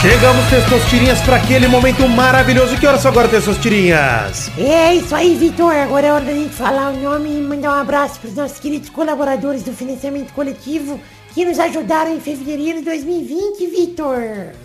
Speaker 2: Chegamos, Testosterinhas, para aquele momento maravilhoso. Que horas são agora, Testosterinhas?
Speaker 14: É isso aí, Vitor. Agora é hora da gente falar o nome e mandar um abraço para os nossos queridos colaboradores do financiamento coletivo que nos ajudaram em fevereiro de 2020, Vitor.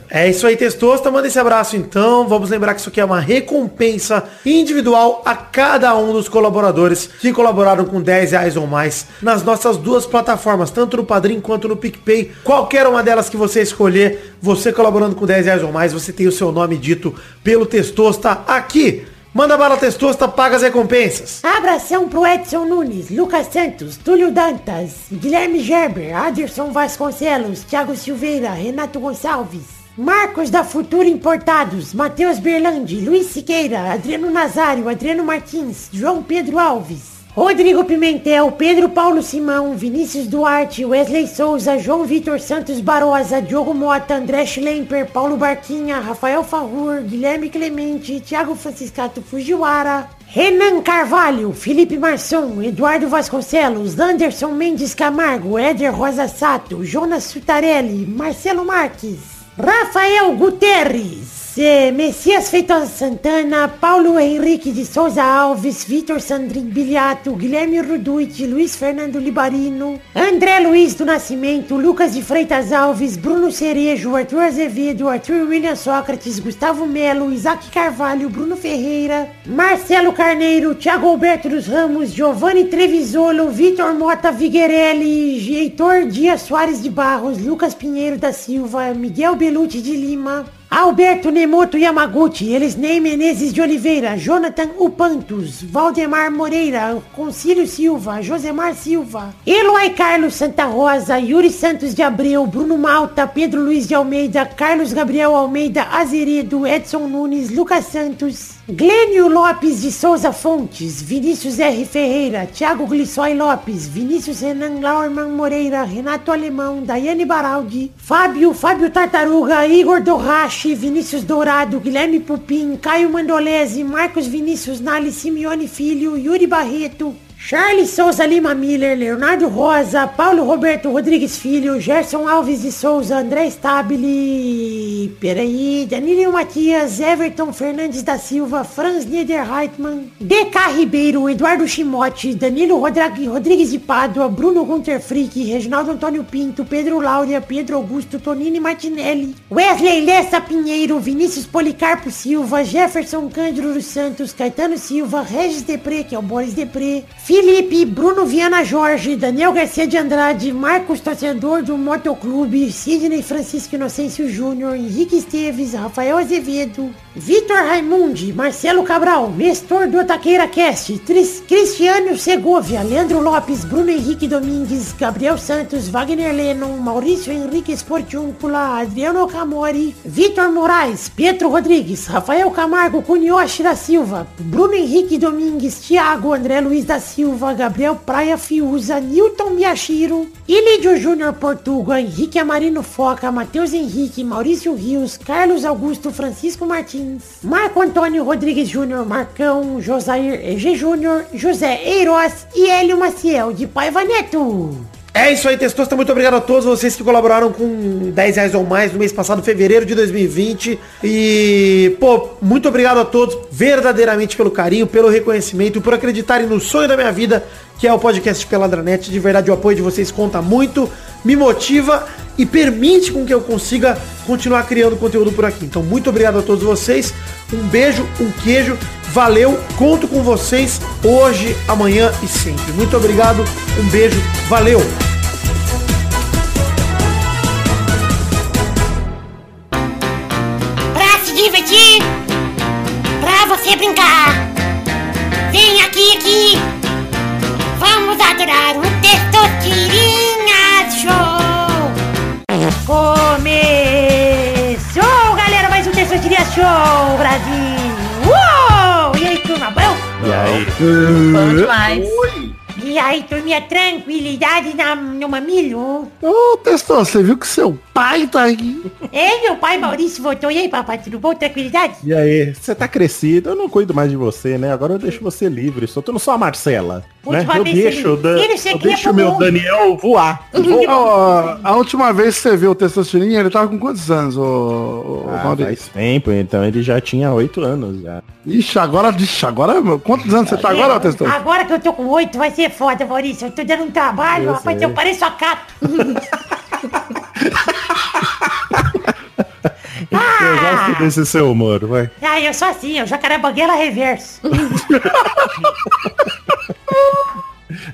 Speaker 2: É isso aí, Testosta. Manda esse abraço então. Vamos lembrar que isso aqui é uma recompensa individual a cada um dos colaboradores que colaboraram com 10 reais ou mais nas nossas duas plataformas, tanto no Padrim quanto no PicPay. Qualquer uma delas que você escolher, você colaborando com 10 reais ou mais, você tem o seu nome dito pelo Testosta aqui. Manda bala Testosta, paga as recompensas.
Speaker 14: Abração pro Edson Nunes, Lucas Santos, Túlio Dantas, Guilherme Gerber, Aderson Vasconcelos, Thiago Silveira, Renato Gonçalves, Marcos da Futura Importados, Matheus Berlandi, Luiz Siqueira, Adriano Nazário, Adriano Martins, João Pedro Alves. Rodrigo Pimentel, Pedro Paulo Simão, Vinícius Duarte, Wesley Souza, João Vitor Santos Barosa, Diogo Mota, André Schlemper, Paulo Barquinha, Rafael Favor, Guilherme Clemente, Thiago Franciscato Fujiwara, Renan Carvalho, Felipe Marçom, Eduardo Vasconcelos, Anderson Mendes Camargo, Éder Rosa Sato, Jonas Sutarelli, Marcelo Marques, Rafael Guterres, eh, Messias Feitosa Santana, Paulo Henrique de Souza Alves, Vitor Sandrin Biliato, Guilherme Ruduit, Luiz Fernando Libarino, André Luiz do Nascimento, Lucas de Freitas Alves, Bruno Cerejo, Arthur Azevedo, Arthur William Sócrates, Gustavo Melo, Isaac Carvalho, Bruno Ferreira, Marcelo Carneiro, Thiago Alberto dos Ramos, Giovanni Trevisolo, Vitor Mota Viguerelli, Heitor Dias Soares de Barros, Lucas Pinheiro da Silva, Miguel Belucci de Lima, Alberto Nemoto Yamaguchi, Elisnei Menezes de Oliveira, Jonathan Upantos, Valdemar Moreira, Concílio Silva, Josemar Silva, Eloy Carlos Santa Rosa, Yuri Santos de Abreu, Bruno Malta, Pedro Luiz de Almeida, Carlos Gabriel Almeida Azeredo, Edson Nunes, Lucas Santos, Glênio Lopes de Souza Fontes, Vinícius R. Ferreira, Thiago Glissói Lopes, Vinícius Renan Laurman Moreira, Renato Alemão, Daiane Baraldi, Fábio, Fábio Tartaruga, Igor Dorrache, Vinícius Dourado, Guilherme Pupim, Caio Mandolese, Marcos Vinícius Nali, Simeone Filho, Yuri Barreto, Charles Souza Lima Miller, Leonardo Rosa, Paulo Roberto Rodrigues Filho, Gerson Alves de Souza, André Stabile, peraí, Danilo Matias, Everton Fernandes da Silva, Franz Niederreitmann, DK Ribeiro, Eduardo Chimote, Danilo Rodra- Rodrigues de Pádua, Bruno Gunter Frick, Reginaldo Antônio Pinto, Pedro Laura, Pedro Augusto, Tonini Martinelli, Wesley Lessa Pinheiro, Vinícius Policarpo Silva, Jefferson Cândido dos Santos, Caetano Silva, Regis Depre, que é o Boris Depre, Felipe, Bruno Viana Jorge, Daniel Garcia de Andrade, Marcos Torcedor do Motoclube, Sidney Francisco Inocêncio Júnior, Henrique Esteves, Rafael Azevedo, Vitor Raimundi, Marcelo Cabral, Mestor do Ataqueira Cast, Tris, Cristiano Segovia, Leandro Lopes, Bruno Henrique Domingues, Gabriel Santos, Wagner Lennon, Maurício Henrique Esportiúncula, Adriano Camori, Vitor Moraes, Pietro Rodrigues, Rafael Camargo Cunioche da Silva, Bruno Henrique Domingues, Thiago André Luiz da Silva, Gabriel Praia Fiuza, Newton Miyashiro, Ilídio Júnior Portuga, Henrique Amarino Foca, Matheus Henrique, Maurício Rios, Carlos Augusto, Francisco Martins, Marco Antônio Rodrigues Júnior, Marcão, Josair EG Júnior, José Eiroz e Hélio Maciel de Paiva Neto.
Speaker 2: É isso aí, Testosta. Muito obrigado a todos vocês que colaboraram com 10 reais ou mais no mês passado, fevereiro de 2020. E, pô, muito obrigado a todos verdadeiramente pelo carinho, pelo reconhecimento, por acreditarem no sonho da minha vida, que é o podcast Peladranet. De verdade, o apoio de vocês conta muito, me motiva e permite com que eu consiga continuar criando conteúdo por aqui. Então, muito obrigado a todos vocês. Um beijo, um queijo. Valeu, conto com vocês hoje, amanhã e sempre. Muito obrigado, um beijo, valeu!
Speaker 14: Pra se divertir, pra você brincar. Vem aqui, aqui. Vamos adorar o Testosterinha Show. Começou, galera, mais um Testosterinha Show, Brasil. Uou! E aí, turma, bom?
Speaker 5: E aí?
Speaker 3: Bom demais.
Speaker 14: E aí, turminha, tranquilidade na, no mamilo?
Speaker 7: Ô, Testor, você viu que seu pai tá aqui?
Speaker 14: Ei, meu pai Maurício voltou. E aí, papai, tudo bom? Tranquilidade?
Speaker 5: E aí? Você tá crescido, eu não cuido mais de você, né? Agora eu deixo você livre, soltando só a Marcela. Né?
Speaker 14: Última
Speaker 5: Eu
Speaker 14: vez que
Speaker 5: deixo, o
Speaker 14: ele-
Speaker 5: Dan-
Speaker 14: Ele se
Speaker 5: eu
Speaker 14: cria
Speaker 5: deixo o
Speaker 14: pro
Speaker 5: meu
Speaker 14: mundo.
Speaker 5: Daniel voar.
Speaker 7: Ó, a última vez que você viu o Testosterinha, ele tava com quantos anos, ô, ô
Speaker 5: Ah,
Speaker 7: Maurício?
Speaker 5: faz tempo, então ele já tinha oito anos já.
Speaker 7: Ixi, agora, ixi, agora, meu, quantos anos você tá agora, ô, Testor?
Speaker 14: Agora que eu tô com oito, vai ser foda, Maurício. Eu tô dando um trabalho,
Speaker 7: Eu
Speaker 14: rapaz,
Speaker 7: sei.
Speaker 14: eu pareço a capa.
Speaker 5: Eu gosto desse seu humor, vai.
Speaker 14: Ah, eu sou assim, eu jacaré banguela reverso.
Speaker 5: [laughs]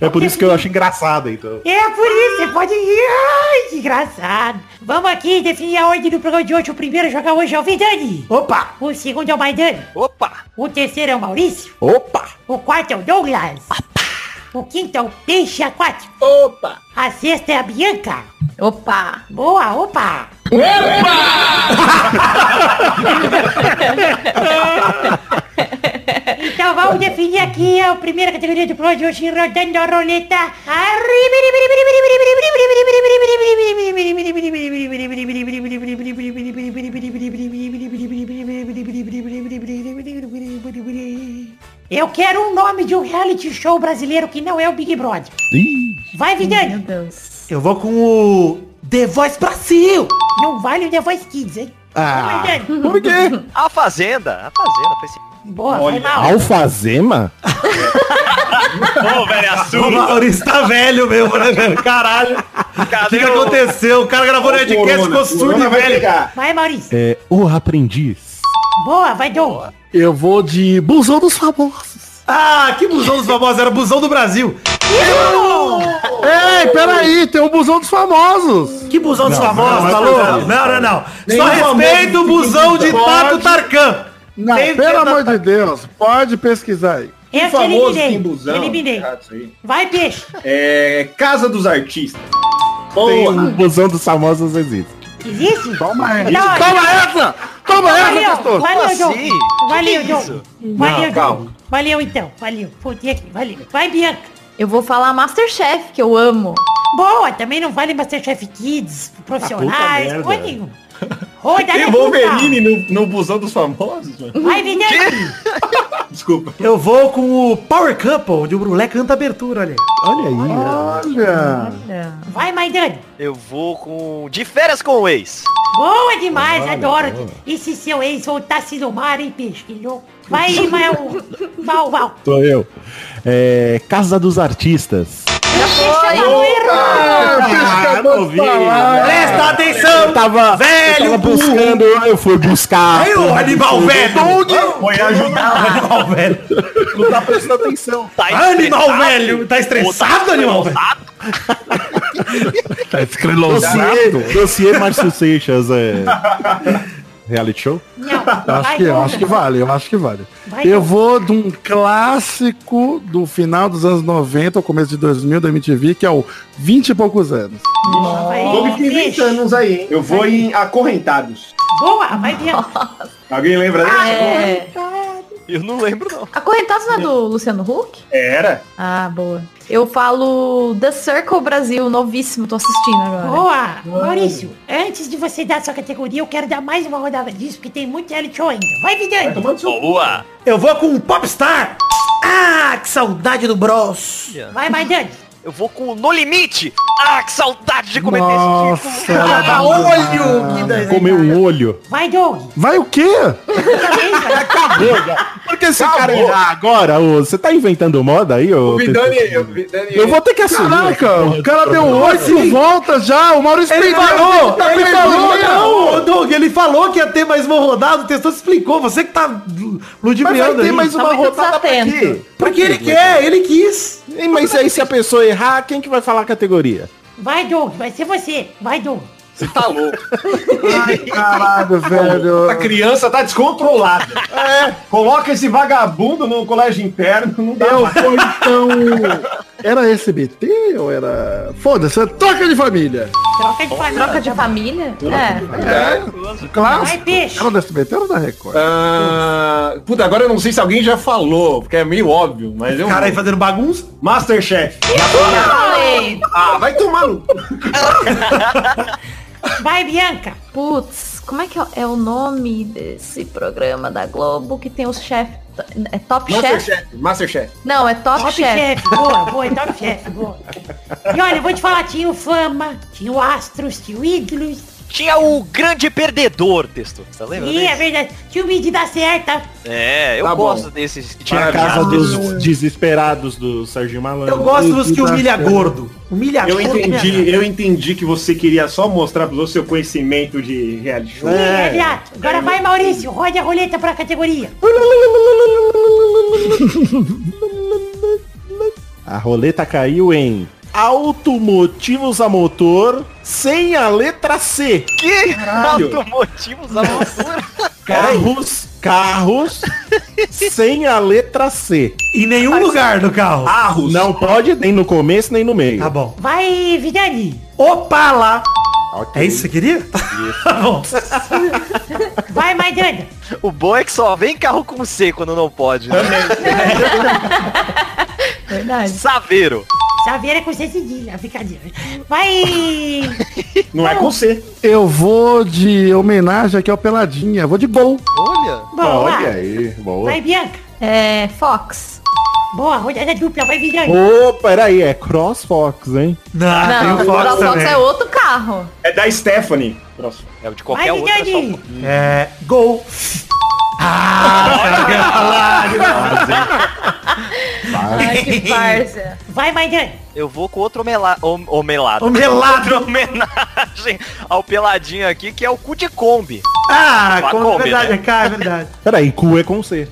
Speaker 5: É por isso que eu acho engraçado, então.
Speaker 14: É por isso, você pode rir. Ai, que engraçado. Vamos aqui definir a ordem do programa de hoje. O primeiro a jogar hoje é o Vidani. Opa. O segundo é o Maidani.
Speaker 1: Opa.
Speaker 14: O terceiro é o Maurício.
Speaker 5: Opa.
Speaker 14: O quarto é o Douglas. Opa. O quinto é o Peixe Aquático.
Speaker 1: Opa.
Speaker 14: A sexta é a Bianca.
Speaker 3: Opa.
Speaker 14: Boa, opa. Então vamos definir aqui a primeira categoria do programa de hoje, rodando a roleta. Eu quero um nome de um reality show brasileiro que não é o Big Brother. Vai, Vidani. Meu Deus.
Speaker 2: Eu vou com o The Voice Brasil.
Speaker 14: Não vale o The Voice Kids, hein?
Speaker 5: Ah,
Speaker 14: Vai, Vidani.
Speaker 5: por quê?
Speaker 1: A Fazenda. A Fazenda. Foi esse...
Speaker 14: Boa, vai, Mauro.
Speaker 5: Alfazema?
Speaker 1: Ô, velho,
Speaker 2: O Maurício tá velho mesmo, né, velho? Caralho. O que, que aconteceu? O cara gravou no podcast,
Speaker 6: Corona.
Speaker 2: ficou surdo e
Speaker 6: Corona vai
Speaker 2: velho.
Speaker 6: pegar.
Speaker 14: Vai, Maurício.
Speaker 5: É, o aprendiz.
Speaker 14: Boa, vai, Dom.
Speaker 7: Eu vou de busão dos famosos.
Speaker 2: Ah, que busão dos famosos. Era busão do Brasil.
Speaker 7: Ei, peraí, tem o busão dos famosos.
Speaker 2: Que busão dos
Speaker 5: Não,
Speaker 2: famosos,
Speaker 5: não,
Speaker 2: tá
Speaker 5: não,
Speaker 2: louco?
Speaker 5: não,
Speaker 2: Não, não, não.
Speaker 6: Nem
Speaker 2: Só
Speaker 6: os famosos
Speaker 2: respeita o
Speaker 6: que
Speaker 2: busão de
Speaker 6: quinta.
Speaker 2: Tato
Speaker 6: Pode.
Speaker 2: Tarkan.
Speaker 7: Não,
Speaker 2: Tem-
Speaker 7: pelo
Speaker 2: tem-
Speaker 7: amor de Deus, pode pesquisar aí.
Speaker 6: Que
Speaker 14: Esse eu
Speaker 6: Um famoso
Speaker 14: eliminei.
Speaker 6: tem busão.
Speaker 14: Eliminei.
Speaker 6: Errado isso aí.
Speaker 14: Vai, peixe.
Speaker 6: É Casa dos Artistas. um
Speaker 5: Tem
Speaker 6: Boa.
Speaker 7: um
Speaker 5: o busão dos famosos existe.
Speaker 14: Existe?
Speaker 7: Toma essa.
Speaker 14: Não,
Speaker 7: Toma essa! Toma essa,
Speaker 14: Valeu,
Speaker 7: pastor!
Speaker 14: valeu, Dom.
Speaker 1: assim?
Speaker 14: Valeu,
Speaker 1: Que
Speaker 14: Dom.
Speaker 1: isso?
Speaker 14: Valeu,
Speaker 6: Não,
Speaker 14: Dom.
Speaker 6: calma.
Speaker 14: Valeu, então. Valeu. Fudei aqui. Valeu. Vai, Bianca.
Speaker 3: Eu vou falar Masterchef, que eu amo.
Speaker 14: Boa, também não vale Masterchef Kids, profissionais,
Speaker 5: Ah, puta
Speaker 14: coisa
Speaker 5: merda.
Speaker 14: nenhuma. Roda
Speaker 6: Tem
Speaker 14: na
Speaker 6: Wolverine no, no busão dos famosos, mano?
Speaker 14: puta. tá. Vai, Vidani.
Speaker 6: [laughs] Desculpa.
Speaker 2: Eu vou com o Power Couple, onde o Brulé canta abertura, olha aí.
Speaker 5: Olha aí. né?
Speaker 7: Olha!
Speaker 14: Vai, Maidani.
Speaker 1: Eu vou com... De férias com o ex.
Speaker 14: Boa demais, adoro. E se seu ex voltasse no mar, hein, peixe? Que louco.
Speaker 2: [laughs]
Speaker 14: Vai, Mal. Mal, mal.
Speaker 5: Sou eu. É, Casa dos Artistas.
Speaker 7: É,
Speaker 5: Ah, não vi.
Speaker 2: né? Presta
Speaker 5: Eu
Speaker 2: atenção,
Speaker 5: tava,
Speaker 2: velho
Speaker 5: eu tava
Speaker 2: burro.
Speaker 5: buscando, eu fui buscar.
Speaker 2: Aí o animal velho.
Speaker 6: Foi ajudar.
Speaker 2: Animal velho.
Speaker 5: Não tá prestando atenção.
Speaker 1: Tá
Speaker 2: Animal
Speaker 1: estressado?
Speaker 2: velho. Tá estressado, animal velho?
Speaker 7: Tá
Speaker 5: Dossiê, dossiê Márcio Seixas é.
Speaker 2: [laughs]
Speaker 5: Reality show?
Speaker 14: Não,
Speaker 7: Eu acho,
Speaker 14: vai,
Speaker 7: que, eu
Speaker 14: Dom.
Speaker 7: acho que vale, eu acho que vale.
Speaker 14: Vai,
Speaker 7: Eu
Speaker 14: Dom.
Speaker 7: vou de um clássico do final dos anos 90 ao começo de 2000 da MTV, que é o 20 e poucos anos.
Speaker 14: Vai,
Speaker 6: Tô me
Speaker 14: peixe.
Speaker 6: inventando uns aí, hein? Eu vou em Acorrentados.
Speaker 14: Boa, vai, Bianca.
Speaker 6: Alguém lembra
Speaker 14: Ah,
Speaker 6: dessa?
Speaker 3: É.
Speaker 1: Eu não lembro, não.
Speaker 3: Acorrentados não é do Luciano Huck?
Speaker 6: Era.
Speaker 3: Ah, boa. Eu falo The Circle Brasil, novíssimo, tô assistindo agora.
Speaker 14: Boa! Maurício, antes de você dar sua categoria, eu quero dar mais uma rodada disso, porque tem muito reality show ainda. Vai, Vidani!
Speaker 6: Tomando seu
Speaker 1: Boa.
Speaker 2: Eu vou com o Popstar. Ah, que saudade do Bros.
Speaker 14: Vai, Maidani!
Speaker 1: Eu vou com o No Limite. Ah, que saudade de cometer esse
Speaker 7: Nossa,
Speaker 1: tipo.
Speaker 14: Ah,
Speaker 7: ela dá um
Speaker 2: olho! Que desenho.
Speaker 5: Comeu um olho.
Speaker 14: Vai, Doug!
Speaker 7: Vai o quê? Acabou já. Por que esse cara errar agora? ô? Você tá inventando moda aí? ô?
Speaker 6: O Vidani, o Vidani.
Speaker 5: Eu vou ter que assumir.
Speaker 7: Caraca, o cara deu oito voltas já, o Maurício
Speaker 2: Ele
Speaker 7: perdeu,
Speaker 2: falou,
Speaker 7: tá
Speaker 2: ele
Speaker 7: perdendo,
Speaker 2: falou,
Speaker 7: né?
Speaker 2: não, ô, Doug, ele falou que ia ter mais uma rodada, o texto explicou, você que tá lu-
Speaker 7: Mas vai
Speaker 2: ludibriando
Speaker 7: ter
Speaker 2: aí.
Speaker 7: mais
Speaker 3: Tá
Speaker 7: uma
Speaker 3: muito
Speaker 7: rodada pra quê?
Speaker 3: desatento.
Speaker 2: Porque ele quer, ele quis.
Speaker 5: Ei, Mas aí se a pessoa errar, quem que vai falar a categoria?
Speaker 14: Vai, Doug! Vai ser você! Vai, Doug!
Speaker 1: Você tá louco.
Speaker 7: Ai, caralho, velho.
Speaker 6: A é criança tá descontrolada. É. Coloca esse vagabundo no colégio interno, não dá
Speaker 7: Eu
Speaker 6: mais.
Speaker 7: fui então. Era SBT ou era. Foda-se, é troca de família.
Speaker 14: Troca de família!
Speaker 3: Oh, Troca de família? É.
Speaker 14: Vai,
Speaker 7: Clássico.
Speaker 14: peixe!
Speaker 7: Era da SBT ou era da Record?
Speaker 6: Ah, puta, agora eu não sei se alguém já falou, porque é meio óbvio, mas eu.
Speaker 2: Cara aí fazendo bagunça.
Speaker 6: Masterchef.
Speaker 3: Falei.
Speaker 6: Ah, vai tomar no.
Speaker 14: Vai, Bianca!
Speaker 3: Putz, como é que é- é o nome desse programa da Globo que tem os chefes? É Top Chef?
Speaker 6: Masterchef. Masterchef.
Speaker 3: Não, é Top,
Speaker 14: Top
Speaker 3: Chef.
Speaker 14: Chef! Boa, boa, top Chef, boa! E olha, eu vou te falar, tinha o Fama, tinha o Astros, tinha o Ídolos,
Speaker 1: Ah, Tinha o grande perdedor, texto. Você lembra
Speaker 14: Ih, é
Speaker 1: desse?
Speaker 14: verdade. Tio Midi dá certa.
Speaker 1: É, eu
Speaker 5: Tá bom.
Speaker 1: gosto desses. que
Speaker 5: Tinha a
Speaker 1: maravilha.
Speaker 5: casa dos desesperados do Serginho Malandro.
Speaker 2: Eu gosto dos que humilha gordo. Humilha
Speaker 6: Eu
Speaker 2: gordo. né?
Speaker 6: entendi, eu entendi que você queria só mostrar pro seu conhecimento de reality show.
Speaker 14: Ih, é viado. Agora vai, Maurício. então Rode a roleta pra categoria.
Speaker 5: A roleta caiu em automotivos a motor sem a letra C.
Speaker 1: Que
Speaker 5: Caralho.
Speaker 1: automotivos a motor?
Speaker 5: Carros,
Speaker 2: [laughs]
Speaker 5: carros sem a letra C.
Speaker 2: Em nenhum lugar do carro.
Speaker 5: Carros. Não pode nem no começo nem no meio.
Speaker 2: Tá bom.
Speaker 14: Vai, Vidani.
Speaker 2: Opa lá.
Speaker 5: Ok.
Speaker 2: É isso que você queria? [laughs] Tá bom.
Speaker 14: Vai, Maidana.
Speaker 1: O bom é que só vem carro com C quando não pode. né?
Speaker 3: Verdade.
Speaker 1: Saveiro.
Speaker 14: Saveira com C cedilha. Brincadeira. Vai.
Speaker 6: Não é com C.
Speaker 7: Eu vou de homenagem aqui ao Peladinha. Vou de gol.
Speaker 1: Olha.
Speaker 14: Boa.
Speaker 5: Olha aí, boa.
Speaker 14: Vai, Bianca.
Speaker 3: É, Fox.
Speaker 14: Boa, rodada dupla. Vai, Vidani.
Speaker 5: Opa, peraí, é CrossFox, hein?
Speaker 2: Não, Ah, tem
Speaker 3: não,
Speaker 2: o
Speaker 3: o
Speaker 2: Fox
Speaker 3: Fox
Speaker 2: também.
Speaker 3: é outro carro.
Speaker 6: É da Stephanie. Próximo.
Speaker 1: É de qualquer
Speaker 14: Vai,
Speaker 1: outro. é só-
Speaker 14: Vidani.
Speaker 2: É, gol.
Speaker 3: Ai, [laughs] que parça.
Speaker 14: Vai, Maidana.
Speaker 1: Eu vou com outro omela... om- omelado.
Speaker 2: Omelado.
Speaker 1: Outra homenagem ao peladinho aqui, que é o cu de Kombi.
Speaker 2: Ah,
Speaker 1: Uma
Speaker 2: com
Speaker 1: Kombi,
Speaker 2: verdade,
Speaker 1: né?
Speaker 2: é cá, é verdade.
Speaker 5: Peraí, cu é com C.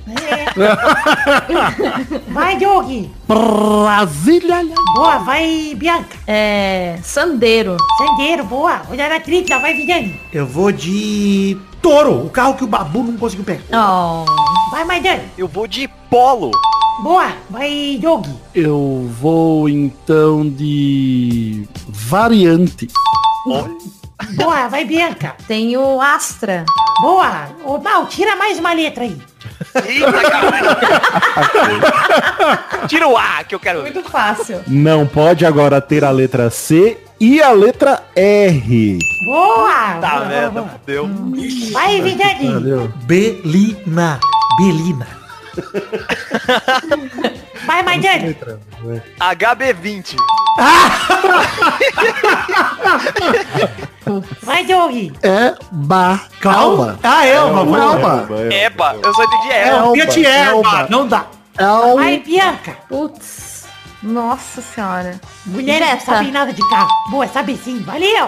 Speaker 14: Vai, Doug.
Speaker 7: Brasília.
Speaker 14: Boa, vai, Bianca.
Speaker 3: É, Sandeiro.
Speaker 14: Sandeiro, boa. Rodada tripla. Vai, Vidani.
Speaker 2: Eu vou de touro, o carro que o babu não conseguiu pegar.
Speaker 3: Oh.
Speaker 14: Vai, Maidana.
Speaker 1: Eu vou de polo.
Speaker 14: Boa. Vai, Doug.
Speaker 7: Eu vou então de variante.
Speaker 14: Boa, vai, Bianca.
Speaker 3: Tem o Astra.
Speaker 14: Boa. Ô, Mal, tira mais uma letra aí.
Speaker 1: Eita, caralho. Tira o A que eu quero. ver.
Speaker 3: Muito fácil.
Speaker 5: Não pode agora ter a letra C e a letra R.
Speaker 14: Boa.
Speaker 1: Tá,
Speaker 14: Boa, boa,
Speaker 1: merda,
Speaker 14: boa.
Speaker 1: fudeu.
Speaker 14: Vai, Vidani.
Speaker 2: Belina. Belina.
Speaker 14: Vai, Maidani.
Speaker 1: HB20.
Speaker 14: Vai, Doug.
Speaker 7: É ba. Calma.
Speaker 2: Ah, Elba,
Speaker 7: Calma.
Speaker 2: vai.
Speaker 14: É.
Speaker 1: Eba, eu sou de Eba.
Speaker 2: Elba. Elba.
Speaker 7: Elba.
Speaker 2: Elba. Não dá.
Speaker 14: Vai, Bianca.
Speaker 3: Putz. Nossa senhora.
Speaker 14: Mulher não
Speaker 3: Direta.
Speaker 14: sabe nada de carro. Boa, sabe sim.
Speaker 7: [laughs]
Speaker 14: Valeu.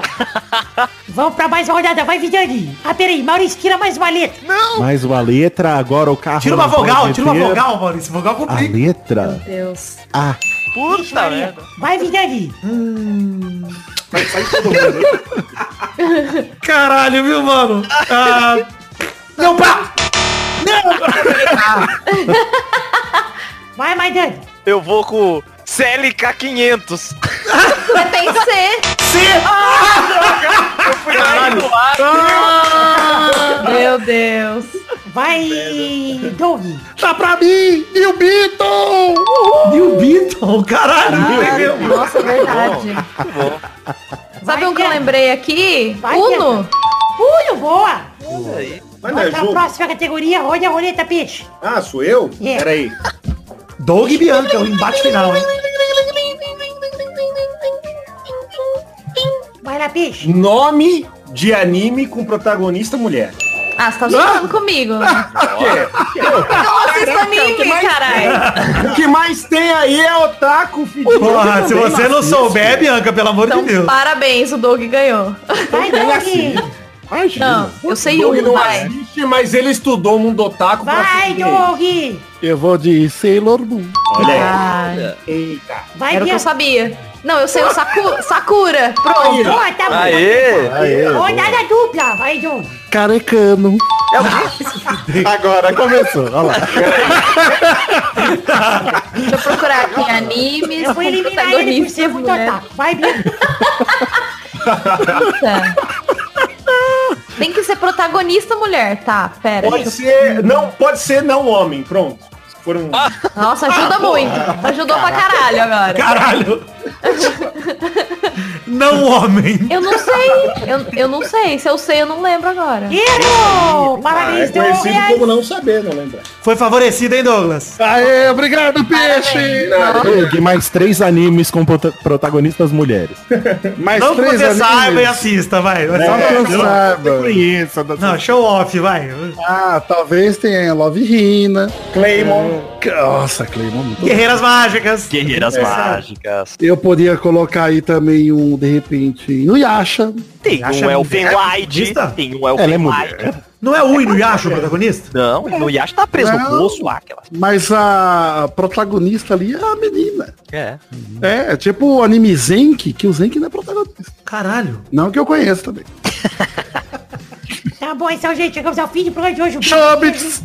Speaker 14: Vamos pra mais uma rodada. Vai, Vidani. Ah, peraí. Maurício, tira mais uma letra.
Speaker 5: Mais uma letra, agora o carro.
Speaker 2: Tira uma
Speaker 5: não pode
Speaker 2: vogal, tira uma
Speaker 5: ter
Speaker 2: vogal, Maurício. Vogal
Speaker 5: A
Speaker 2: complica.
Speaker 3: Meu
Speaker 5: letra
Speaker 3: Deus.
Speaker 5: A.
Speaker 1: Puta merda.
Speaker 14: Vai, Vidani.
Speaker 2: Caralho, viu, mano? Ah, não, pá!
Speaker 14: Vai, Maidani.
Speaker 1: Eu vou com o CLK500.
Speaker 3: Mas tem C.
Speaker 1: Eu fui lá no ar.
Speaker 3: Ah! Meu Deus.
Speaker 14: Vai, Doug.
Speaker 7: Tá pra mim! E o Beatle!
Speaker 2: New Beaton, caralho. entendeu?
Speaker 3: Nossa, verdade. Sabe
Speaker 14: Vai,
Speaker 3: um que eu
Speaker 14: Bianca.
Speaker 3: lembrei aqui?
Speaker 14: Vai,
Speaker 3: Uno.
Speaker 14: Pulo, boa.
Speaker 6: Mas não é
Speaker 14: Vamos pra
Speaker 6: jogo?
Speaker 14: próxima categoria. Olha a roleta, peixe.
Speaker 6: Ah, sou eu?
Speaker 14: É.
Speaker 6: Peraí.
Speaker 2: Doug e Bianca, é o embate final, hein?
Speaker 14: Vai lá, peixe.
Speaker 6: Nome de anime com protagonista mulher.
Speaker 3: Ah, você tá jogando comigo. Então assista anime, caralho.
Speaker 6: É. O que mais tem aí é otaku, filho.
Speaker 2: Porra, se você não souber, Bianca, pelo amor de
Speaker 3: Então,
Speaker 2: Deus.
Speaker 3: parabéns, o Doug ganhou.
Speaker 14: Vai, Doug.
Speaker 3: Não, eu sei
Speaker 6: Doug
Speaker 3: um,
Speaker 6: assim? não
Speaker 3: vai.
Speaker 6: assiste, mas ele estudou mundo otaku
Speaker 14: Vai,
Speaker 6: aprender.
Speaker 14: Doug.
Speaker 7: Eu vou de Sailor Moon.
Speaker 6: Olha
Speaker 3: Ai,
Speaker 6: aí. Eita.
Speaker 14: Vai,
Speaker 3: era o que eu
Speaker 14: Bianca.
Speaker 3: sabia. Não, eu sei o Saku- Sakura. Pronto.
Speaker 14: Boa, tá bom.
Speaker 1: Aê.
Speaker 5: Aê, boa.
Speaker 14: Rodada dupla. Vai, Doug.
Speaker 7: Carecano.
Speaker 5: É Agora começou, olha lá.
Speaker 3: Deixa eu procurar aqui animes.
Speaker 14: Eu vou
Speaker 3: com
Speaker 14: eliminar ele por ser
Speaker 3: protagonistas
Speaker 14: muito
Speaker 3: mulheres.
Speaker 14: otaku. Vai, Bianca.
Speaker 3: Puta. Tem que ser protagonista mulher, tá? Pera.
Speaker 6: Pode ser, não, pode ser não homem, pronto. Se for um-
Speaker 2: Ah,
Speaker 3: Nossa, ajuda muito. Ajudou pra caralho agora.
Speaker 2: Caralho.
Speaker 15: Não homem.
Speaker 3: Eu não sei. Eu, eu não sei. Se eu sei, eu não lembro agora.
Speaker 14: Erro!
Speaker 3: Parabéns, deu um real.
Speaker 6: Ah, é como não saber, não lembra?
Speaker 2: Foi favorecido, hein, Douglas?
Speaker 7: Aê, obrigado, peixe!
Speaker 5: Peguei mais três animes com prota- protagonistas mulheres.
Speaker 7: Mais
Speaker 2: não que
Speaker 7: três
Speaker 2: você
Speaker 7: animes.
Speaker 2: saiba e assista, vai.
Speaker 7: É, não saiba.
Speaker 2: Não, show off, vai.
Speaker 7: Ah, talvez tenha Love Rina.
Speaker 6: Claymore.
Speaker 7: É, Nossa, Claymore. muito
Speaker 2: Guerreiras Mágicas.
Speaker 1: Guerreiras
Speaker 7: É.
Speaker 1: Mágicas.
Speaker 7: Eu poderia colocar aí também um, de repente, Inuyasha.
Speaker 1: Tem um Elfen Wide. Tem um Elfen
Speaker 7: Ela é
Speaker 1: Wide.
Speaker 2: Não é o Inuyasha o protagonista?
Speaker 1: Não, o Yasha tá preso no
Speaker 7: Não.
Speaker 1: poço, aquela.
Speaker 7: Mas a protagonista ali é a menina.
Speaker 1: É.
Speaker 7: É, é tipo o anime Zenk, que o Zenk não é protagonista.
Speaker 2: Caralho.
Speaker 7: Não que eu conheço também.
Speaker 14: Tá bom, então, gente, chegamos ao fim do programa de hoje.
Speaker 7: Chobits!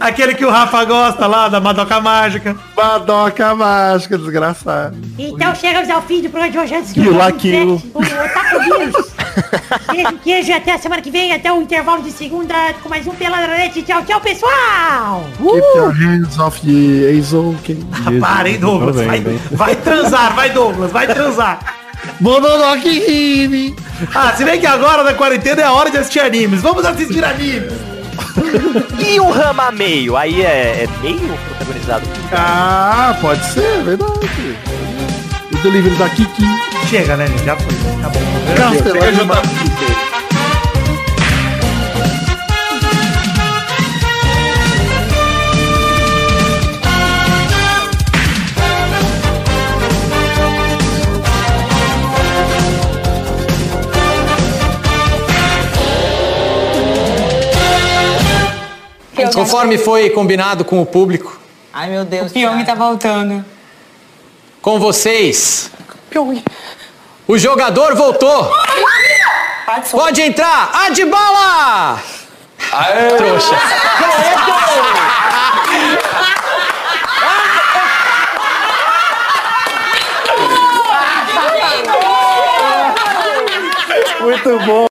Speaker 2: Aquele que o Rafa gosta lá, da Madoka Mágica.
Speaker 7: Madoka Mágica, desgraçado.
Speaker 14: Então chegamos ao fim do programa de hoje antes
Speaker 7: Kill
Speaker 14: Otaku
Speaker 7: la Kill.
Speaker 14: Infect, o Otaku Vírus. Beijo, queijo, até a semana que vem, até o intervalo de segunda com mais um Peladronete. Tchau, tchau, pessoal!
Speaker 7: Keep your hands off the Eizouken. [laughs]
Speaker 2: Para, hein, Douglas. Vai, vai transar, vai, Douglas, vai transar.
Speaker 7: Mononoke Hime.
Speaker 2: Ah, se bem que agora na quarentena é a hora de assistir animes. Vamos assistir animes.
Speaker 1: E o Rama Meio? Aí é, é meio protagonizado.
Speaker 7: Ah, pode ser, verdade. O delivery da Kiki.
Speaker 2: Chega, né, gente? Já foi. Tá bom.
Speaker 7: Cancelado.
Speaker 16: Conforme foi combinado com o público. Ai, meu Deus. O Pyong tá voltando. Com vocês. Pyong. O jogador voltou. Pode entrar. Adbala! Aê, trouxa.
Speaker 7: Muito bom.